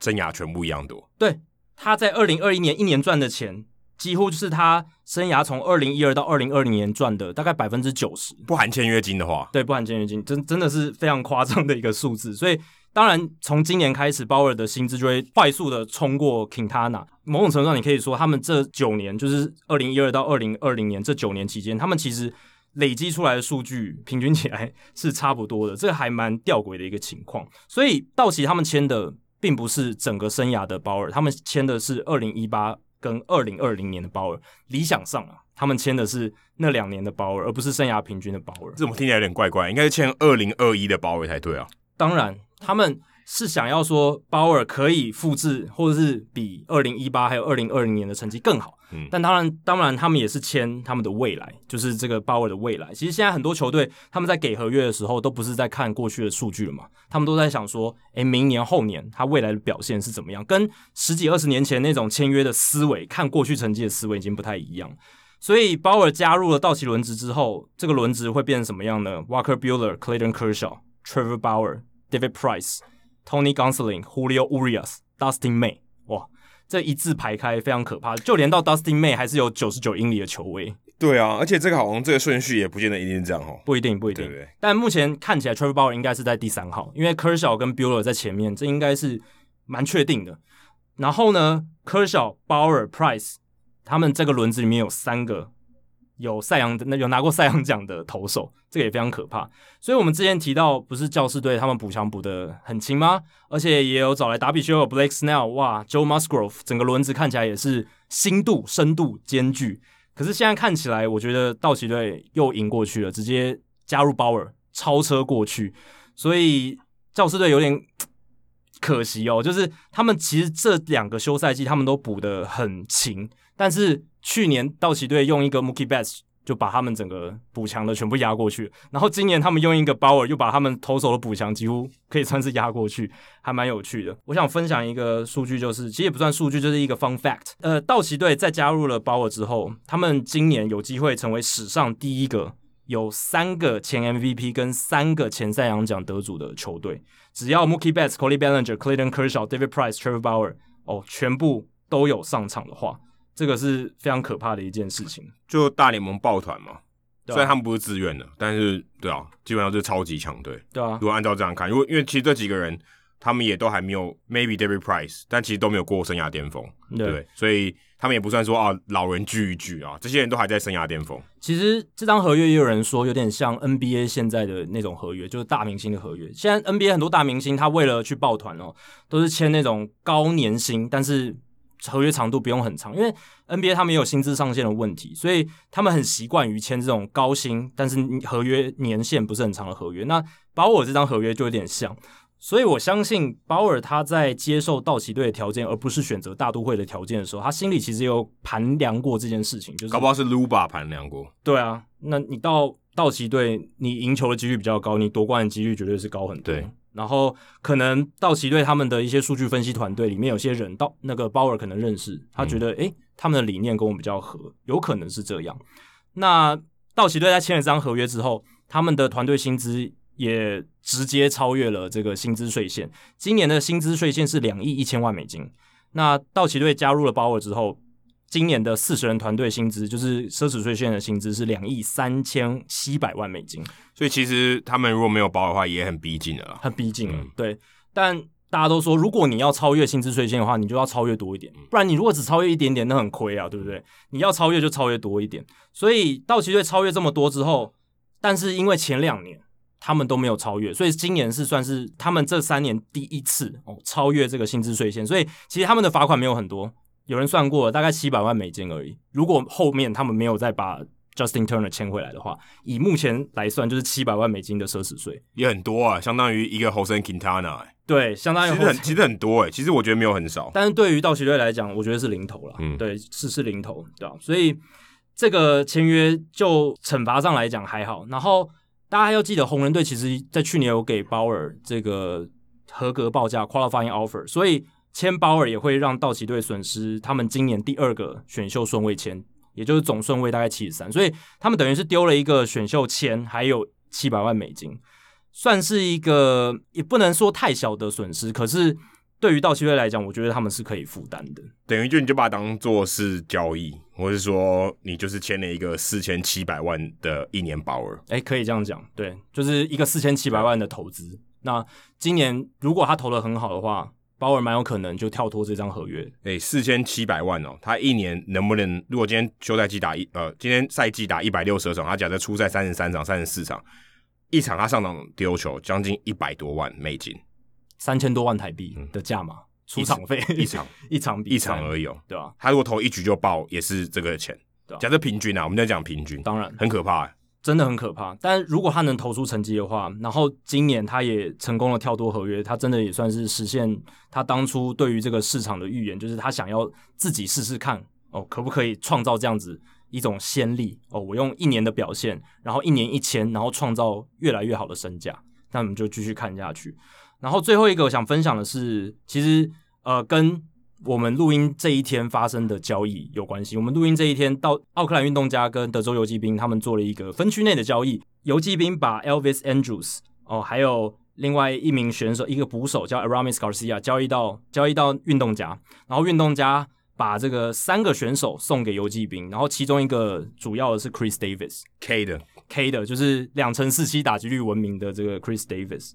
S2: 生涯全部一样多，
S1: 对，他在二零二一年一年赚的钱，几乎就是他生涯从二零一二到二零二零年赚的大概百分之九十。
S2: 不含签约金的话，
S1: 对，不含签约金，真真的是非常夸张的一个数字。所以，当然从今年开始，鲍尔的薪资就会快速的冲过 Quintana。某种程度上，你可以说他们这九年，就是二零一二到二零二零年这九年期间，他们其实累积出来的数据平均起来 是差不多的，这还蛮吊诡的一个情况。所以，道奇他们签的并不是整个生涯的鲍尔，他们签的是二零一八。跟二零二零年的鲍尔，理想上啊，他们签的是那两年的鲍尔，而不是生涯平均的鲍尔。
S2: 这怎么听起来有点怪怪？应该是签二零二一的包围才对啊。
S1: 当然，他们是想要说鲍尔可以复制，或者是比二零一八还有二零二零年的成绩更好。
S2: 嗯
S1: 但当然，当然他们也是签他们的未来，就是这个鲍尔的未来。其实现在很多球队他们在给合约的时候，都不是在看过去的数据了嘛，他们都在想说，诶，明年后年他未来的表现是怎么样，跟十几二十年前那种签约的思维，看过去成绩的思维已经不太一样了。所以鲍尔加入了道奇轮值之后，这个轮值会变成什么样呢？Walker Bueller、Clayton Kershaw、Trevor Bauer、David Price、Tony Gonsolin、Julio Urias、Dustin May，哇，这一字排开非常可怕，就连到 Dustin May 还是有九十九英里的球威，
S2: 对啊，而且这个好像这个顺序也不见得一定是这样哦。
S1: 不一定，不一定。
S2: 对不对
S1: 但目前看起来，Trevor Bauer 应该是在第三号，因为 Kershaw 跟 Bueller 在前面，这应该是蛮确定的。然后呢，Kershaw、Bauer、Price 他们这个轮子里面有三个有赛扬那有拿过赛扬奖的投手，这个也非常可怕。所以我们之前提到，不是教士队他们补强补的很勤吗？而且也有找来达比修尔、Blake Snell，哇，Joe Musgrove，整个轮子看起来也是新度、深度兼具。可是现在看起来，我觉得道奇队又赢过去了，直接加入鲍尔超车过去，所以教师队有点可惜哦。就是他们其实这两个休赛季他们都补得很勤，但是去年道奇队用一个 Mookie Betts 就把他们整个补强的全部压过去，然后今年他们用一个鲍尔又把他们投手的补强几乎可以算是压过去，还蛮有趣的。我想分享一个数据，就是其实也不算数据，就是一个 fun fact。呃，道奇队在加入了鲍尔之后，他们今年有机会成为史上第一个有三个前 MVP 跟三个前赛扬奖得主的球队。只要 Mookie Betts、Cody Bellinger、Clayton Kershaw、David Price、Trevor Bauer 哦，全部都有上场的话，这个是非常可怕的一件事情。
S2: 就大联盟抱团嘛，
S1: 对啊
S2: 虽然他们不是自愿的，但是对啊，基本上就是超级强队。
S1: 对啊
S2: 如，果按照这样看，因为因为其实这几个人他们也都还没有 maybe David Price，但其实都没有过生涯巅峰，对不
S1: 对。
S2: 对，所以他们也不算说啊老人聚一聚啊，这些人都还在生涯巅峰。
S1: 其实这张合约也有人说有点像 NBA 现在的那种合约，就是大明星的合约。现在 NBA 很多大明星他为了去抱团哦，都是签那种高年薪，但是合约长度不用很长，因为 NBA 他们也有薪资上限的问题，所以他们很习惯于签这种高薪，但是合约年限不是很长的合约。那把我这张合约就有点像。所以我相信鲍尔他在接受道奇队的条件，而不是选择大都会的条件的时候，他心里其实有盘量过这件事情，就是
S2: 搞不好是 Luba 盘量过，
S1: 对啊，那你到道奇队，你赢球的几率比较高，你夺冠的几率绝对是高很多。
S2: 对，
S1: 然后可能道奇队他们的一些数据分析团队里面有些人到那个鲍尔可能认识，他觉得诶、他们的理念跟我们比较合，有可能是这样。那道奇队在签了这张合约之后，他们的团队薪资也直接超越了这个薪资税线，今年的薪资税线是两亿一千万美金。那道奇队加入了鲍尔之后，今年的四十人团队薪资就是奢侈税线的薪资是两亿三千七百万美金，
S2: 所以其实他们如果没有保的话，也很逼近了啦。
S1: 很逼近了。
S2: 嗯
S1: 对，但大家都说，如果你要超越薪资税线的话，你就要超越多一
S2: 嗯
S1: 点，不然你如果只超越一点点，那很亏啊，对不对？你要超越就超越多一点。所以道奇队超越这么多之后，但是因为前两年。他们都没有超越，所以今年是算是他们这三年第一次哦超越这个薪资税线，所以其实他们的罚款没有很多，有人算过了，大概七百万美金而已。如果后面他们没有再把 Justin Turner 签回来的话，以目前来算就是七百万美金的奢侈税，
S2: 也很多啊，相当于一个 Hosen Quintana，、欸、
S1: 对，相当于
S2: 其实
S1: 后
S2: 很其实很多哎、其实我觉得没有很少，
S1: 但是对于道奇队来讲，我觉得是零头了，
S2: 嗯
S1: 对，是是零头，对吧、所以这个签约就惩罚上来讲还好。然后大家要记得，红人队其实在去年有给鲍尔这个合格报价 （qualifying offer），所以签鲍尔也会让道奇队损失他们今年第二个选秀顺位签，也就是总顺位大概七十三，所以他们等于是丢了一个选秀签，还有七百万美金。算是一个也不能说太小的损失，可是对于道奇队来讲，我觉得他们是可以负担的。
S2: 等于就你就把它当做是交易，或是说你就是签了一个四千七百万的一年保额，
S1: 哎，可以这样讲，对，就是一个四千七百万的投资。那今年如果他投的很好的话，鲍尔蛮有可能就跳脱这张合约。
S2: 哎、四千七百万哦，他一年能不能？如果今天休赛季打一呃，今天赛季打一百六十场，他假设初赛三十三场、三十四场，一场他上场丢球将近一百多万美金，
S1: 三千多万台币的价码，出场费
S2: 嗯一场
S1: 一场比
S2: 一场而
S1: 已，
S2: 已哦。
S1: 对啊，
S2: 他如果投一局就爆，也是这个钱
S1: 对啊。
S2: 假设平均啊，我们在讲平均，
S1: 当然
S2: 很可怕、啊
S1: 真的很可怕。但如果他能投出成绩的话，然后今年他也成功的跳脱合约，他真的也算是实现他当初对于这个市场的预言，就是他想要自己试试看哦，可不可以创造这样子一种先例哦？我用一年的表现，然后一年一千，然后创造越来越好的身价。那我们就继续看下去。然后最后一个我想分享的是，其实呃跟我们录音这一天发生的交易有关系。我们录音这一天到奥克兰运动家跟德州游击兵他们做了一个分区内的交易，游击兵把 Elvis Andrews 哦，还有另外一名选手一个捕手叫 Aramis Garcia 交易到交易到运动家，然后运动家。把这个三个选手送给游击兵，然后其中一个主要的是 Chris Davis，
S2: K 的
S1: K 的，就是两成四七打击率闻名的这个 Chris Davis，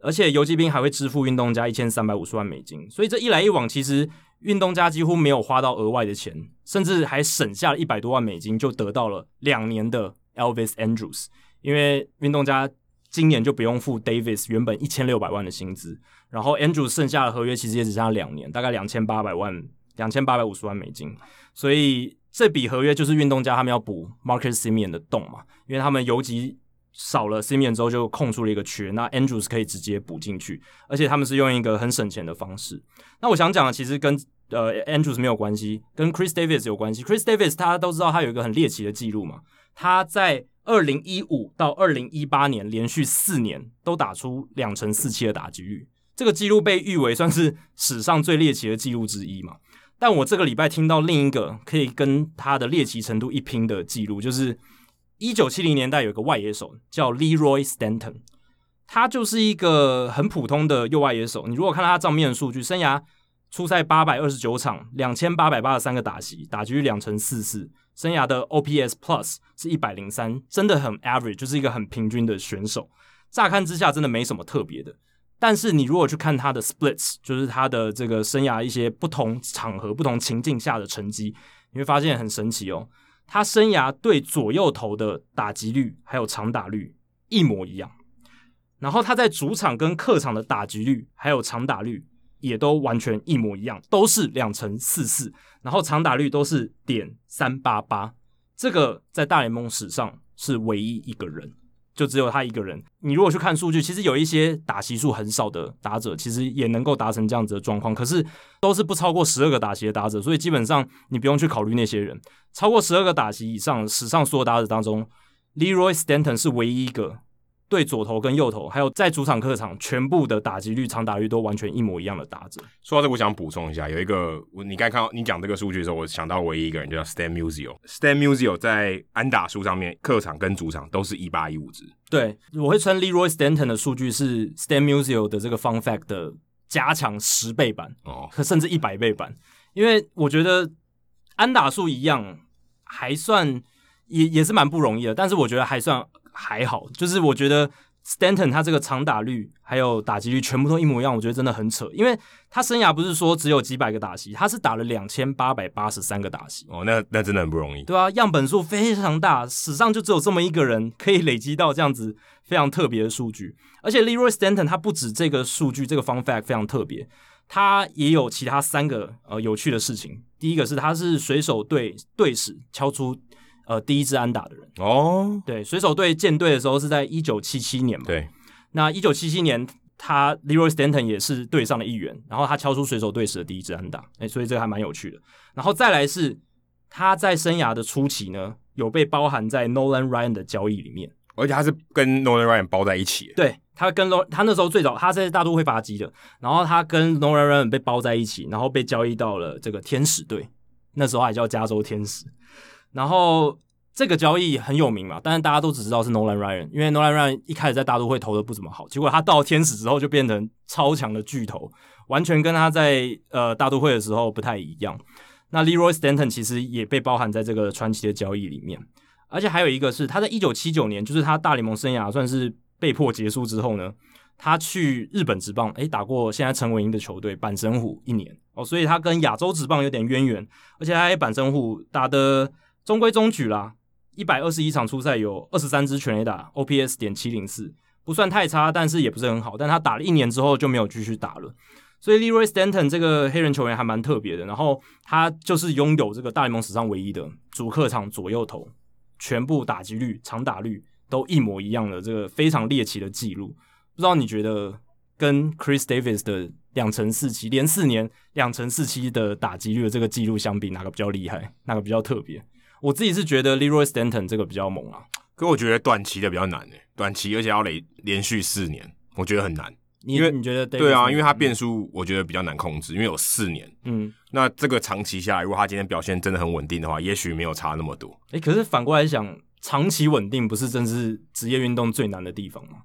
S1: 而且游击兵还会支付运动家一千三百五十万美金，所以这一来一往，其实运动家几乎没有花到额外的钱，甚至还省下了一百多万美金，就得到了两年的 Elvis Andrews，因为运动家今年就不用付 Davis 原本一千六百万的薪资，然后 Andrews 剩下的合约其实也只剩下两年，大概两千八百万。两千八百五十万美金，所以这笔合约就是运动家他们要补 Marcus Simeon 的洞嘛，因为他们游击少了 Simeon 之后就空出了一个缺，那 Andrews 可以直接补进去，而且他们是用一个很省钱的方式。那我想讲的其实跟呃 Andrews 没有关系，跟 Chris Davis 有关系。Chris Davis 大家都知道他有一个很猎奇的记录嘛，他在二零一五到二零一八年连续四年都打出两成四七的打击率，这个记录被誉为算是史上最猎奇的记录之一嘛。但我这个礼拜听到另一个可以跟他的猎奇程度一拼的记录，就是一九七零年代有一个外野手叫 Leroy Stanton，他就是一个很普通的右外野手。你如果看到他账面的数据，生涯初赛八百二十九场，两千八百八十三个打席，打击率两成四四，生涯的 OPS Plus 是一百零三，真的很 average，就是一个很平均的选手。乍看之下真的没什么特别的，但是你如果去看他的 splits，就是他的这个生涯一些不同场合、不同情境下的成绩，你会发现很神奇哦。他生涯对左右投的打击率还有长打率一模一样，然后他在主场跟客场的打击率还有长打率也都完全一模一样，都是两成四四，然后长打率都是点三八八，这个在大联盟史上是唯一一个人。就只有他一个人。你如果去看数据，其实有一些打席数很少的打者，其实也能够达成这样子的状况。可是都是不超过十二个打席的打者，所以基本上你不用去考虑那些人。超过十二个打席以上，史上所有打者当中，Leroy Stanton 是唯一一个对左投跟右投，还有在主场客场全部的打击率、长打率都完全一模一样的打者。
S2: 说到这个，我想补充一下，有一个我你刚看到你讲这个数据的时候，我想到唯一一个人就叫 Stan Musial。Stan Musial 在安打数上面，客场跟主场都是一八一五值。
S1: 对，我会称 Leroy Stanton 的数据是 Stan Musial 的这个 Fun Fact 的加强十倍版，
S2: 哦，
S1: 可甚至一百倍版，因为我觉得安打数一样，还算也也是蛮不容易的，但是我觉得还算还好，就是我觉得 Stanton 他这个长打率还有打击率全部都一模一样，我觉得真的很扯，因为他生涯不是说只有几百个打席，他是打了两千八百八十三个打席。
S2: 哦，那那真的很不容易。
S1: 对啊，样本数非常大，史上就只有这么一个人可以累积到这样子非常特别的数据。而且 Leroy Stanton 他不止这个数据，这个 fun fact 非常特别，他也有其他三个呃有趣的事情。第一个是他是水手队队史敲出呃第一支安打的人，
S2: 哦，
S1: 对，水手队建队的时候是在一九七七年嘛，
S2: 对，
S1: 那一九七七年，他 Leroy Stanton 也是队上的一员，然后他敲出水手队史的第一支安打，哎、所以这个还蛮有趣的。然后再来是他在生涯的初期呢，有被包含在 Nolan Ryan 的交易里面。
S2: 而且他是跟 Nolan Ryan 包在一起。
S1: 对他跟 Lo，他那时候最早他在大都会发迹的，然后他跟 Nolan Ryan 被包在一起，然后被交易到了这个天使队，那时候还叫加州天使。然后这个交易很有名嘛，但是大家都只知道是 Nolan Ryan，因为 Nolan Ryan 一开始在大都会投的不怎么好，结果他到天使之后就变成超强的巨头，完全跟他在呃大都会的时候不太一样。那 Leroy Stanton 其实也被包含在这个传奇的交易里面。而且还有一个是，他在一九七九年，就是他大联盟生涯算是被迫结束之后呢，他去日本职棒，诶，打过现在陈伟英的球队阪神虎一年哦，所以他跟亚洲职棒有点渊源，而且他在阪神虎打的中规中矩啦，一百二十一场出赛有二十三支全垒打，OPS 点七零四，不算太差，但是也不是很好，但他打了一年之后就没有继续打了。所以 Leroy Stanton 这个黑人球员还蛮特别的，然后他就是拥有这个大联盟史上唯一的主客场左右投全部打击率、长打率都一模一样的这个非常猎奇的记录。不知道你觉得跟 Chris Davis 的两成四七连四年两成四七的打击率的这个记录相比，哪个比较厉害？哪个比较特别？我自己是觉得 Leroy Stanton 这个比较猛啊。
S2: 可我觉得短期的比较难诶，短期而且要连连续四年，我觉得很难。
S1: 你
S2: 因为
S1: 你觉得 Davis
S2: 对啊，因为他
S1: 呢
S2: 变数我觉得比较难控制，因为有四年。
S1: 嗯，
S2: 那这个长期下来，如果他今天表现真的很稳定的话，也许没有差那么多。
S1: 诶，可是反过来想，长期稳定不是正是职业运动最难的地方吗？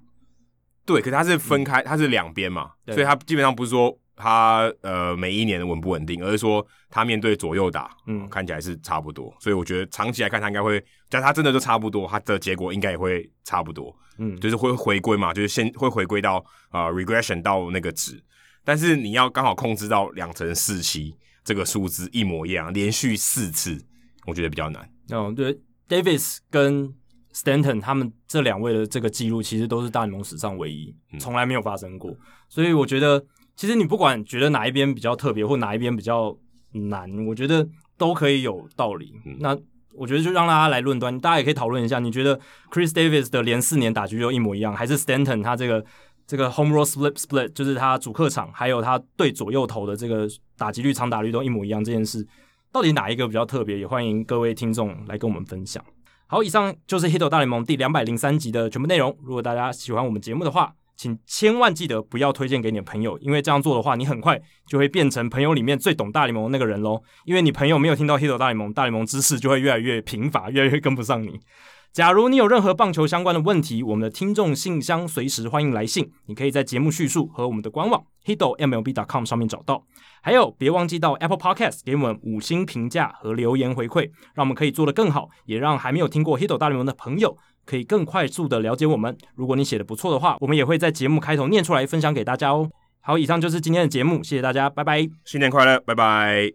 S2: 对，可是他是分开，他是两边嘛，
S1: 对
S2: 所以他基本上不是说他呃每一年稳不稳定，而是说他面对左右打，
S1: 嗯
S2: 看起来是差不多。所以我觉得长期来看，他应该会，但他真的就差不多，他的结果应该也会差不多，
S1: 嗯，
S2: 就是会回归嘛，就是先会回归到啊、呃 regression 到那个值，但是你要刚好控制到两成四七这个数字一模一样，连续四次，我觉得比较难。
S1: 哦，对，Davis 跟 Stanton 他们这两位的这个记录，其实都是大联盟史上唯一，从来没有发生过。所以我觉得，其实你不管觉得哪一边比较特别，或哪一边比较难，我觉得都可以有道理。那我觉得就让大家来论断，大家也可以讨论一下，你觉得 Chris Davis 的连四年打局就一模一样，还是 Stanton 他这个这个 home run split split，就是他主客场还有他对左右投的这个打击率、长打率都一模一样这件事，到底哪一个比较特别？也欢迎各位听众来跟我们分享。好，以上就是《h i t 大联盟》第两百零三集的全部内容。如果大家喜欢我们节目的话，请千万记得不要推荐给你的朋友，因为这样做的话，你很快就会变成朋友里面最懂大联盟的那个人喽。因为你朋友没有听到《h i t 大联盟》，大联盟知识就会越来越贫乏，越来越跟不上你。假如你有任何棒球相关的问题，我们的听众信箱随时欢迎来信，你可以在节目叙述和我们的官网 hito mlb.com 上面找到。还有，别忘记到 Apple Podcast 给我们五星评价和留言回馈，让我们可以做得更好，也让还没有听过 Hito 大联盟的朋友可以更快速的了解我们。如果你写的不错的话，我们也会在节目开头念出来分享给大家哦。好，以上就是今天的节目，谢谢大家，拜拜。
S2: 新年快乐，拜拜。